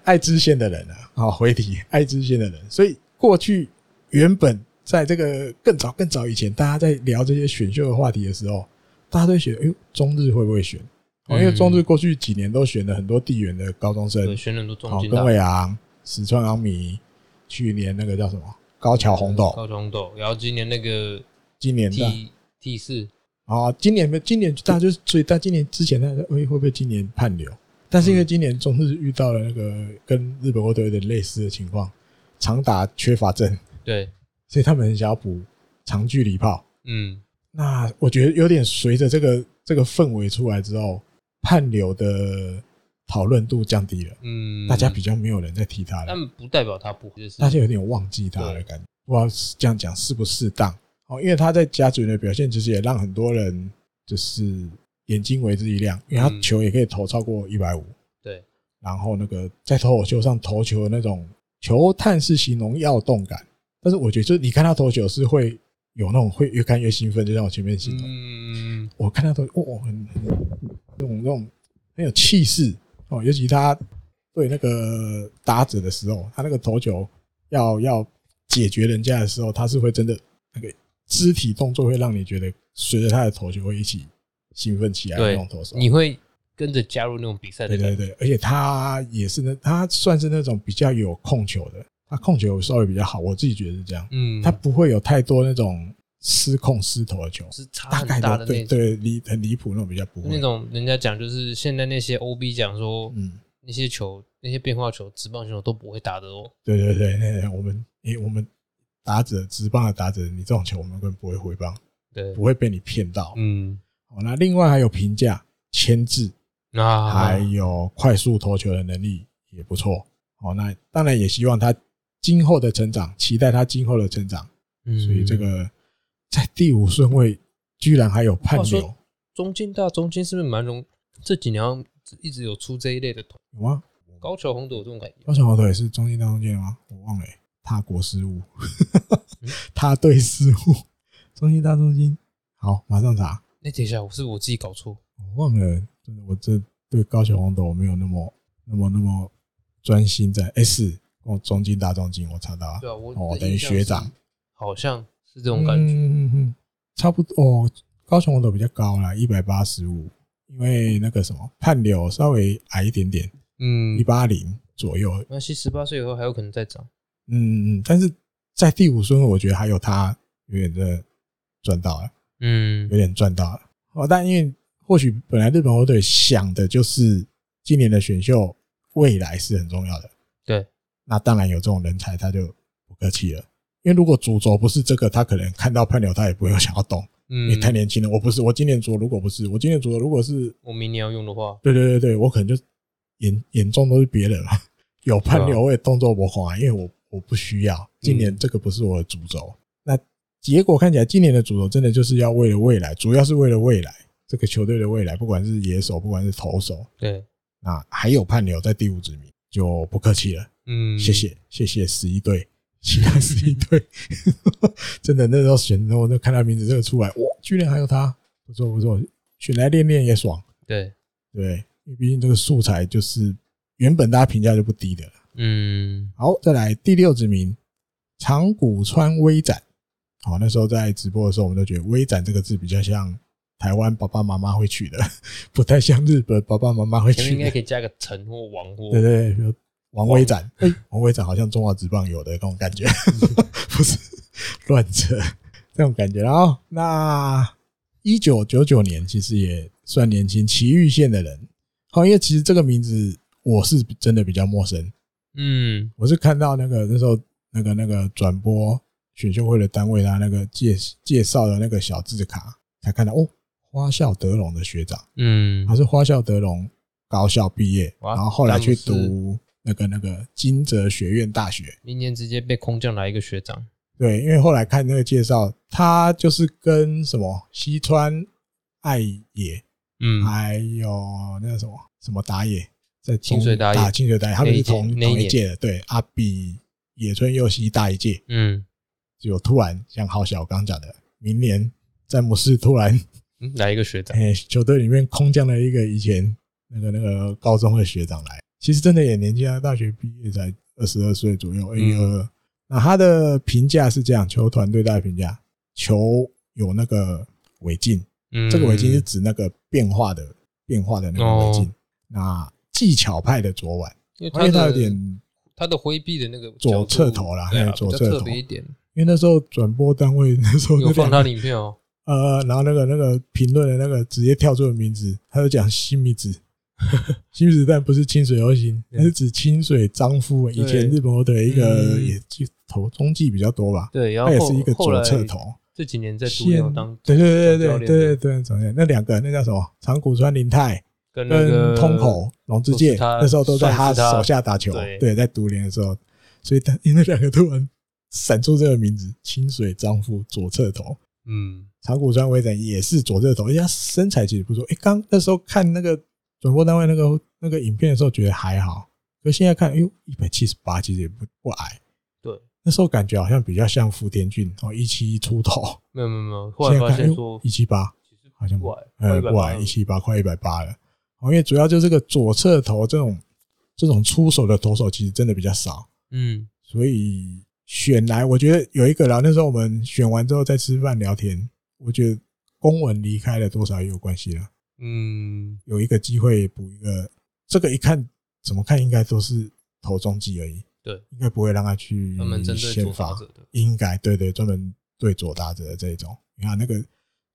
A: 爱知县的人啊，
B: 哦
A: 好回题，爱知县的人，所以过去原本在这个更早更早以前，大家在聊这些选秀的话题的时候，大家都会选，哎呦，中日会不会选？哦，因为
B: 嗯
A: 中日过去几年都选了很多地缘的高中生
B: 对，，选很多中
A: 好，
B: 间
A: 根
B: 大
A: 尾昂、石川昂米，去年那个叫什么高桥红豆，
B: 高中红豆，然后今年那个
A: 今年的
B: T T 四
A: 啊，今年没，今年大家就是，所以在今年之前，大家会会不会今年判流？但是因为今年中日遇到了那个跟日本国队有点类似的情况，长打缺乏阵，
B: 对，
A: 所以他们很想要补长距离炮。
B: 嗯，
A: 那我觉得有点随着这个这个氛围出来之后，判流的讨论度降低了，
B: 嗯，
A: 大家比较没有人在提他了，
B: 但不代表他不，就是
A: 大家有点忘记他的感觉。不知道是这样讲适不适当哦，因为他在甲组的表现其实也让很多人就是眼睛为之一亮，因为他
B: 嗯
A: 球也可以投超过一百五，
B: 对，
A: 然后那个在投手球上投球的那种球探是形容要动感，但是我觉得就是你看他投球是会有那种会越看越兴奋，就像我前面形容的。
B: 嗯，
A: 我看他都哦，很很那种那种很有气势哦，尤其他对那个打者的时候，他那个投球要要解决人家的时候，他是会真的那个肢体动作会让你觉得随着他的投球会一起兴奋起来的那
B: 对
A: 种投手。
B: 你会跟着加入那种比赛的
A: 对
B: 感
A: 对
B: 觉，
A: 对，而且他也是那他算是那种比较有控球的，他控球稍微比较好，我自己觉得是这样，
B: 嗯，
A: 他不会有太多那种失控失投的球。
B: 是差
A: 大
B: 很
A: 概
B: 大
A: 都
B: 的
A: 对
B: 那种，
A: 对离很离谱那种比较不会
B: 那种人家讲就是现在那些 OB 讲说
A: 嗯，
B: 那些球那些变化球，直棒选手都不会打的哦，
A: 对对对，那那我们诶、我们打者直棒的打者，你这种球我们根本不会回棒，
B: 对
A: 不，会被你骗到。
B: 嗯，
A: 好，那另外还有评价、牵制，
B: 那
A: 还有快速投球的能力也不错。好，那当然也希望他今后的成长，期待他今后的成长。
B: 嗯
A: 所以这个在第五顺位居然还有判
B: 话说
A: 流，
B: 中间大中间是不是蛮容这几年好像一直有出这一类的头，
A: 有吗？
B: 高桥红都有这种感觉，
A: 高桥好腿是中间到中间吗？我忘了、欸，踏国失误，踏对失误，中心大中心。好，马上查。
B: 那哎等一下，我是不是我自己搞错，
A: 我忘了，真的，我这对高雄红豆我没有那么、那么、那么专心在。哎、是哦，中金大中金，我查到啊，
B: 对啊，我
A: 哦
B: 的
A: 等于
B: 印象
A: 学
B: 是
A: 长，
B: 好像是这
A: 这
B: 种感觉，
A: 嗯嗯嗯，差不多。哦，高雄红豆比较高啦，一百八十五，因为那个什么判柳稍微矮一点点，
B: 嗯
A: 一，八零左右。
B: 那其实十八岁以后还有可能再长，
A: 嗯嗯，嗯，但是在第五顺位，我觉得还有他有点真的赚到了，
B: 嗯
A: 有点赚到了。哦，但因为或许本来日本火腿想的就是今年的选秀未来是很重要的。
B: 对，
A: 那当然有这种人才，他就不客气了。因为如果主轴不是这个，他可能看到判流，他也不会想要动，因
B: 嗯
A: 为，太年轻了。我不是，我今年主轴如果不是，我今年主轴如果是
B: 我明年要用的话，
A: 对对对对，我可能就眼眼中都是别人嘛，啊 有判流我也动作不狂啊，因为我我不需要，今年这个不是我的主轴。那结果看起来，今年的主轴真的就是要为了未来，主要是为了未来这个球队的未来，不管是野手，不管是投手，
B: 对，
A: 那还有判流在第五指名，就不客气了。
B: 嗯，
A: 谢，谢谢谢十一队，其他十一队， 真的那时候选的时候，我就看他名字这个出来，哇，居然还有他，不错不错，选来练练也爽，
B: 对，
A: 对，因为毕竟这个素材就是原本大家评价就不低的了。
B: 嗯，
A: 好，再来第六指名长谷川微展，好，那时候在直播的时候，我们都觉得微展这个字比较像台湾爸爸妈妈会取的， 不太像日本爸爸妈妈会
B: 前面
A: 取
B: 应该
A: 的，
B: 可以加个陈或王或，
A: 对对对，比如王威展，哎、 王威展好像中华职棒有的那种感觉， 不是乱扯这种感觉。然后那一九九九年其实也算年轻，崎玉县的人，好，因为其实这个名字我是真的比较陌生，
B: 嗯，
A: 我是看到那个那时候那个那个转播选秀会的单位他啊那个介介绍的那个小字卡才看到哦，花校德隆的学长。
B: 嗯
A: 他，是花校德隆高校毕业，
B: 哇
A: 然后后来去
B: 詹姆斯
A: 读那个那个金泽学院大学。
B: 嗯明年直接被空降来一个学长，
A: 对，因为后来看那个介绍，他就是跟什么西川爱也，
B: 嗯，
A: 还有那个什么什么打野，在中
B: 清水打野
A: 啊清水打野，他们是同
B: 那一届那一
A: 同一
B: 年
A: 届的，对，啊，比野村佑希大一届。
B: 嗯，
A: 就突然像浩小刚讲的，明年詹姆斯突然
B: 嗯来一个学长，
A: 哎、球队里面空降了一个以前那个那个高中的学长来，其实真的也年轻啊，大学毕业才二十二岁左右，哎
B: 嗯
A: 呦、那他的评价是这样，球团对他的评价，球有那个违禁，
B: 嗯，
A: 这个违禁是指那个变化的变化的那个违禁，
B: 哦
A: 那技巧派的左腕，
B: 因为
A: 因为他
B: 的
A: 有点，
B: 他的挥臂的那个
A: 左
B: 角度
A: 侧头啦哎
B: 对
A: 嘿
B: 啊
A: 左
B: 比较
A: 侧头
B: 特别一点，
A: 因为那时候转播单位那时候
B: 有
A: 那
B: 放
A: 两
B: 他
A: 个
B: 的影片哦，
A: 呃，然后那个那个评论的那个直接跳出了名字，他就讲西米 子，西米子但不是清水游行，
B: 嗯
A: 那是指清水张夫，以前
B: 对
A: 日本火腿的一个
B: 嗯
A: 也就投中继比较多吧，
B: 对，然
A: 他
B: 后
A: 也
B: 后
A: 是一个
B: 后
A: 左
B: 来
A: 侧头，
B: 这几年在独
A: 现
B: 牛当
A: 对对对
B: 总教
A: 对对
B: 练
A: 对对总教练那两个那叫什么长谷川林太
B: 跟那
A: 跟
B: 个
A: 通口龙之介
B: 都是他
A: 那时候都在他
B: 算是他
A: 手下打球，
B: 对
A: 对，在独联的时候，所以他那两个突然闪出这个名字清水张夫左侧头。
B: 嗯，
A: 长谷川唯人也是左侧头，而且他身材其实不错。哎、刚那时候看那个转播单位那个那个影片的时候，觉得还好，可现在看，哎呦，一百七十八其实也不不矮。
B: 对，
A: 那时候感觉好像比较像福田俊哦，一七出 头，
B: 没有没有没有，后
A: 现
B: 来
A: 在
B: 发
A: 看哎
B: 现说
A: 一七八，
B: 其实
A: 好像
B: 不矮，
A: 呃，不矮，一七八，快一百八了。哦，因为主要就是这个左侧头这种这种出手的投手，其实真的比较少。
B: 嗯，
A: 所以选来，我觉得有一个啦。那时候我们选完之后再吃饭聊天，我觉得公文离开了多少也有关系啦。
B: 嗯，
A: 有一个机会补一个，这个一看怎么看应该都是投中继而已，
B: 对，
A: 应该不会让他去
B: 专门针对
A: 先
B: 左
A: 发
B: 打，者的，
A: 应该对对，专门对左打者的这一种。你看那个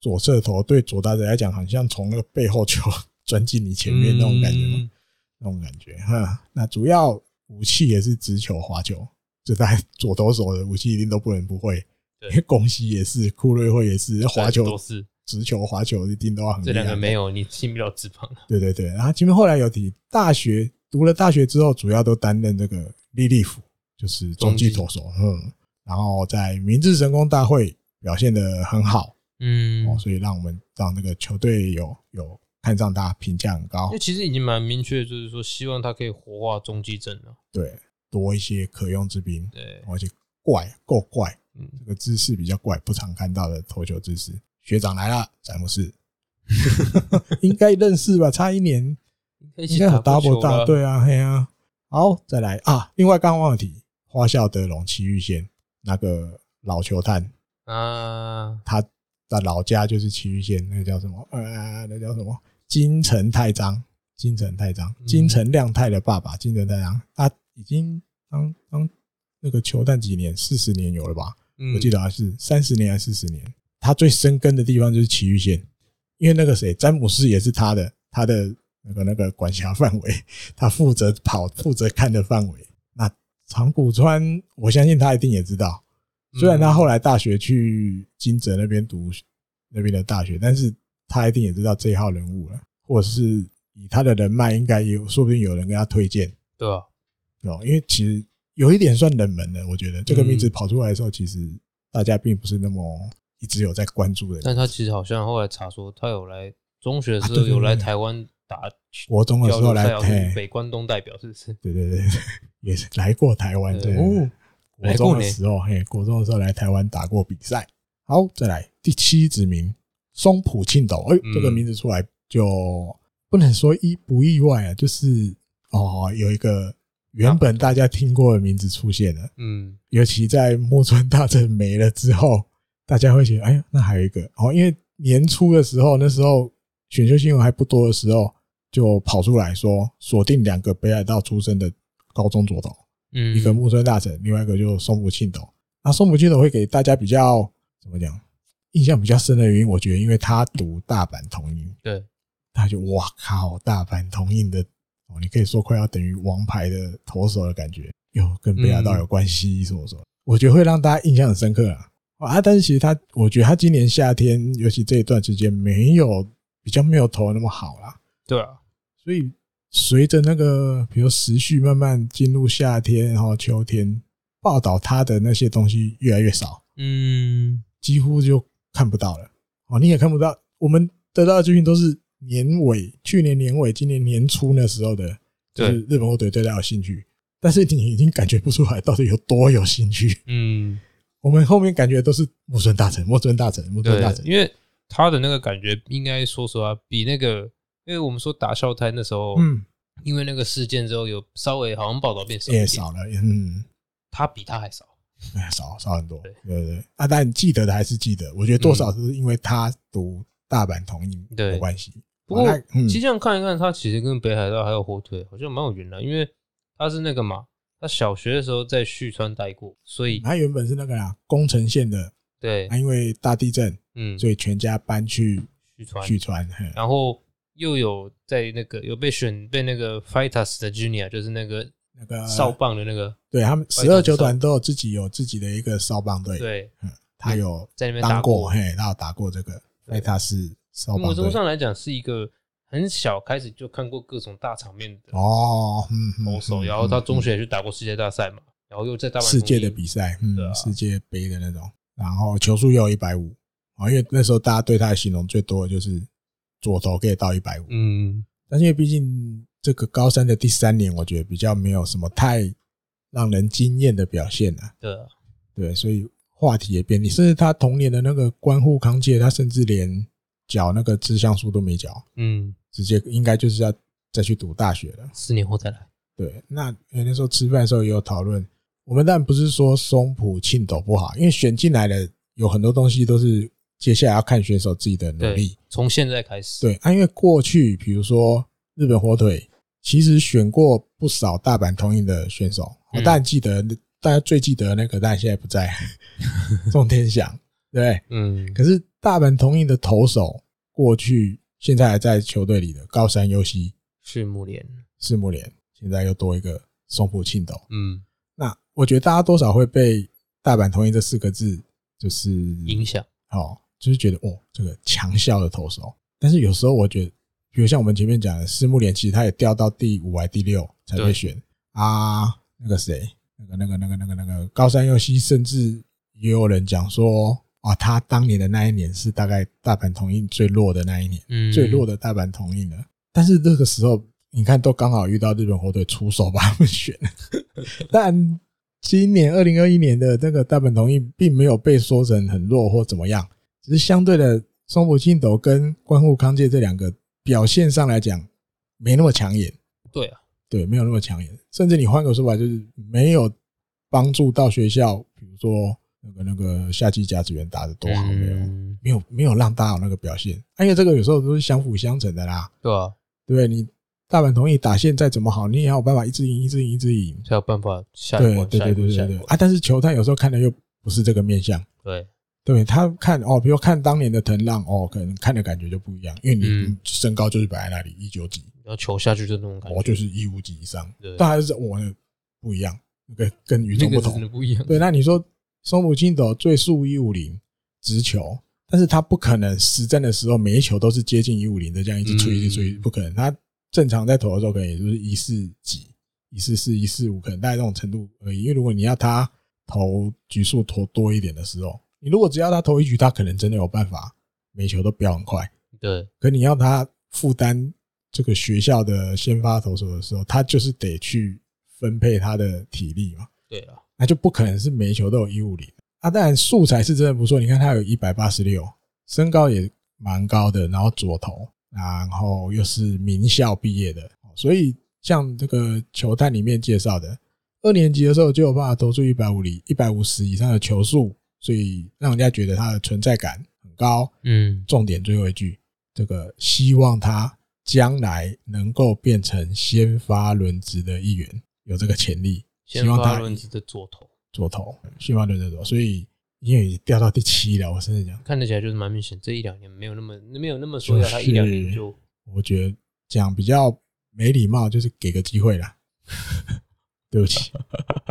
A: 左侧头对左打者来讲，好像从那个背后球 钻进你前面那种感觉嘛。
B: 嗯
A: 那种感觉哈。那主要武器也是直球、滑球，这在左投手的武器一定都不能不会，
B: 对
A: 因为宫西也是，库瑞会也是，滑
B: 对都
A: 球、
B: 是
A: 直球、滑球一定都要很厉
B: 这
A: 害。
B: 两个没有，你进不了职棒。
A: 对对对。然后前面后来有提，大学读了大学之后，主要都担任这个利利府，就是中继投手，嗯。然后在明治神功大会表现的很好、
B: 嗯，
A: 哦，所以让我们让那个球队有有看上他，评价很高
B: 那。其实已经蛮明确，就是说希望他可以活化中继阵了。
A: 对，多一些可用之兵，
B: 对，
A: 而且怪够怪，
B: 嗯，
A: 这个姿势比较怪，不常看到的投球姿势。学长来了，詹姆 斯，应该认识吧？差一年，
B: 一
A: 应
B: 起
A: 该有
B: 打过
A: double
B: 球
A: 大，
B: 了，
A: 对啊，嘿啊。好，再来啊！另外刚刚忘了提，花孝德龙崎玉县那个老球探，
B: 啊，
A: 他的老家就是崎玉县，那个叫什么？呃，那叫什么？金城太章，金城太章，
B: 嗯
A: 金城亮太的爸爸，金城太章，他已经当当那个球探几年，四十年有了吧？
B: 嗯
A: 我记得好像是三十年还是四十年。他最深根的地方就是崎玉县，因为那个谁，詹姆斯也是他的他的那个那个管辖范围，他负责跑负责看的范围。那长谷川，我相信他一定也知道，虽然他后来大学去金泽那边读那边的大学，但是他一定也知道这一号人物了，或者是以他的人脉，应该也有说不定有人跟他推荐。
B: 对啊，
A: 哦，因为其实有一点算冷门的，我觉得这个名字
B: 嗯
A: 跑出来的时候，其实大家并不是那么一直有在关注的。
B: 但他其实好像后来查说，他有来中学的时
A: 啊对
B: 候
A: 对对
B: 有来台湾打
A: 国中的时
B: 交
A: 候
B: 流
A: 来
B: 赛，，好像是
A: 嘿
B: 北关东代表是不是？
A: 对对对，对也是来过台湾，哎对，
B: 哦，
A: 国
B: 来
A: 中
B: 过
A: 的
B: 呢
A: 时候，嘿，国中的时候来台湾打过比赛。好，再来第七指名松浦庆斗，哎、
B: 嗯
A: 这个名字出来就不能说意不意外啊，就是哦，有一个原本大家听过的名字出现了。
B: 嗯，
A: 尤其在木村大正没了之后，大家会觉得，哎呀，那还有一个哦，因为年初的时候，那时候选秀新闻还不多的时候，就跑出来说锁定两个北海道出生的高中左投，
B: 嗯，
A: 一个木村大正，另外一个就是松浦庆斗。那松浦庆斗会给大家比较怎么讲，印象比较深的原因，我觉得因为他读大阪桐音，
B: 对，
A: 他就哇靠，大阪同印的哦，你可以说快要等于王牌的投手的感觉，有跟北海道有关系，什么什么，我觉得会让大家印象很深刻啊。啊，但是其实他，我觉得他今年夏天，尤其这一段时间，没有比较没有投得那么好啦。
B: 对啊，
A: 所以随着那个，比如时序慢慢进入夏天，然后秋天，报道他的那些东西越来越少。
B: 嗯，
A: 几乎就看不到了。哦，你也看不到，我们得到的资讯都是年尾，去年年尾、今年年初那时候的，就
B: 对
A: 是日本火腿对他有兴趣，但是你已经感觉不出来到底有多有兴趣。
B: 嗯，
A: 我们后面感觉都是木村大臣、木村大臣、木村
B: 对
A: 大，臣，
B: 因为他的那个感觉，应该说实话，比那个，因为我们说打校胎那时候，
A: 嗯，
B: 因为那个事件之后，有稍微好像报道变少一
A: 也
B: 点，
A: 少了，嗯，
B: 他比他还少。
A: 哎少少很多，
B: 对
A: 对对对。啊，但记得的还是记得，我觉得多少是因为他读大阪同音
B: 嗯对
A: 有关系。
B: 不过
A: 好那嗯
B: 其实这样看一看，他其实跟北海道还有火腿好像蛮有缘的，因为他是那个嘛，他小学的时候在旭川待过，所以
A: 哎啊他原本是那个啦，宫城县的啊
B: 对
A: 那、，因为大地震，
B: 嗯，
A: 所以全家搬去
B: 续传，
A: 旭川。嘿
B: 然后又有在那个有被选被那个 Fighters 的 Junior，就是那个
A: 那个
B: 哨棒的那个，
A: 对他们
B: 外
A: 十
B: 岛
A: 二
B: 哨
A: 球团都有自己有自己的一个哨棒队，
B: 对，
A: 他有
B: 在那边
A: 当
B: 打
A: 过，。嘿，他有打过这个，所以他是哨
B: 某
A: 棒
B: 种
A: 队。
B: 上来讲，是一个很小开始就看过各种大场面的
A: 哦，嗯，嗯
B: 投手，
A: 嗯
B: 然后到中学也去打过世界大赛嘛，然后又在大阪
A: 世界的
B: 同一
A: 比赛，嗯
B: 对啊，
A: 世界杯的那种，然后球速也有一百五啊，因为那时候大家对他的形容最多的就是左投可以到一百五，
B: 嗯，
A: 但是因为毕竟这个高三的第三年，我觉得比较没有什么太让人惊艳的表现啊，
B: 对啊，
A: 对，所以话题也变低，甚至他同年的那个关户康介，他甚至连缴那个志向书都没缴，
B: 嗯，
A: 直接应该就是要再去读大学了。
B: 四年后再来，
A: 对，那呃那时候吃饭的时候也有讨论，我们当然不是说松浦庆斗不好，因为选进来的有很多东西都是接下来要看选手自己的努
B: 对
A: 力。，
B: 从现在开始，
A: 对，啊，因为过去比如说日本火腿，其实选过不少大阪同印的选手，我
B: 嗯
A: 当然记得，大家最记得那个，但现在不在， 中天祥，对。
B: 嗯，
A: 可是大阪同印的投手，过去现在还在球队里的高山优希、
B: 是木莲，
A: 赤木莲，现在又多一个松浦庆斗。
B: 嗯，
A: 那我觉得大家多少会被“大阪同意”这四个字就是
B: 影响，
A: 哦，就是觉得哦，这个强效的投手。但是有时候我觉得，比如像我们前面讲的，私木连其实他也掉到第五还第六才被
B: 对
A: 选啊。那个谁，那个那个那个那个那个高山佑希，甚至也有人讲说啊，他当年的那一年是大概大阪同意最弱的那一年，
B: 嗯，
A: 最弱的大阪同意了。但是这个时候，你看都刚好遇到日本火腿出手把他们选。 但今年二零二一年的这个大阪同意并没有被说成很弱或怎么样，只是相对的松浦庆斗跟关户康介这两个表现上来讲没那么抢眼，
B: 对啊，
A: 对，没有那么抢眼。甚至你换个说法，就是没有帮助到学校，比如说那个那个夏季甲子园打得多好没有？
B: 嗯
A: 没有没有让大家有那个表现，啊因为这个有时候都是相辅相成的啦，
B: 对啊，
A: 对不对？你大阪同意打线再怎么好，你也要有办法一直赢，一直赢，一直赢。
B: 才有办法下
A: 对
B: 一关，
A: 对
B: 下
A: 对
B: 一关，
A: 对
B: 下
A: 对
B: 一
A: 对
B: 关，
A: 啊！但是球探有时候看的又不是这个面相，
B: 对，
A: 对他看哦，比如看当年的藤浪哦，可能看的感觉就不一样，因为你
B: 嗯
A: 你身高就是摆在那里一九几，
B: 然后球下去就那种感
A: 我
B: 觉，
A: 就是一五几以上
B: 对，
A: 但还是我的不一样，那个跟与
B: 那
A: 众
B: 个
A: 不
B: 是真
A: 同
B: 的。不一样，
A: 对，那你说松浦庆斗最速一五零直球，但是他不可能实战的时候每一球都是接近一五零的，这样一直吹
B: 嗯
A: 一直吹，不可能。他正常在投的时候，可能也就是一四几、一四四、一四五，可能大概这种程度而已。因为如果你要他投局数投多一点的时候，你如果只要他投一局，他可能真的有办法每球都飙很快。
B: 对，
A: 可你要他负担这个学校的先发投手的时候，他就是得去分配他的体力嘛。
B: 对啊，
A: 那就不可能是每一球都有一五零啊。当然素材是真的不错，你看他有一百八十六，身高也蛮高的，然后左投，然后又是名校毕业的，所以像这个球探里面介绍的，二年级的时候就有办法投出一百五里一百五十以上的球速，所以让人家觉得他的存在感很高。
B: 嗯，
A: 重点最后一句，这个希望他将来能够变成先发轮值的一员，有这个潜力。
B: 先
A: 希望
B: 发
A: 他
B: 轮子的左投，
A: 左投，旭发轮的左，所以因为掉到第七了，我甚至讲，
B: 看得起来就是蛮明显，这一两年没有那么没有那么说要他
A: 就
B: 一
A: 是
B: 两年就
A: 我觉得讲比较没礼貌，就是给个机会啦。 对不起，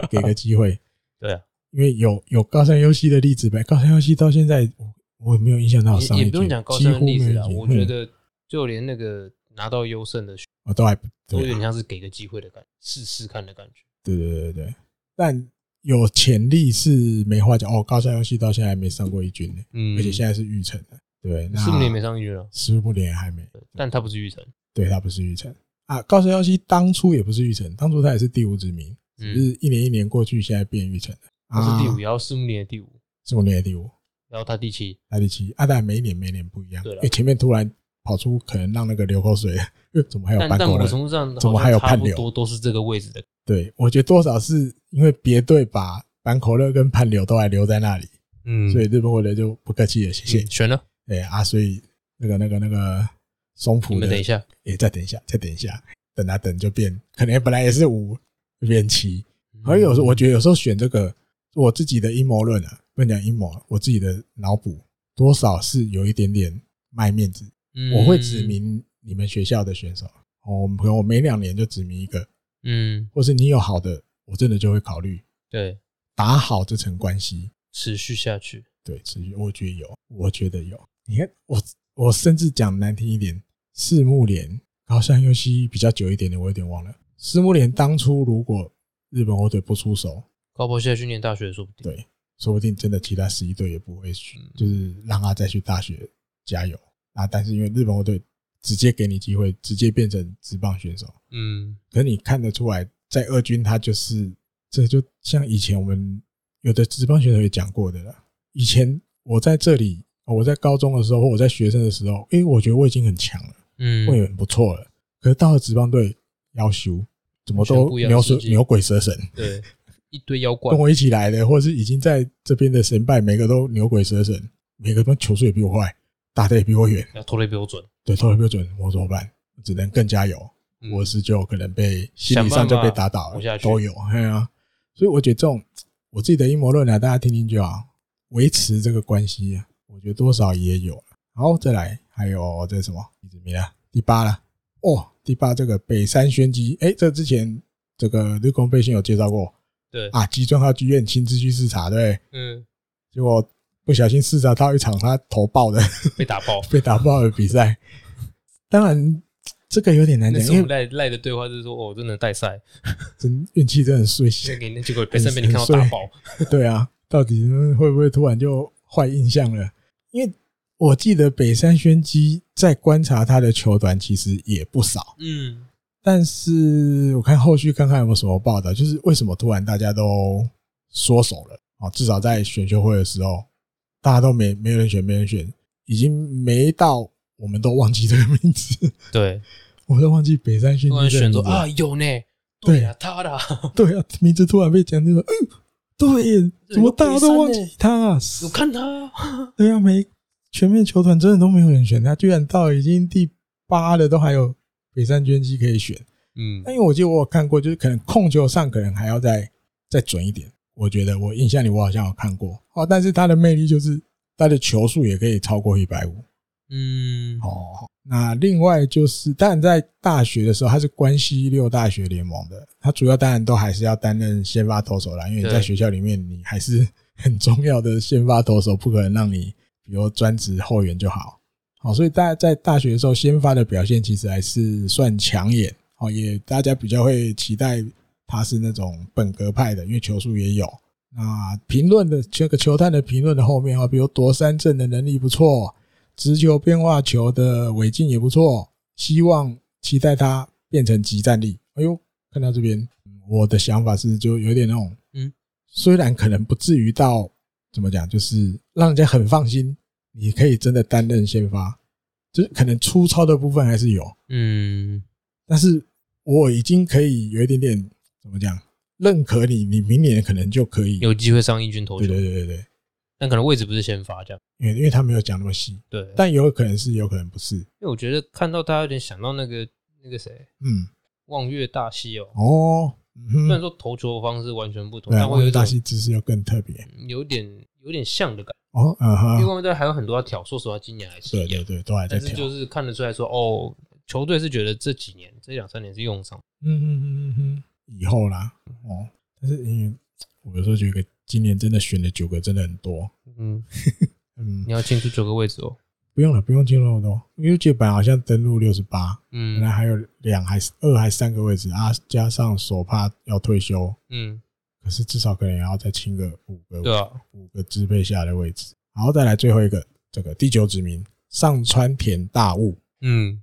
A: 给个机会，
B: 对啊，
A: 因为有有高山优希的例子呗，高山优希到现在我我也没有印象到上一
B: 也
A: 局，
B: 也不用讲高
A: 几
B: 山
A: 乎
B: 的例子
A: 没有
B: 啦，
A: 几
B: 我
A: 嗯
B: 觉得就连那个拿到优胜的
A: 我都还不
B: 都有
A: 对啊
B: 点像是给个机会的感觉，试试看的感觉。
A: 对对对对，对但有潜力是没话讲哦。高山优希到现在还没上过一军呢，
B: 嗯
A: 而且现在是玉成的，对，那
B: 四五年没上去了，
A: 十五年还没，
B: 但他不是玉成，
A: 对他不是玉成啊，高山耀希当初也不是玉成，当初他也是第五指名，只
B: 嗯，
A: 是一年一年过去，现在变玉成了。
B: 他
A: 啊
B: 是第五，，然后四五年的第五，
A: 是我年的第五，
B: 然后他第七，
A: 他第七。啊，但每一年每一年不一样，
B: 对
A: 因
B: 啦
A: 为前面突然跑出可能让那个流口水， 呃怎么还有
B: 但
A: 半
B: 但
A: 过
B: 某
A: 来？
B: 种上
A: 怎么
B: 好像
A: 还有
B: 差
A: 判
B: 不
A: 流
B: 多都是这个位置的，
A: 对，我觉得多少是因为别队把板口乐跟潘柳都还留在那里，
B: 嗯
A: 所以日本火腿就不客气了，谢谢
B: 嗯。选了，
A: 哎啊，所以那个那个那个松
B: 你
A: 浦
B: 们
A: 的
B: 等一下，
A: 也再等一下，再等一下，等啊等就变，可能本来也嗯是五就变七。而有时候我觉得有时候选这个我自己的阴谋论啊，不能讲阴谋，我自己的脑补多少是有一点点卖面子，
B: 嗯
A: 我会指，名你们学校的选手。哦，我们可能我每两年就指名一个，
B: 嗯，
A: 或是你有好的，我真的就会考虑
B: 对，
A: 打好这层关系。
B: 持续下去，
A: 对，持续，我觉得有，我觉得有。你看，我我甚至讲难听一点，四木联好像尤其比较久一点的，我有点忘了。四木联当初如果日本火腿不出手，
B: 高博现在去念大学说不定，
A: 对，说不定真的其他十一队也不会去，
B: 嗯
A: 就是让他再去大学加油啊。但是因为日本火腿直接给你机会，直接变成职棒选手，
B: 嗯，
A: 可是你看得出来，在二军他就是这就像以前我们有的职棒选手也讲过的啦。以前我在这里，哦我在高中的时候，或我在学生的时候，诶、我觉得我已经很强了，
B: 嗯
A: 我也很不错了。可是到了职棒队，要求怎么
B: 完全
A: 都
B: 不一样的
A: 牛
B: 世
A: 水
B: 界
A: 牛鬼蛇神，
B: 对， 一堆妖怪
A: 跟，我一起来的，或是已经在这边的神拜，每个都牛鬼蛇神，每个都球速也比我快，打的也比我远，
B: 然后投的标准，
A: 对，投的标准，我怎么办？只能更加油。
B: 嗯
A: 我是就可能被心理上就被打倒
B: 想办法活下
A: 了，
B: 去
A: 都有，哎呀、所以我觉得这种我自己的阴谋论啊，大家听听就好，维持这个关系、啊，我觉得多少也有。然后再来，还有这是什么第几名啊？第八了，哦，第八这个北山宣基，哎，这之前这个绿空背心有介绍过
B: 对，
A: 啊，吉川浩剧院亲自去视察，对不对，
B: 嗯，
A: 结果不小心视察到一场他头爆的。
B: 被打爆
A: 被打爆的比赛，当然这个有点难
B: 那
A: 讲，
B: 时
A: 因
B: 候
A: 为
B: 赖赖的对话就是说，哦，真的带赛，
A: 真运气真的很碎。
B: 现在给你结果被身边你看到打爆，
A: 对啊，到底会不会突然就坏印象了？因为我记得北山宣基在观察他的球团其实也不少，
B: 嗯，
A: 但是我看后续看看有没有什么报道，就是为什么突然大家都缩手了啊？至少在选秀会的时候，大家都没没有人选，没人选，已经没到我们都忘记这个名字，
B: 对，
A: 我都忘记北山宣
B: 突然
A: 基这个
B: 选
A: 名字
B: 择
A: 了
B: 啊，有呢，
A: 对
B: 对啊，他的啊，
A: 对啊，名字突然被讲，就说，嗯，对耶，
B: 对
A: 怎么大家都
B: 有
A: 忘
B: 北山
A: 记他、啊？
B: 有看他啊，
A: 对啊，没全面球团真的都没有人选，他居然到已经第八了，都还有北山捐机可以选。
B: 嗯
A: 那，因为我记得我有看过，就是可能控球上可能还要再再准一点。我觉得我印象里我好像有看过哦，但是他的魅力就是他的球速也可以超过一百五
B: 嗯，
A: 哦。那另外就是，当然在大学的时候，他是关西六大学联盟的，他主要当然都还是要担任先发投手啦，因为你在
B: 对
A: 学校里面你还是很重要的先发投手，不可能让你比如专职后援就好。好，所以大家在大学的时候，先发的表现其实还是算抢眼，哦，也大家比较会期待他是那种本格派的，因为球速也有。那评论的这个球探的评论的后面啊，比如夺三振的能力不错，直球变化球的尾劲也不错，希望期待他变成集战力。哎呦，看到这边，嗯我的想法是就有点那种，
B: 嗯，
A: 虽然可能不至于到怎么讲，就是让人家很放心，你可以真的担任先发，就是可能粗糙的部分还是有，
B: 嗯，
A: 但是我已经可以有一点点怎么讲，认可你，你明年可能就可以，
B: 有机会上英军投
A: 对
B: 球，
A: 对对对对，
B: 但可能位置不是先发这样，
A: 因为因为他没有讲那么细，
B: 对，
A: 但有可能是，有可能不是，
B: 因为我觉得看到他有点想到那个那个谁，
A: 嗯，
B: 望月大西哦，
A: 哦，嗯哼
B: 虽然说投球方式完全不同，
A: 对啊，
B: 但会有
A: 我
B: 一种
A: 大戏姿势又更特别
B: 有点有点像的感
A: 哦，嗯
B: 觉，因为
A: 哼，
B: 望月大还有很多要挑，说实话，今年还是
A: 对
B: 一
A: 对
B: 样，
A: 对，都还在
B: 但是
A: 跳，
B: 就
A: 嗯
B: 是看得出来说，哦，球队是觉得这几年这两三年是用上，
A: 嗯嗯嗯嗯，以后啦，哦，但是因为我有时候觉得今年真的选了九个真的很多，
B: 嗯，
A: 嗯
B: 你，要清楚九个位置哦，
A: 不用了，不用进入那么多，因为这版好像登录六十八，本来
B: 嗯
A: 还有两还是二还是三个位置啊，加上手帕要退休，
B: 嗯，
A: 可是至少可能也要再清个五个
B: 对啊，
A: 五个支配下的位置，然后再来最后一个这个第九指名上川田大悟。
B: 嗯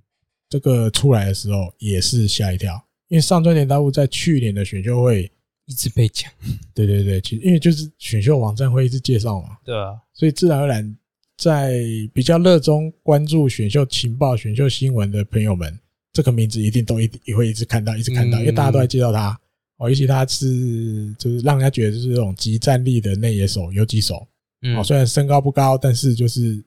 A: 这个出来的时候也是吓一跳，因为上川田大悟在去年的选秀会，
B: 一直被讲，
A: 对对对，其实因为就是选秀网站会一直介绍嘛，
B: 对啊，
A: 所以自然而然在比较热衷关注选秀情报、选秀新闻的朋友们，这个名字一定都一定也会一直看到，一直看到，
B: 嗯
A: 因为大家都在介绍他哦，尤其他是就是让人家觉得就是这种极战力的内野手、游击手
B: 嗯
A: 哦，，虽然身高不高，但是就是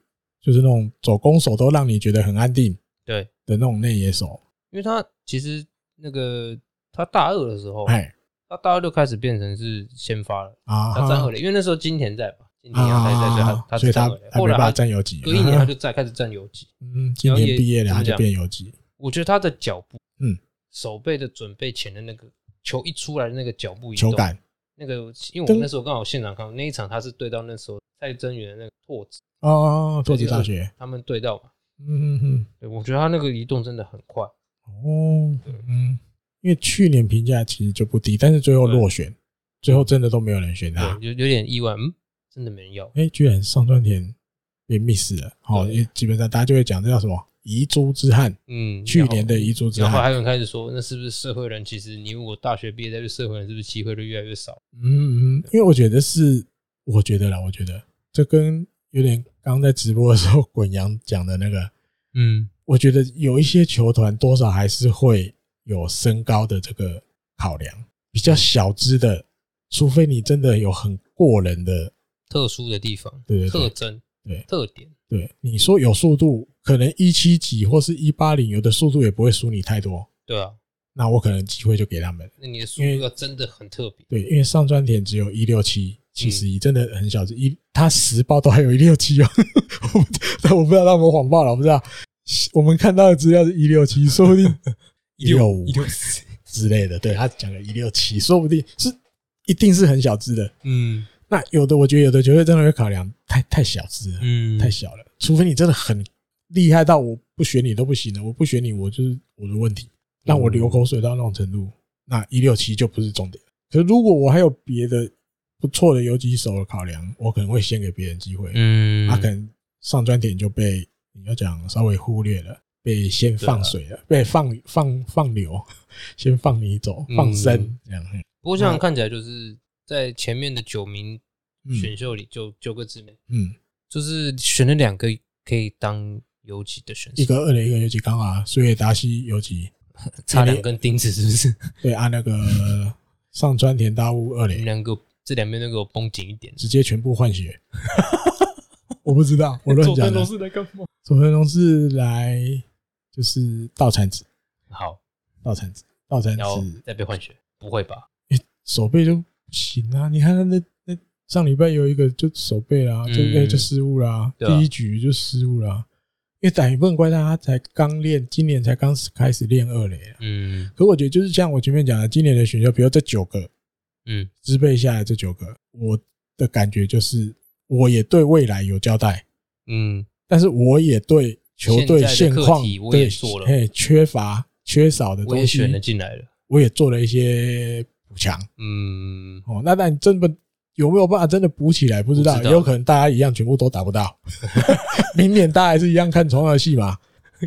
A: 就是那种走攻手都让你觉得很安定
B: 对，
A: 的那种内野手，
B: 因为他其实那个他大二的时候，
A: 哎
B: 他大二就开始变成是先发了，
A: 啊哈，啊
B: 他站二垒，因为那时候金田在吧，今年阳太在，所
A: 哦所
B: 以他他
A: 以他
B: 上了。
A: 还
B: 后
A: 没
B: 来
A: 办法
B: 他
A: 站游击。
B: 隔一年他就再开始站游击，
A: 啊嗯，今
B: 然后
A: 年
B: 也
A: 毕业了，
B: 怎么
A: 他就
B: 讲
A: 变游击。
B: 我觉得他的脚步，
A: 嗯，
B: 手背的准备前的那个球一出来的那个脚步移
A: 球
B: 动，
A: 感
B: 那个，因为我
A: 跟
B: 们那时候刚好现场看那一场，他是对到那时候蔡真元的那个拓子，
A: 哦，拓子大学，
B: 他们对到嘛，
A: 嗯嗯嗯，
B: 对我觉得他那个移动真的很快，
A: 哦，嗯，因为去年评价其实就不低，但是最后落选，最后真的都没有人选他。
B: 对，有有点意外，嗯，真的没人要，
A: 哎，居然上川田被 miss 了，哦，
B: 对
A: 因为基本上大家就会讲这叫什么遗珠之憾，
B: 嗯，
A: 去
B: 然后
A: 年的遗珠之
B: 然后
A: 憾，
B: 还有人开始说，那是不是社会人？其实你如果大学毕业再去社会人，是不是机会就越来越少？
A: 嗯嗯，因为我觉得是，我觉得啦，我觉得这跟有点刚在直播的时候 滚阳讲的那个，
B: 嗯，
A: 我觉得有一些球团多少还是会有身高的这个考量，比较小只的，除非你真的有很过人的，
B: 特殊的地方，
A: 对对对
B: 特征，
A: 对
B: 特点，
A: 对你说有速度，可能一七几或是一八零，有的速度也不会输你太多，
B: 对啊，
A: 那我可能机会就给他们。
B: 那你的速
A: 因
B: 度
A: 为
B: 要真的很特别，
A: 对，因为上专田只有一六七，其实真的很小只，一他十报都还有一六七哦， 我不我不知道他们谎报了，我不知道。我们看到的资料是一六七，说不定165
B: 四，
A: 之类的，对他讲个一六七，说不定是一定是很小只的。
B: 嗯
A: 那有的我觉得有的球队真的会考量太太小只了，
B: 嗯，
A: 太小了，除非你真的很厉害到我不选你都不行了，我不选你我就是我的问题，让我流口水到那种程度，那一六七就不是重点了。可是如果我还有别的不错的游击手的考量，我可能会先给别人机会，
B: 嗯，
A: 他可能上专点就被你要讲稍微忽略了，被先放水了，被放放放流， 先放你走，
B: 啊嗯
A: 放生这样。
B: 不过这样看起来就是在前面的九名选
A: 嗯
B: 秀里就九个字母，
A: 嗯，
B: 就是选了两个可以当游击的选
A: 一
B: 手，
A: 个二垒，一个游击刚啊，所以达西游 击
B: 差两根钉子是不是？
A: 对按那个上川田大悟二
B: 你们
A: 垒，
B: 两个这两边都给我绷紧一点。
A: 直接全部换血。 我不知道，我乱
B: 佐
A: 讲
B: 藤
A: 的
B: 龙。是来干嘛？
A: 佐藤龙是来就是倒铲子，
B: 好，
A: 倒铲子，倒铲
B: 然后
A: 子
B: 再被换血，不会吧？
A: 手背就不行啊！你看他那那上礼拜有一个就手背啦，就、
B: 嗯
A: 哎就失误啦，
B: 对啊
A: 第一局就失误啦。因为打也不能怪他，他才刚练，今年才刚开始练二垒啊。
B: 嗯
A: 可我觉得就是像我前面讲的，今年的选秀，比如这九个
B: 嗯
A: 支配下来这九个，我的感觉就是，我也对未来有交代，
B: 嗯，
A: 但是我也对球队
B: 现在
A: 现
B: 的课
A: 况
B: 题我也
A: 对
B: 做了
A: 嘿缺乏缺少的
B: 我
A: 东
B: 也
A: 西，
B: 选了进来了。
A: 我也做了一些补强。
B: 嗯，
A: 哦，那但真的有没有办法真的补起来？不知道，
B: 不知道
A: 有可能大家一样全部都打不 到。明年大家还是一样看重合戏嘛。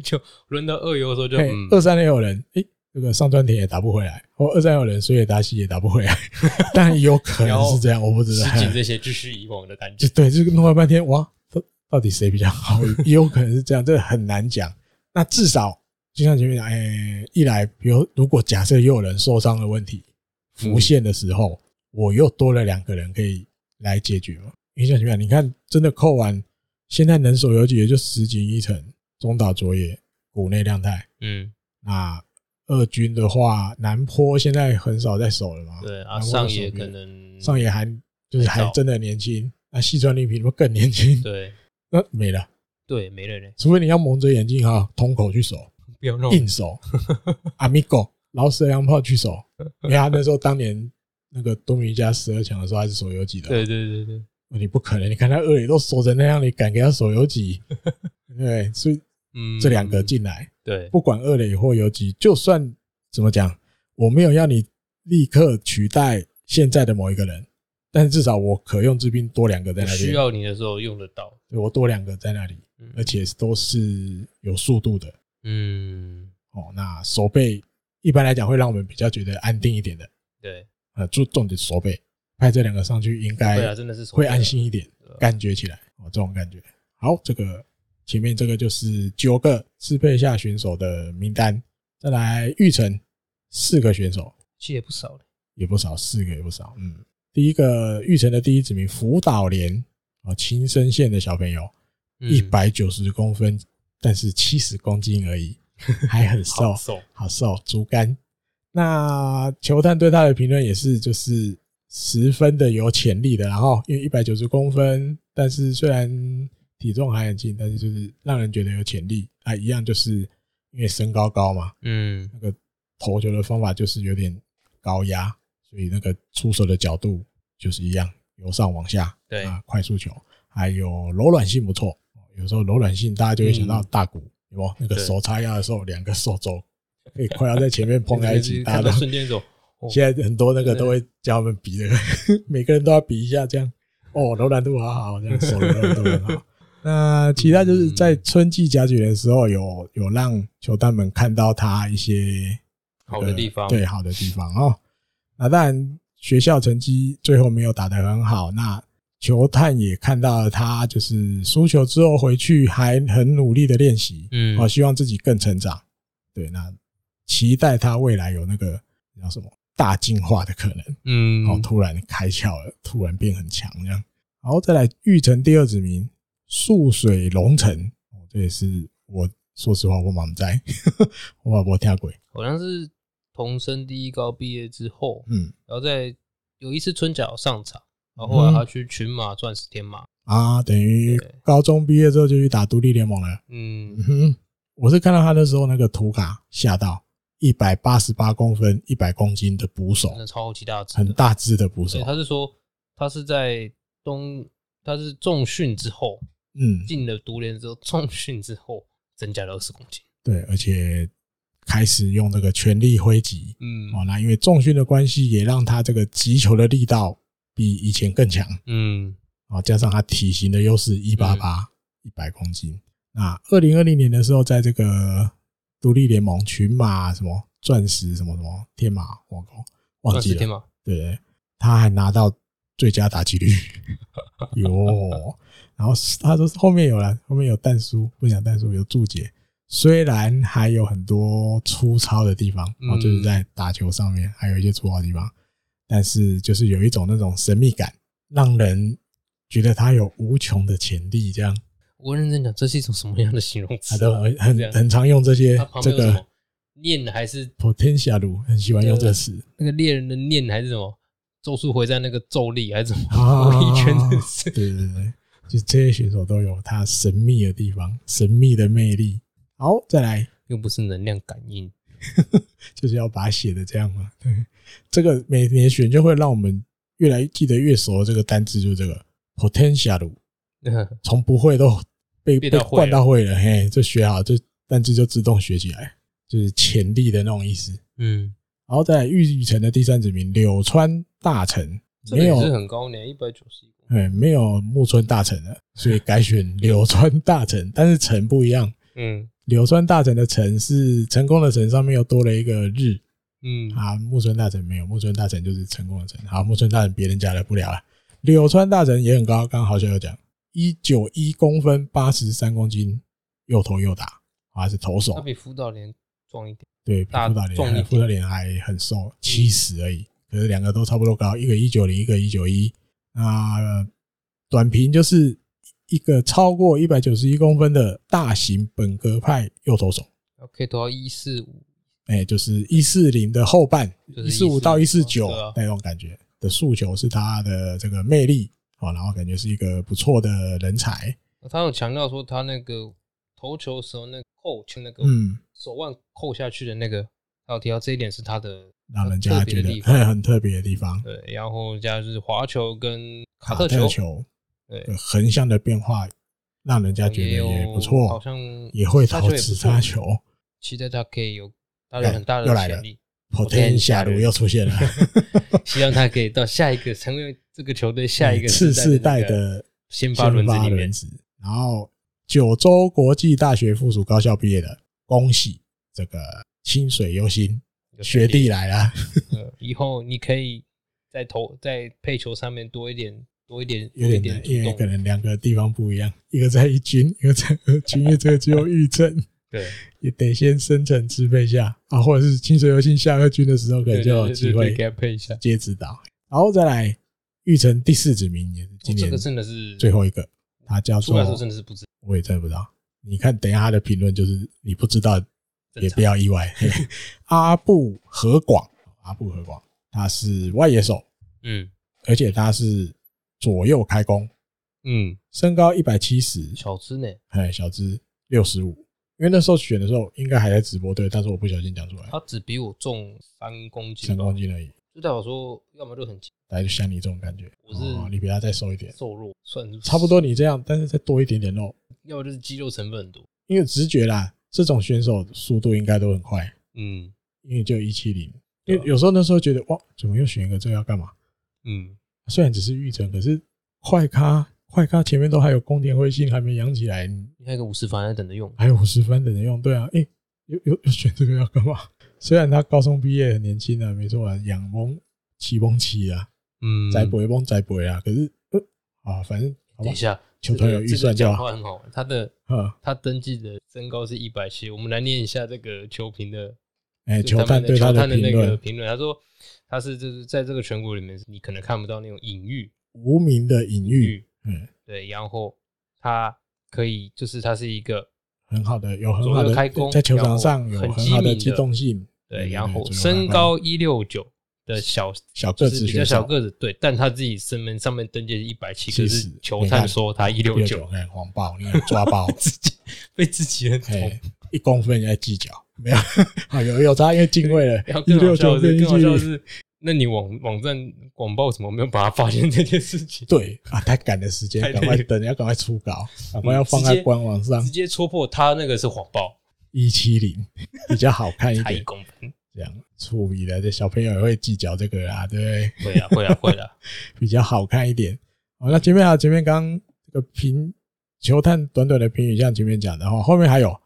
B: 就轮到二游的时候就
A: 嘿
B: 嗯，
A: 二三垒有人，诶、这个上专田也打不回来，或二三垒有人，所以达西也打不回来。 但有可能是这样，我不知道。
B: 吃紧这些只是以往的感
A: 就
B: 觉。
A: 对，就是弄了半天，哇，到到底谁比较 好？也有可能是这样，这很难讲。那至少就像前面讲，哎、一来，比如如果假设又有人受伤的问题
B: 嗯
A: 浮现的时候，我又多了两个人可以来解决嘛。因为像前面讲，你看，真的扣完，现在能手游几也就石井一成、中岛卓也、谷内亮太。
B: 嗯，
A: 那二军的话，南坡现在很少在守了嘛。
B: 对啊，
A: 南坡
B: 上
A: 守
B: 野
A: 别
B: 可
A: 人
B: 能
A: 上野还就是还
B: 嗯早
A: 真的年轻，啊那细川丽平不更年轻？
B: 对
A: 那 没了，
B: 对没欸了嘞，
A: 除非你要蒙着眼睛哈，通口去守，
B: 不要弄
A: 硬 守，amigo 老舍洋炮去守，因为他那时候当年那个东明一家十二强的时候还是手游级的，哦
B: 对对对对，
A: 你不可能，你看他二垒都守成那样，你敢给他手游 级？对，所以
B: 嗯，
A: 这两个进来，
B: 对，
A: 不管二垒或游击，就算怎么讲，我没有要你立刻取代现在的某一个人，但是至少我可用之兵多两个在
B: 我
A: 那
B: 需
A: 边，
B: 要你的时候用得到。
A: 对我多两个在那里，
B: 嗯
A: 而且都是有速度的
B: 嗯，
A: 哦。那手背一般来讲会让我们比较觉得安定一点的，
B: 对，
A: 呃，注重点手背派这两个上去应
B: 对啊，
A: 该
B: 真的是
A: 会安心一点，
B: 对啊
A: 感觉起来哦，这种感觉。好，这个前面这个就是九个支配下选手的名单，再来玉成四个选手，
B: 其实也不少嘞。
A: 也不少，四个也不少。嗯，第一个玉成的第一指名福岛莲啊，青森县的小朋友，
B: 嗯
A: 一百九十公分，但是七十公斤而 已，还很瘦
B: 好，瘦，
A: 好瘦，竹竿。那球探对他的评论也是，就是十分的有潜力的，然后因为一百九十公分，但是虽然体重还很轻，但是就是让人觉得有潜力啊，一样就是因为身高高嘛，
B: 嗯
A: 那个投球的方法就是有点高压，所以那个出手的角度就是一样，由上往下，
B: 对
A: 啊，快速球，还有柔软性不错。有时候柔软性大家就会想到大鼓，有没有？那个
B: 嗯对
A: 手叉腰的时候，两个手肘可以快要在前面碰在一 起，大家
B: 看
A: 都
B: 到瞬间走，哦
A: 现在很多那个都会教他们比那个， 每个人都要比一下，这样哦，柔软度好好， 这样手柔软度很好。那其他就是在春季甲举的时候有，有让球探们看到他一些
B: 好的地方，
A: 对，好的地方哦。那当然，学校成绩最后没有打得很好，那球探也看到了他就是输球之后回去还很努力的练习，
B: 嗯
A: 哦，希望自己更成长。对，那期待他未来有那个叫什么大进化的可能，
B: 嗯
A: 然后突然开窍了，突然变很强这样。然后再来玉成第二子名素水龙城，哦，这也是我说实话我满在， 我我听过，
B: 好像是同生第一高毕业之后，
A: 嗯
B: 然后在有一次春甲有上场，然后后来他去群马、钻石、天马，
A: 啊，等于
B: 对
A: 高中毕业之后就去打独立联盟了。
B: 嗯
A: 嗯，哼，我是看到他那时候那个图卡吓到，一百八十八公分，一百公斤的捕手
B: 真，的超级大只的，
A: 很大只的捕手
B: 对，。他是说他是在东，他是重训之后
A: 嗯，
B: 进了独联之后，重训之后增加了二十公斤，
A: 对，而且开始用这个全力挥击。
B: 嗯
A: 哦，那因为重训的关系，也让他这个击球的力道比以前更强。
B: 嗯
A: 啊，加上他体型的优势，一八八一百公斤。那二零二零年的时候，在这个独立联盟群马什么钻石什么什么天马，我靠，忘
B: 钻
A: 记
B: 石、天
A: 了。
B: 马，
A: 对，他还拿到最佳打击率， 哟。然后他说后面有了，后面有蛋叔，不想蛋叔有注解。虽然还有很多粗糙的地方，
B: 嗯
A: 哦，就是在打球上面还有一些粗糙的地方，但是就是有一种那种神秘感，让人觉得他有无穷的潜力。这样，
B: 我认真讲，这是一种什么样的形容词
A: 他？都很
B: 啊这样
A: 很很常用这些
B: 他旁
A: 这
B: 边有什
A: 个
B: 么念还是
A: potential，很喜欢用这个词。
B: 那个猎人的念还是什么？咒术回战那个咒力还是什么？
A: 啊
B: 我一圈的是，
A: 对 对对，就这些选手都有他神秘的地方，神秘的魅力。好，再来
B: 又不是能量感应，
A: 就是要把它写的这样嘛。对，这个每年选就会让我们越来越记得越熟的这个单字，就是这个 potential，从不会都被被
B: 变到会了
A: 灌到会了，嘿，就学好，这单字就自动学起来，就是潜力的那种意思。
B: 嗯，
A: 然后再来玉宇城的第三子名柳川大臣，
B: 这个
A: 没
B: 也
A: 有
B: 是很高呢，一百九十一公
A: 哎，没有木村大臣了，所以改选柳川大臣，但是臣不一样，
B: 嗯
A: 柳川大臣的臣是成功的臣，上面又多了一个日
B: 嗯，
A: 啊，木村大臣没有，木村大臣就是成功的臣。好，木村大臣别人家的不聊了，啊柳川大臣也很高，刚刚好像有讲，一九一公分，八十三公斤，又投又打，啊还是投手
B: 他，比辅导连壮一点，
A: 对，比
B: 大
A: 福岛
B: 壮一
A: 脸，
B: 点
A: 福岛脸还很瘦，七十而已，可是两个都差不多高，一个一九零，一个一九一。那短平就是一个超过一百九十一公分的大型本格派右投手，
B: 然后可以投到一四五，
A: 哎、就是一四零的后半，
B: 就是
A: 一四五到一四九
B: 145对啊
A: 那种感觉的诉求是他的这个魅力哦，然后感觉是一个不错的人才，
B: 他有强调说他那个投球时候那个扣球那个
A: 嗯，
B: 手腕扣下去的那个，他有提到这一点是他的
A: 让人
B: 特
A: 家
B: 别
A: 觉
B: 的
A: 得
B: 地方
A: 嘿 很特别的地方。
B: 对，然后加上就是滑球跟卡
A: 特
B: 特球，
A: 球
B: 对，
A: 呃横向的变化，让人家觉得也
B: 有
A: 不错，
B: 好像
A: 也会
B: 杀
A: 投
B: 球也
A: 直
B: 不
A: 杀
B: 错，
A: 球。哎
B: 期待他可以有他有很大
A: 又
B: 的
A: 来了
B: 潜力，
A: Potential 又出现了，
B: 希望他可以到下一个成为这个球队下一个
A: 哎次世代
B: 的那个
A: 的
B: 先发轮子
A: 先
B: 里面
A: 轮子然后九州国际大学附属高校毕业的，恭喜这个清水优心
B: 一个
A: 学弟来 了。
B: 呃，以后你可以在投在配球上面多一点，多一点，
A: 有
B: 多一
A: 点难，因
B: 主
A: 为
B: 动。
A: 可能两个地方不一样，一个在一军，一个在二军，因为这个只有预证，
B: 对，
A: 也得先生成支配下啊，或者是清水优心下二军的时候，可能
B: 对
A: 就有
B: 对
A: 机
B: 对对
A: 会
B: 给他配一下。
A: 接指导，然后再来玉成第四指名也是今
B: 哦这
A: 年
B: 个真的是
A: 最后一个，他叫
B: 出
A: 做
B: 来的时候真的是不知
A: 我也真的不知道。你看，等一下他的评论就是你不知道
B: 正常
A: 也不要意外。 嘿阿布和广，阿布和广，他是外野手，
B: 嗯
A: 而且他是左右开弓，
B: 嗯，
A: 身高一百七十，
B: 小吃呢？
A: 哎，小只六十五。因为那时候选的时候应该还在直播队，但是我不小心讲出来，
B: 他只比我重三公斤
A: 三
B: 吧，
A: 公斤而已，
B: 就代表说，要么就很
A: 大概就像你这种感觉。
B: 我是
A: 哦你比他再瘦一点，
B: 瘦弱，算是
A: 差不多你这样，但是再多一点点肉，
B: 要么就是肌肉成分很多。
A: 因为直觉啦，这种选手速度应该都很快，
B: 嗯
A: 因为就一七零。因
B: 对啊
A: 为有时候那时候觉得哇，怎么又选一个这个要干嘛？
B: 嗯，
A: 虽然只是预诊，可是快咖快咖前面都还有宫田辉信还没养起来，
B: 你还有一个五十番在等着用。
A: 还有五十分的人用，对啊，诶、有有有选这个要干嘛？ 虽然他高中毕业很年轻啊，没错啊，养蒙起蒙起啊，
B: 嗯，
A: 栽培蒙栽培啊，可是、呃、啊，反正好吧
B: 等一，下，
A: 球团有预算
B: 这
A: 就
B: 个讲
A: 好
B: 话很好玩。他的
A: 啊，
B: 他登记的身高是一百七，我们来念一下这个球评的
A: 哎、
B: 就
A: 球
B: 他
A: 探
B: 们
A: 对
B: 球
A: 他
B: 探
A: 的
B: 的那
A: 评
B: 个
A: 论，
B: 评论，他说他是就是在这个全国里面，你可能看不到那种隐喻
A: 无名的隐喻，嗯，
B: 对，然后他可以就是他是一个
A: 很好的，有很
B: 左
A: 好
B: 右
A: 的
B: 开弓
A: 在球场上有
B: 然
A: 很
B: 后很
A: 好
B: 机
A: 的
B: 敏
A: 机
B: 的
A: 动性，嗯
B: 对，然
A: 左右
B: 后
A: 开弓
B: 身高一六九的小
A: 小个
B: 就
A: 子
B: 是比较
A: 选手
B: 小个子，对，但他自己身份上面登记是一百七，可是
A: 70
B: 球探说他一六九，，
A: 哎，黄暴，你很抓 包，
B: 自己被自己人捅
A: 哎，一公分也在计较，没有 啊，有有差，因为进位了
B: 然后，
A: 一
B: 更好
A: 六
B: 笑
A: 九
B: 的是，
A: 变一
B: 更好
A: 七
B: 笑的
A: 零，
B: 是，那你网网站广报怎么没有把它发现这件事 情？
A: 对啊，太赶的时间
B: 太，累嗯
A: 赶快等，要赶快出稿，赶快要放
B: 直
A: 在
B: 接
A: 官网上
B: 直，接戳破他那个是谎报，
A: 一七零比较好看一
B: 差一
A: 点，
B: 公分。
A: 这样处理的这小朋友也会计较这个啊，对不对？
B: 会啊，会啊，会啊。
A: 比较好看一点。好，那前面啊，前面刚这个评球探短短的评语，像前面讲的哈，后面还有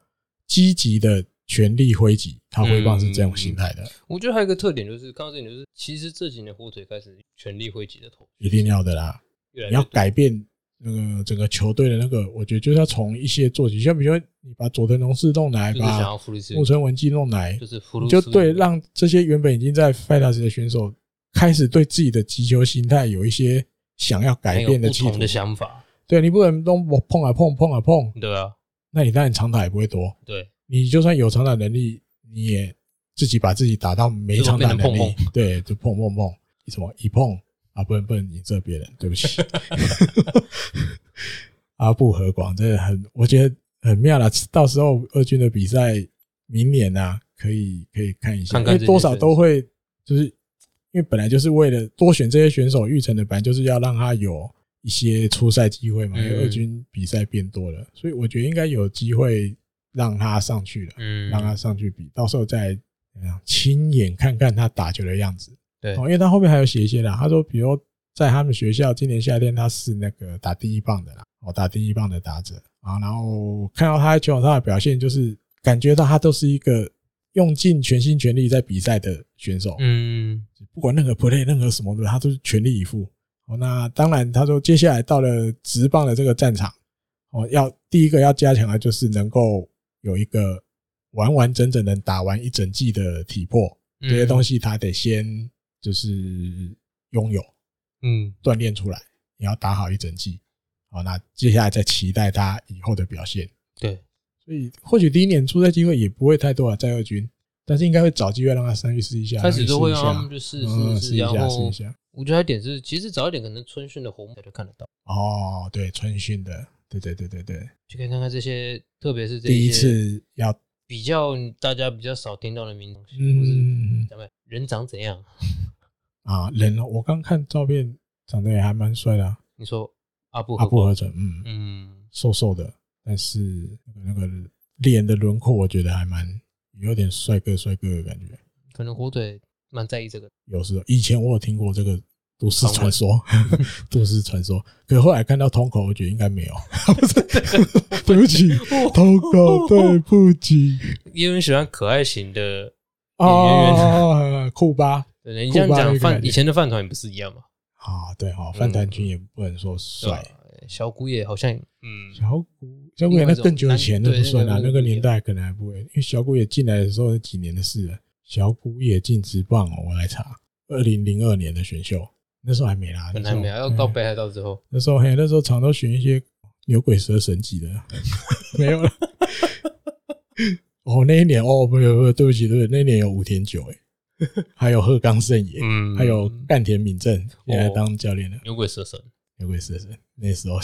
A: 积极的全力挥击，他挥棒是这种形态的，
B: 我觉得还有一个特点就是，看到这点就是，其实这几年火腿开始全力挥击的投，
A: 一定要的啦。
B: 越来
A: 你要
B: 越
A: 改变那个整个球队的那个，我觉得就是要从一些做起，像比如说你把佐藤龙士弄来，
B: 就是想
A: 把
B: 要福利斯，
A: 木村文纪弄来
B: 就，是福
A: 你
B: 利
A: 就对让这些原本已经在 f i g h t 的选手开始对自己的击球形态有一些想要改变的
B: 的不
A: 企
B: 同
A: 图。
B: 的想法，
A: 对你不能都我碰啊碰碰啊碰，
B: 对啊，
A: 那你当然长打也不会多。
B: 对，
A: 你就算有长打能力，你也自己把自己打到没长打能
B: 就
A: 力
B: 变成碰，碰
A: 对，就碰碰碰，什么一碰啊，不能不能影射别人，对不起。 阿布和广真的很，我觉得很妙了。到时候二军的比赛，明年啊，可以可以看一下，
B: 看看
A: 因为多少
B: 这些选手
A: 都会，就是因为本来就是为了多选这些选手，育成的本来就是要让他有一些出赛机会嘛，因为
B: 嗯
A: 二军比赛变多了，所以我觉得应该有机会让他上去了。
B: 嗯
A: 让他上去比，到时候再怎么样亲眼看看他打球的样子。
B: 对
A: 哦，因为他后面还有写一些啦，他说，比如在他们学校，今年夏天他是那个打第一棒的啦，哦，打第一棒的打者啊，然后看到他在球场上的表现，就是感觉到他都是一个用尽全心全力在比赛的选手，
B: 嗯，
A: 不管任何 play 任何什么的，他都是全力以赴。哦，那当然，他说接下来到了直棒的这个战场，哦，要第一个要加强的就是能够有一个完完整整的打完一整季的体魄，这些东
B: 西，
A: 西他得先就是拥有
B: 嗯，
A: 锻炼出来，你要打好一整季。好，那接下来再期待他以后的表现。
B: 对，
A: 所以或许第一年出赛机会也不会太多啊，在二军，但是应该会找机会让他上去试一下，
B: 开始都会让
A: 让
B: 他们去试
A: 嗯
B: 试
A: 试
B: 试，
A: 一
B: 然
A: 下，试
B: 后
A: 一下。
B: 我觉得一点是，其实早一点可能春训的红牌就看得到，
A: 哦，对，春训的，对对对对对，
B: 就可以看看这些，特别是这
A: 第一
B: 些
A: 次要，
B: 比较大家比较少听到的名东西，或是
A: 嗯
B: 咱们人长怎样？
A: 啊，人哦，我刚看照片，长得也还蛮帅的啊，
B: 你说阿布
A: 阿
B: 和
A: 布
B: 狗
A: 和准，嗯，
B: 嗯，
A: 瘦瘦的，但是那个那个脸的轮廓，我觉得还蛮有点帅哥帅哥的感觉。
B: 可能火腿蛮在意这个，
A: 有时候以前我有听过这个都市传说，都市传说，可后来看到通口，我觉得应该没有，不是，对不起，通口，对不起，
B: 因为喜欢可爱型的。
A: 哦，库巴。
B: 对，你
A: 酷
B: 这样
A: 吧那
B: 讲
A: 个
B: 饭
A: 感觉
B: 以前的饭团也不是一样嘛？
A: 啊，对哦，范谭君也不能说
B: 嗯对啊嗯吧
A: 帅，
B: 小谷也好像嗯，
A: 小谷小谷也那更久以前那不算啊，
B: 另外一
A: 那
B: 种男
A: 个年代可能还不会，因为小谷也进来的时候是几年的事了。小谷也进职棒哦，我来查，二零零二年的选秀，那时候还没啦，
B: 本来没有要
A: 那时候
B: 到北海道之后，
A: 那时候嘿，那时候常都选一些牛鬼蛇神级的， 没有了。哦，那一年哦，不不不，对不起，对不起，那一年有武田久哎，还有鹤冈胜也，
B: 嗯哦
A: 还有干田敏正也来当教练了。
B: 牛鬼蛇神，
A: 牛鬼蛇神那时候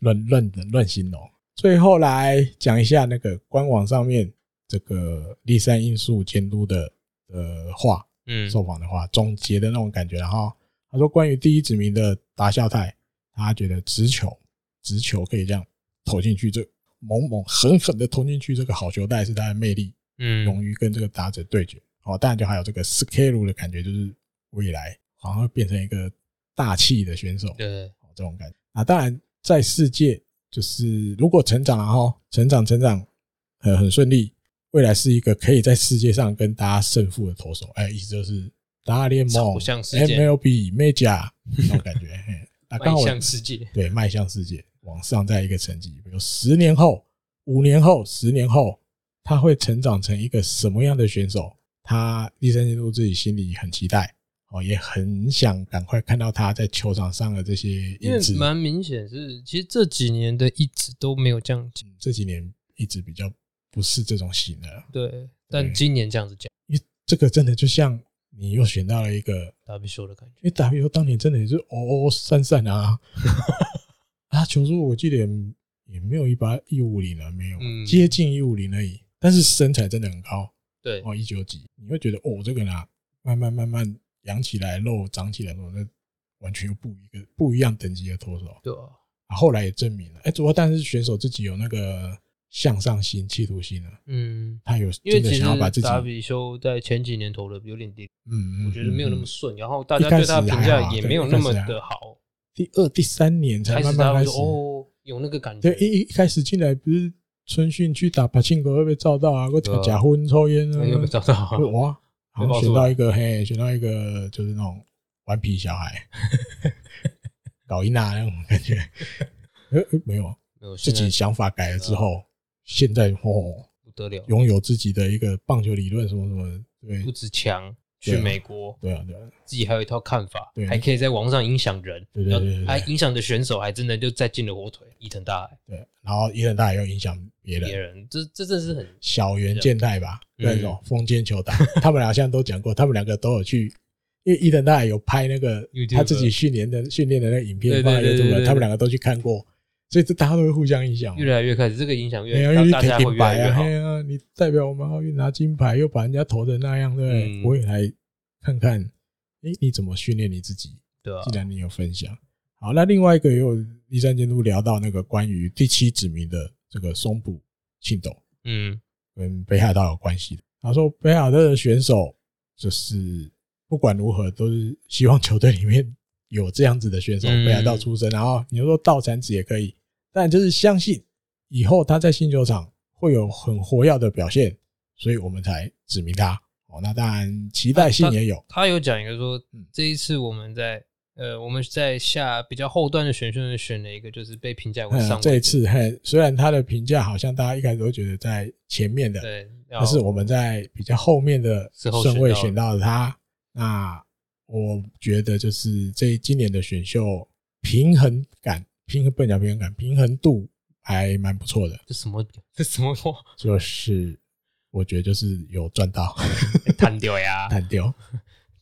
A: 乱乱的乱形容。最后来讲一下那个官网上面这个立山因素监督的呃话，
B: 嗯，
A: 受访的话，总结的那种感觉。然后他说，关于第一指名的达孝泰，他觉得直球直球可以这样投进去，这猛猛狠狠的投进去，这个好球带是他的魅力，勇
B: 嗯，
A: 于跟这个打者对决。哦，当然就还有这个 scale 的感觉，就是未来好像会变成一个大气的选手，
B: 对，
A: 哦这种感觉。啊，当然在世界就是如果成长然后成长成长呃很顺利，未来是一个可以在世界上跟大家胜负的投手。哎，意思就是大联盟、
B: 走向世界
A: MLB、Major 那种感觉。嘿 啊，刚
B: 迈
A: 好
B: 向世界，
A: 对迈向世界往上在一个成绩，比如十年后、五年后、十年后，他会成长成一个什么样的选手？他第三季度自己心里很期待。哦，也很想赶快看到他在球场上的这些
B: 因
A: 影
B: 为
A: 子。
B: 蛮明显是，其实这几年的一直都没有这样讲，
A: 这几年一直比较不是这种型的，
B: 对，
A: 对
B: 但今年这样子讲，
A: 因为这个真的就像你又选到了一个，
B: 打比修的感觉，
A: 因为 W 当年真的也是哦哦散散 啊，啊球速我记得也也没有一八一五零了，没有、啊
B: 嗯
A: 接近一五零而已，但是身材真的很高
B: 对，
A: 哦一九几，你会觉得哦这个人啊慢慢慢慢养起来肉长起来的时候，那完全又不一个不一样等级的投手。
B: 对啊，
A: 啊后来也证明了，哎，主要但是选手自己有那个向上心、企图心啊。
B: 嗯。
A: 他有
B: 因为
A: 真的
B: 其实
A: 想要把自己，
B: 达比修在前几年投的有点低，
A: 嗯，嗯
B: 我觉得没有那么
A: 嗯嗯
B: 顺，然后大家对他的评价也没有那么的好，
A: 第二、第三年才
B: 开
A: 慢
B: 始
A: 慢
B: 大家
A: 开
B: 会
A: 始
B: 说。哦，有那个感觉
A: 对，，一一开始进来不是春训去打把庆国会被照到啊，或
B: 对
A: 者
B: 啊哎
A: 假婚抽烟啊，
B: 有没有找到？
A: 哇，好像
B: 被爆
A: 选
B: 出来
A: 到一个嘿，选到一个就是那种顽皮小 孩，搞一那那种感觉。 呃，呃没有，
B: 没有，
A: 自己
B: 现在
A: 想法改了之后，现在哦，
B: 不得了，
A: 拥有自己的一个棒球理论什么什么的，
B: 不
A: 对，
B: 止强，
A: 对
B: 去
A: 啊
B: 美国
A: 对啊，对啊，
B: 自己还有一套看法
A: 对，
B: 还可以在网上影响人，
A: 对对
B: 然后
A: 对对对
B: 还影响的选手还真的就再进了火腿，伊藤大海
A: 对。然后伊人大也有影响别人
B: 别，人，这这真是很
A: 小圆健太吧，
B: 嗯
A: 那种风间球打， 他们俩现在都讲过，他们两个都有去，因为伊藤大也有拍那个
B: YouTube
A: 他自己训练的训练的那个影片
B: 对对
A: 放在
B: 对对
A: YouTube，
B: 对
A: 了
B: 对
A: 他们两个都去看过，所以这大家都会互相影响嘛。
B: 越来越开始，这个影响
A: 没
B: 越
A: 有，因为
B: 大
A: 肯
B: 家会
A: 定
B: 越来
A: 白
B: 越
A: 啊，
B: 好
A: 嘿，啊，你代表我们奥运拿金牌，又把人家投的那样，对不对？
B: 嗯
A: 我也来看看，诶，你怎么训练你自己？
B: 对啊吧
A: 既？然你有分享，好，那另外一个也有第三监督聊到那个关于第七指名的这个松浦庆斗，
B: 嗯，
A: 跟北海道有关系的。他说，北海道的选手就是不管如何都是希望球队里面有这样子的选手，
B: 嗯
A: 北海道出身，然后你就说道产子也可以，但就是相信以后他在新球场会有很活跃的表现，所以我们才指名他。哦，那当然期待性也有，
B: 他有讲一个说
A: 嗯，
B: 这一次我们在呃我们在下比较后段的选秀中选了一个，就是被评价为上
A: 嗯
B: 位，
A: 这一次嘿，虽然他的评价好像大家一开始都觉得在前面的，
B: 对，然
A: 但
B: 后
A: 是我们在比较后面的顺位选到了他。那我觉得就是这今年的选秀平衡感，平衡不能讲平衡感，平衡度还蛮不错的。
B: 这什么这什 么话
A: 就是我觉得就是有赚到
B: 弹掉呀，
A: 弹 丢，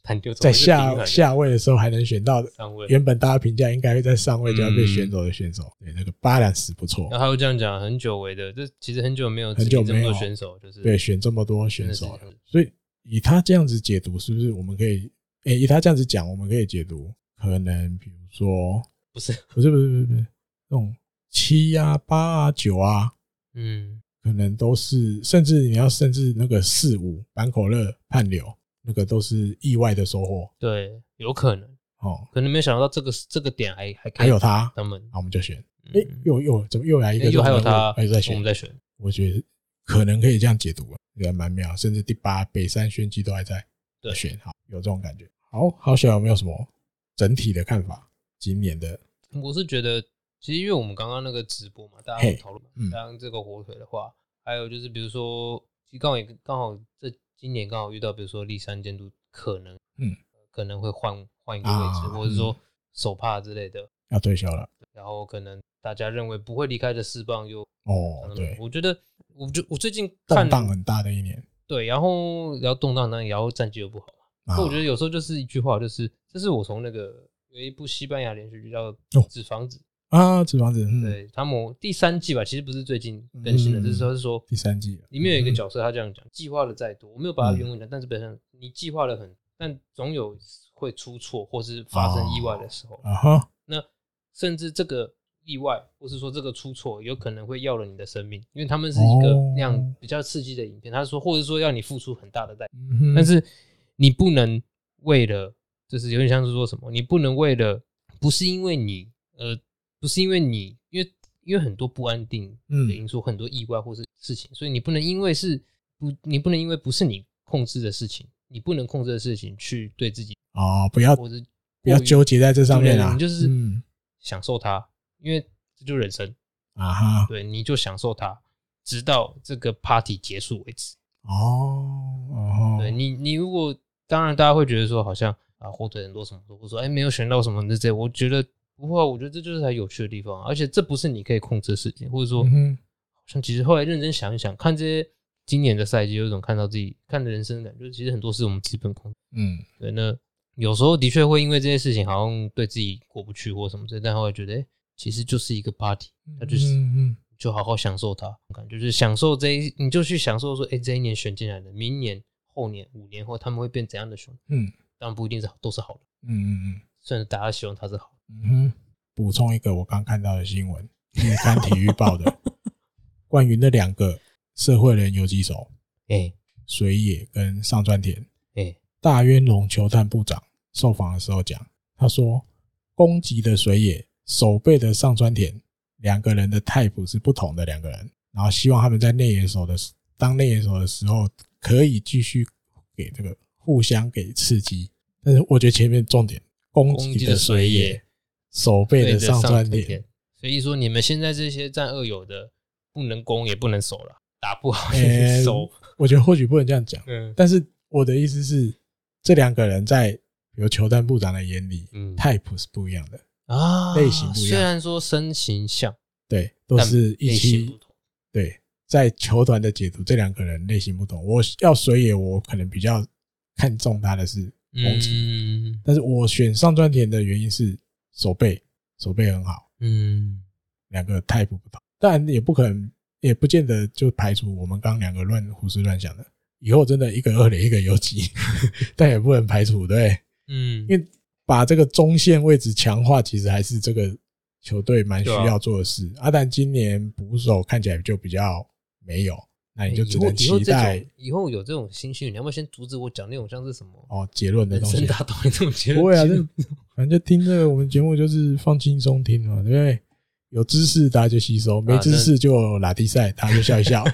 B: 弹掉
A: 在
B: 怎么会是平衡
A: 下
B: 的
A: 下位的时候还能选到
B: 上位。
A: 原本大家评价应该会在上位就要被选走的选手，对那个 balance 不错
B: 然。后他又这样讲，很久违的，这其实很久没有
A: 很久
B: 指名这么
A: 没有
B: 多选手，就是
A: 对，选这么多选手
B: 真的是
A: 所以以他这样子解读，是不是我们可以？诶、以他这样子讲，我们可以解读，可能比如说，
B: 不是，
A: 不是不是不是不是那种七啊、八啊、九啊，
B: 嗯，
A: 可能都是，甚至你要甚至那个四五板口乐、盼柳，那个都是意外的收获
B: 对，有可能，
A: 哦。
B: 可能没想到这个这个点还还可
A: 还
B: 以
A: 有他，
B: 他们，
A: 那我们就选，
B: 嗯
A: 诶、又又怎么又来一个这
B: 哎又
A: 种
B: 还
A: 人物？
B: 有他，
A: 又在
B: 我
A: 选
B: 们，在选，
A: 我觉得可能可以这样解读啊，也蛮妙。甚至第八北山宣基都还在
B: 对
A: 选，好有这种感觉。好，好小有没有什么整体的看法？今年的
B: 我是觉得，其实因为我们刚刚那个直播嘛，大家
A: 嘿
B: 有讨论嘛
A: 嗯，
B: 当这个火腿的话，还有就是比如说，其实刚好也刚好这今年刚好遇到，比如说立山监督可能，
A: 嗯
B: 可能会换换一个位置，
A: 啊
B: 或者说手帕之类的，
A: 要退休了
B: 然后可能大家认为不会离开的四棒又
A: 哦，对，
B: 嗯我觉得，我就我最近看
A: 动荡很大的一年，
B: 对，然后然后动荡呢，然后战绩又不好。
A: 啊
B: 那我觉得有时候就是一句话，就是这是我从那个有一部西班牙连续剧叫《纸房子》，
A: 啊，纸房子，哦嗯，
B: 对他们第三季吧，其实不是最近更新的，
A: 嗯
B: 就是说是说
A: 第三季了啊嗯
B: 里面有一个角色他这样讲，计划的再多，我没有把它原文讲，但是本身你计划的很，但总有会出错或是发生意外的时候，
A: 啊哈，
B: 那甚至这个。意外，或是说这个出错，有可能会要了你的生命，因为他们是一个
A: 哦
B: 那样比较刺激的影片。他说，或者说要你付出很大的代价。
A: 嗯哼
B: 但是你不能为了，就是有点像是说什么，你不能为了不是因为你，呃，不是因为你，因为因为很多不安定
A: 嗯
B: 的因素，很多意外或是事情，所以你不能因为是不，你不能因为不是你控制的事情，你不能控制的事情去对自己
A: 哦，不要
B: 或者
A: 不要纠结在这上面啊，
B: 你就是
A: 嗯
B: 享受它，因为这就是人生，
A: 啊哈，
B: 对，你就享受它，直到这个 party 结束为止。
A: 哦哦，
B: 对你，你如果当然大家会觉得说好像啊火腿很多什么的，或者说哎没有选到什么的这，我觉得不会啊，我觉得这就是它有趣的地方啊，而且这不是你可以控制的事情，或者说
A: 嗯哼
B: 好像其实后来认真想一想，看这些今年的赛季，有一种看到自己看人生的感觉，其实很多事我们基本控制。
A: 嗯
B: 对，那有时候的确会因为这些事情好像对自己过不去或什么之类，但后来觉得哎、其实就是一个 party，它就是。
A: 嗯
B: 就好好享受它，感觉就是享受这一，你就去享受说，哎、这一年选进来的，明年、后年、五年后他们会变怎样的熊？
A: 嗯
B: 当然不一定是好都是好的，
A: 嗯嗯
B: 虽然大家希望它是好的。
A: 嗯嗯哼，补充一个我刚看到的新闻，是看体育报的，关于那两个社会人游击手
B: 哎
A: 水野跟上川田，
B: 哎
A: 大渊龙球探部长受访的时候讲，他说攻击的水野、守备的上川田两个人的 type 是不同的两个人，然后希望他们在内野手的时当内野手的时候，可以继续给这个互相给刺激。但是我觉得前面重点，攻
B: 攻
A: 击
B: 击
A: 的
B: 的
A: 水
B: 水
A: 野
B: 野、
A: 守备的上川田，
B: 田，所以说你们现在这些战二友的，不能攻也不能守了，打不好
A: 呃
B: 也守。
A: 我觉得或许不能这样讲，
B: 嗯
A: 但是我的意思是，这两个人在比如球探部长的眼里
B: 嗯
A: ，type 是不一样的。
B: 啊，
A: 类型不一样
B: 虽然说身形像，
A: 对，都
B: 但
A: 是一
B: 类型不
A: 期
B: 同。
A: 对，在球团的解读，这两个人类型不同。我要水野，我可能比较看重他的是攻击，
B: 嗯
A: 但是我选上川田的原因是手背，手背很好，
B: 嗯，
A: 两个 type 不同，但也不可能，也不见得就排除我们刚两个乱胡思乱想的。以后真的一个二垒一个游击， 但也不能排除，对不对，
B: 嗯，
A: 因为把这个中线位置强化，其实还是这个球队蛮需
B: 对
A: 要
B: 啊
A: 做的事。啊，但今年捕手看起来就比较没有，那你就只
B: 以后
A: 能
B: 以后
A: 期
B: 这
A: 待
B: 种以后有这种新训，你要不要先阻止我讲那种像是什么
A: 哦结论的
B: 人
A: 东西
B: 生。大道理这种结论？
A: 不会啊，这反正就听这个我们节目就是放轻松听嘛，对不对？有知识大家就吸收，
B: 啊
A: 没知识就拉低赛，大家就笑一笑。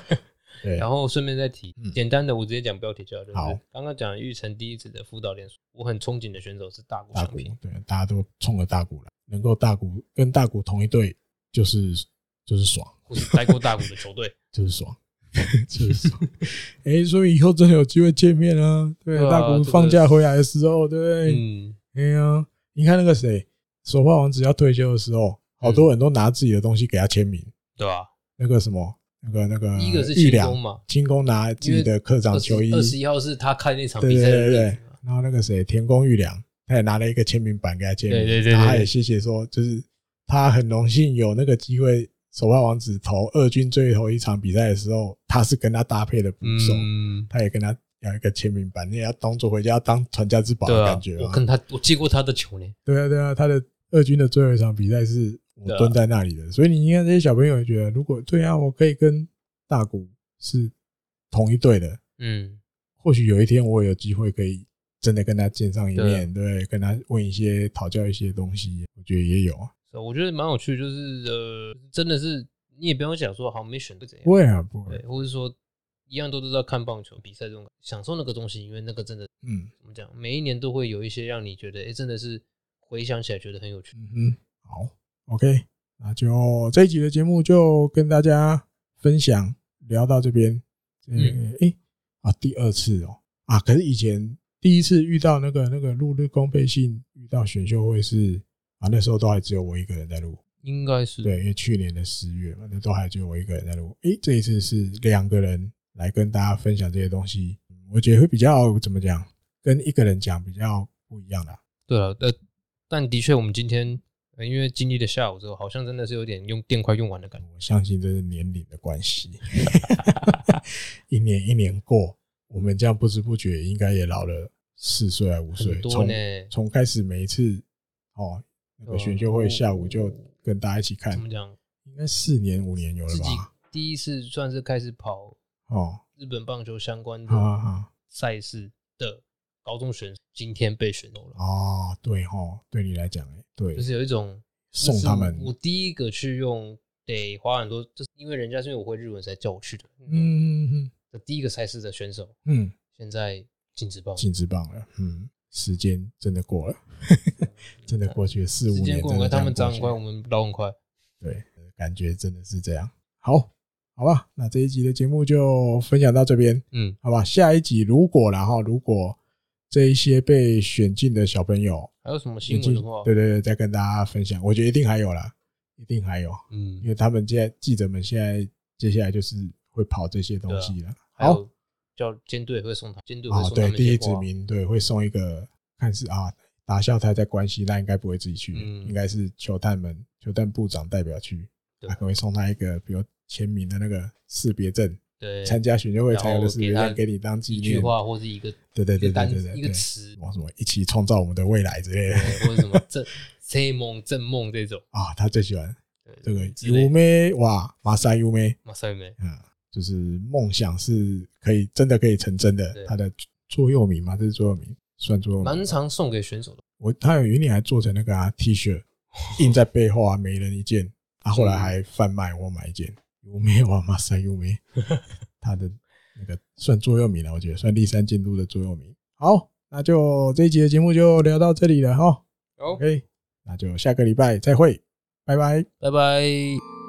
A: 对，
B: 然后顺便再提
A: 嗯，
B: 简单的我直接讲标题就好。就
A: 好
B: 是刚刚讲玉成第一次的辅导联手，我很憧憬的选手是大谷
A: 大
B: 翔
A: 鼓
B: 平。
A: 对，大家都冲着大鼓来，能够大鼓跟大鼓同一队，就是就是爽。
B: 或是待过大谷的 球队，
A: 就是爽，就是爽。哎、所以以后真的有机会见面啊！对，
B: 对啊
A: 大谷放假回来的时候，对不对？
B: 嗯，
A: 哎呀、你看那个谁，手帕王子要退休的时
B: 嗯
A: 候，好多人都拿自己的东西给他签名。
B: 对吧？
A: 那个什么，那个那个
B: 第一个是
A: 玉
B: 清
A: 良
B: 宫，嘛，
A: 清宫拿自己的科长
B: 二
A: 球衣，
B: 十二十一号是他看那场
A: 对
B: 比
A: 对
B: 赛的
A: 对对
B: 日子嘛，
A: 然后那个谁，田宫玉良，他也拿了一个签名板给他签名，
B: 对对对对
A: 然后他也谢谢说，就是他很荣幸有那个机会，手腕王子投二军最后一场比赛的时候，他是跟他搭配的捕手，
B: 嗯，
A: 他也跟他要一个签名板，你也要当做回家当传家之宝
B: 对
A: 的
B: 啊
A: 感觉，
B: 我
A: 嘛。
B: 跟他我接过他的球呢，
A: 对啊，对啊，他的二军的最后一场比赛是我
B: 对啊
A: 蹲在那里的，所以你应该这些小朋友也觉得，如果对啊，我可以跟大谷是同一队的，
B: 嗯，
A: 或许有一天我有机会可以真的跟他见上一
B: 对啊
A: 面，对，跟他问一些讨教一些东西，我觉得也有啊，
B: 所以我觉得蛮有趣，就是呃，真的是你也不用讲说好没选对怎样
A: 不，会啊，不会，
B: 对，或者说一样都知道看棒球比赛这种享受那个东西，因为那个真的
A: 嗯
B: 怎么讲，每一年都会有一些让你觉得哎、诶真的是回想起来觉得很有趣。
A: 嗯哼，好，OK，那就这一集的节目就跟大家分享聊到这边，嗯
B: 嗯，
A: 诶、啊，第二次哦，啊，可是以前第一次遇到那个那个录日公费信遇到选秀会是啊，那时候都还只有我一个人在录，
B: 应该是
A: 对，因为去年的十月嘛，那都还只有我一个人在录。诶，这一次是两个人来跟大家分享这些东西，嗯我觉得会比较怎么讲，跟一个人讲比较不一样啦。
B: 对了，呃，但的确，我们今天、呃因为经历了下午之后，好像真的是有点用电快用完的感觉。
A: 我相信这是年龄的关系， 一年一年过，我们这样不知不觉应该也老了四岁还啊五岁
B: 很，多
A: 从
B: 呢啊
A: 从开始每一次哦那个选秀会下午就跟大家一起看
B: 哦怎，么讲？
A: 应该四年五年有了
B: 自己
A: 吧？
B: 第一次算是开始跑
A: 哦，
B: 日本棒球相关
A: 好好
B: 的
A: 好，
B: 赛事的高中选手，今天被选走了，
A: 哦，对哦，对你来讲，哎，对
B: 就，是有一种
A: 送他们
B: 就是我第一个去用得花很多，就是因为人家是因为我会日文才叫我去的。嗯，
A: 嗯嗯
B: 的第一个赛事的选手
A: 嗯，
B: 现在禁止棒，
A: 禁止棒了，嗯，时间真的过了， 真的过去了四五
B: 时间
A: 年，
B: 过
A: 真的
B: 快，
A: 这
B: 他
A: 样
B: 们长
A: 过
B: 很
A: 去
B: 快，
A: 了
B: 我们老很快。
A: 对，感觉真的是这样。好，好吧，那这一集的节目就分享到这边，
B: 嗯，
A: 好吧？下一集如果然后如果这一些被选进的小朋友
B: 还有什么新闻的话，
A: 对对对，再跟大家分享，我觉得一定还有啦，一定还有，因
B: 嗯，
A: 为他们现在记者们现在接下来就是会跑这些东西了。
B: 啊还
A: 好，
B: 有叫监队会送他，监队会
A: 啊，
B: 送他
A: 对，
B: 们
A: 第一
B: 一些
A: 指
B: 花。
A: 名对会送一个，看是啊打校他在关西，那应该不会自己去，
B: 嗯
A: 应该是球探们球探部长代表去，
B: 对
A: 他可能会送他一个比如签名的那个识别证，
B: 对，
A: 参加选秀会才有的识别
B: 然后
A: 证，
B: 给
A: 给
B: 他
A: 你当纪
B: 一
A: 念
B: 句。话或是一个
A: 对对
B: 一
A: 对
B: 个
A: 对
B: 单
A: 对对，
B: 一个
A: 对
B: 词
A: 什，么什么一起创造我们的未来之类的
B: 对或者什么正 C 梦正梦这种。
A: 啊，他最喜欢
B: 对
A: 这个
B: 之类
A: 优
B: 的
A: 美哇，马赛优美
B: 马赛梅，
A: 啊，就是梦想是可以真的可以成真的，
B: 对
A: 他的座右铭嘛，这是座右铭，算座右铭吧。
B: 蛮常送给选手的。
A: 我他有云你还做成那个啊 T 恤，印在背后啊，每人一件。啊，后来还贩卖，我买一件。有没有啊？马赛有没？ 他的那个算座右铭了，我觉得算第三监督的座右铭。好，那就这一集的节目就聊到这里了哈。
B: 好，
A: OK，那就下个礼拜再会，拜拜。
B: 拜拜。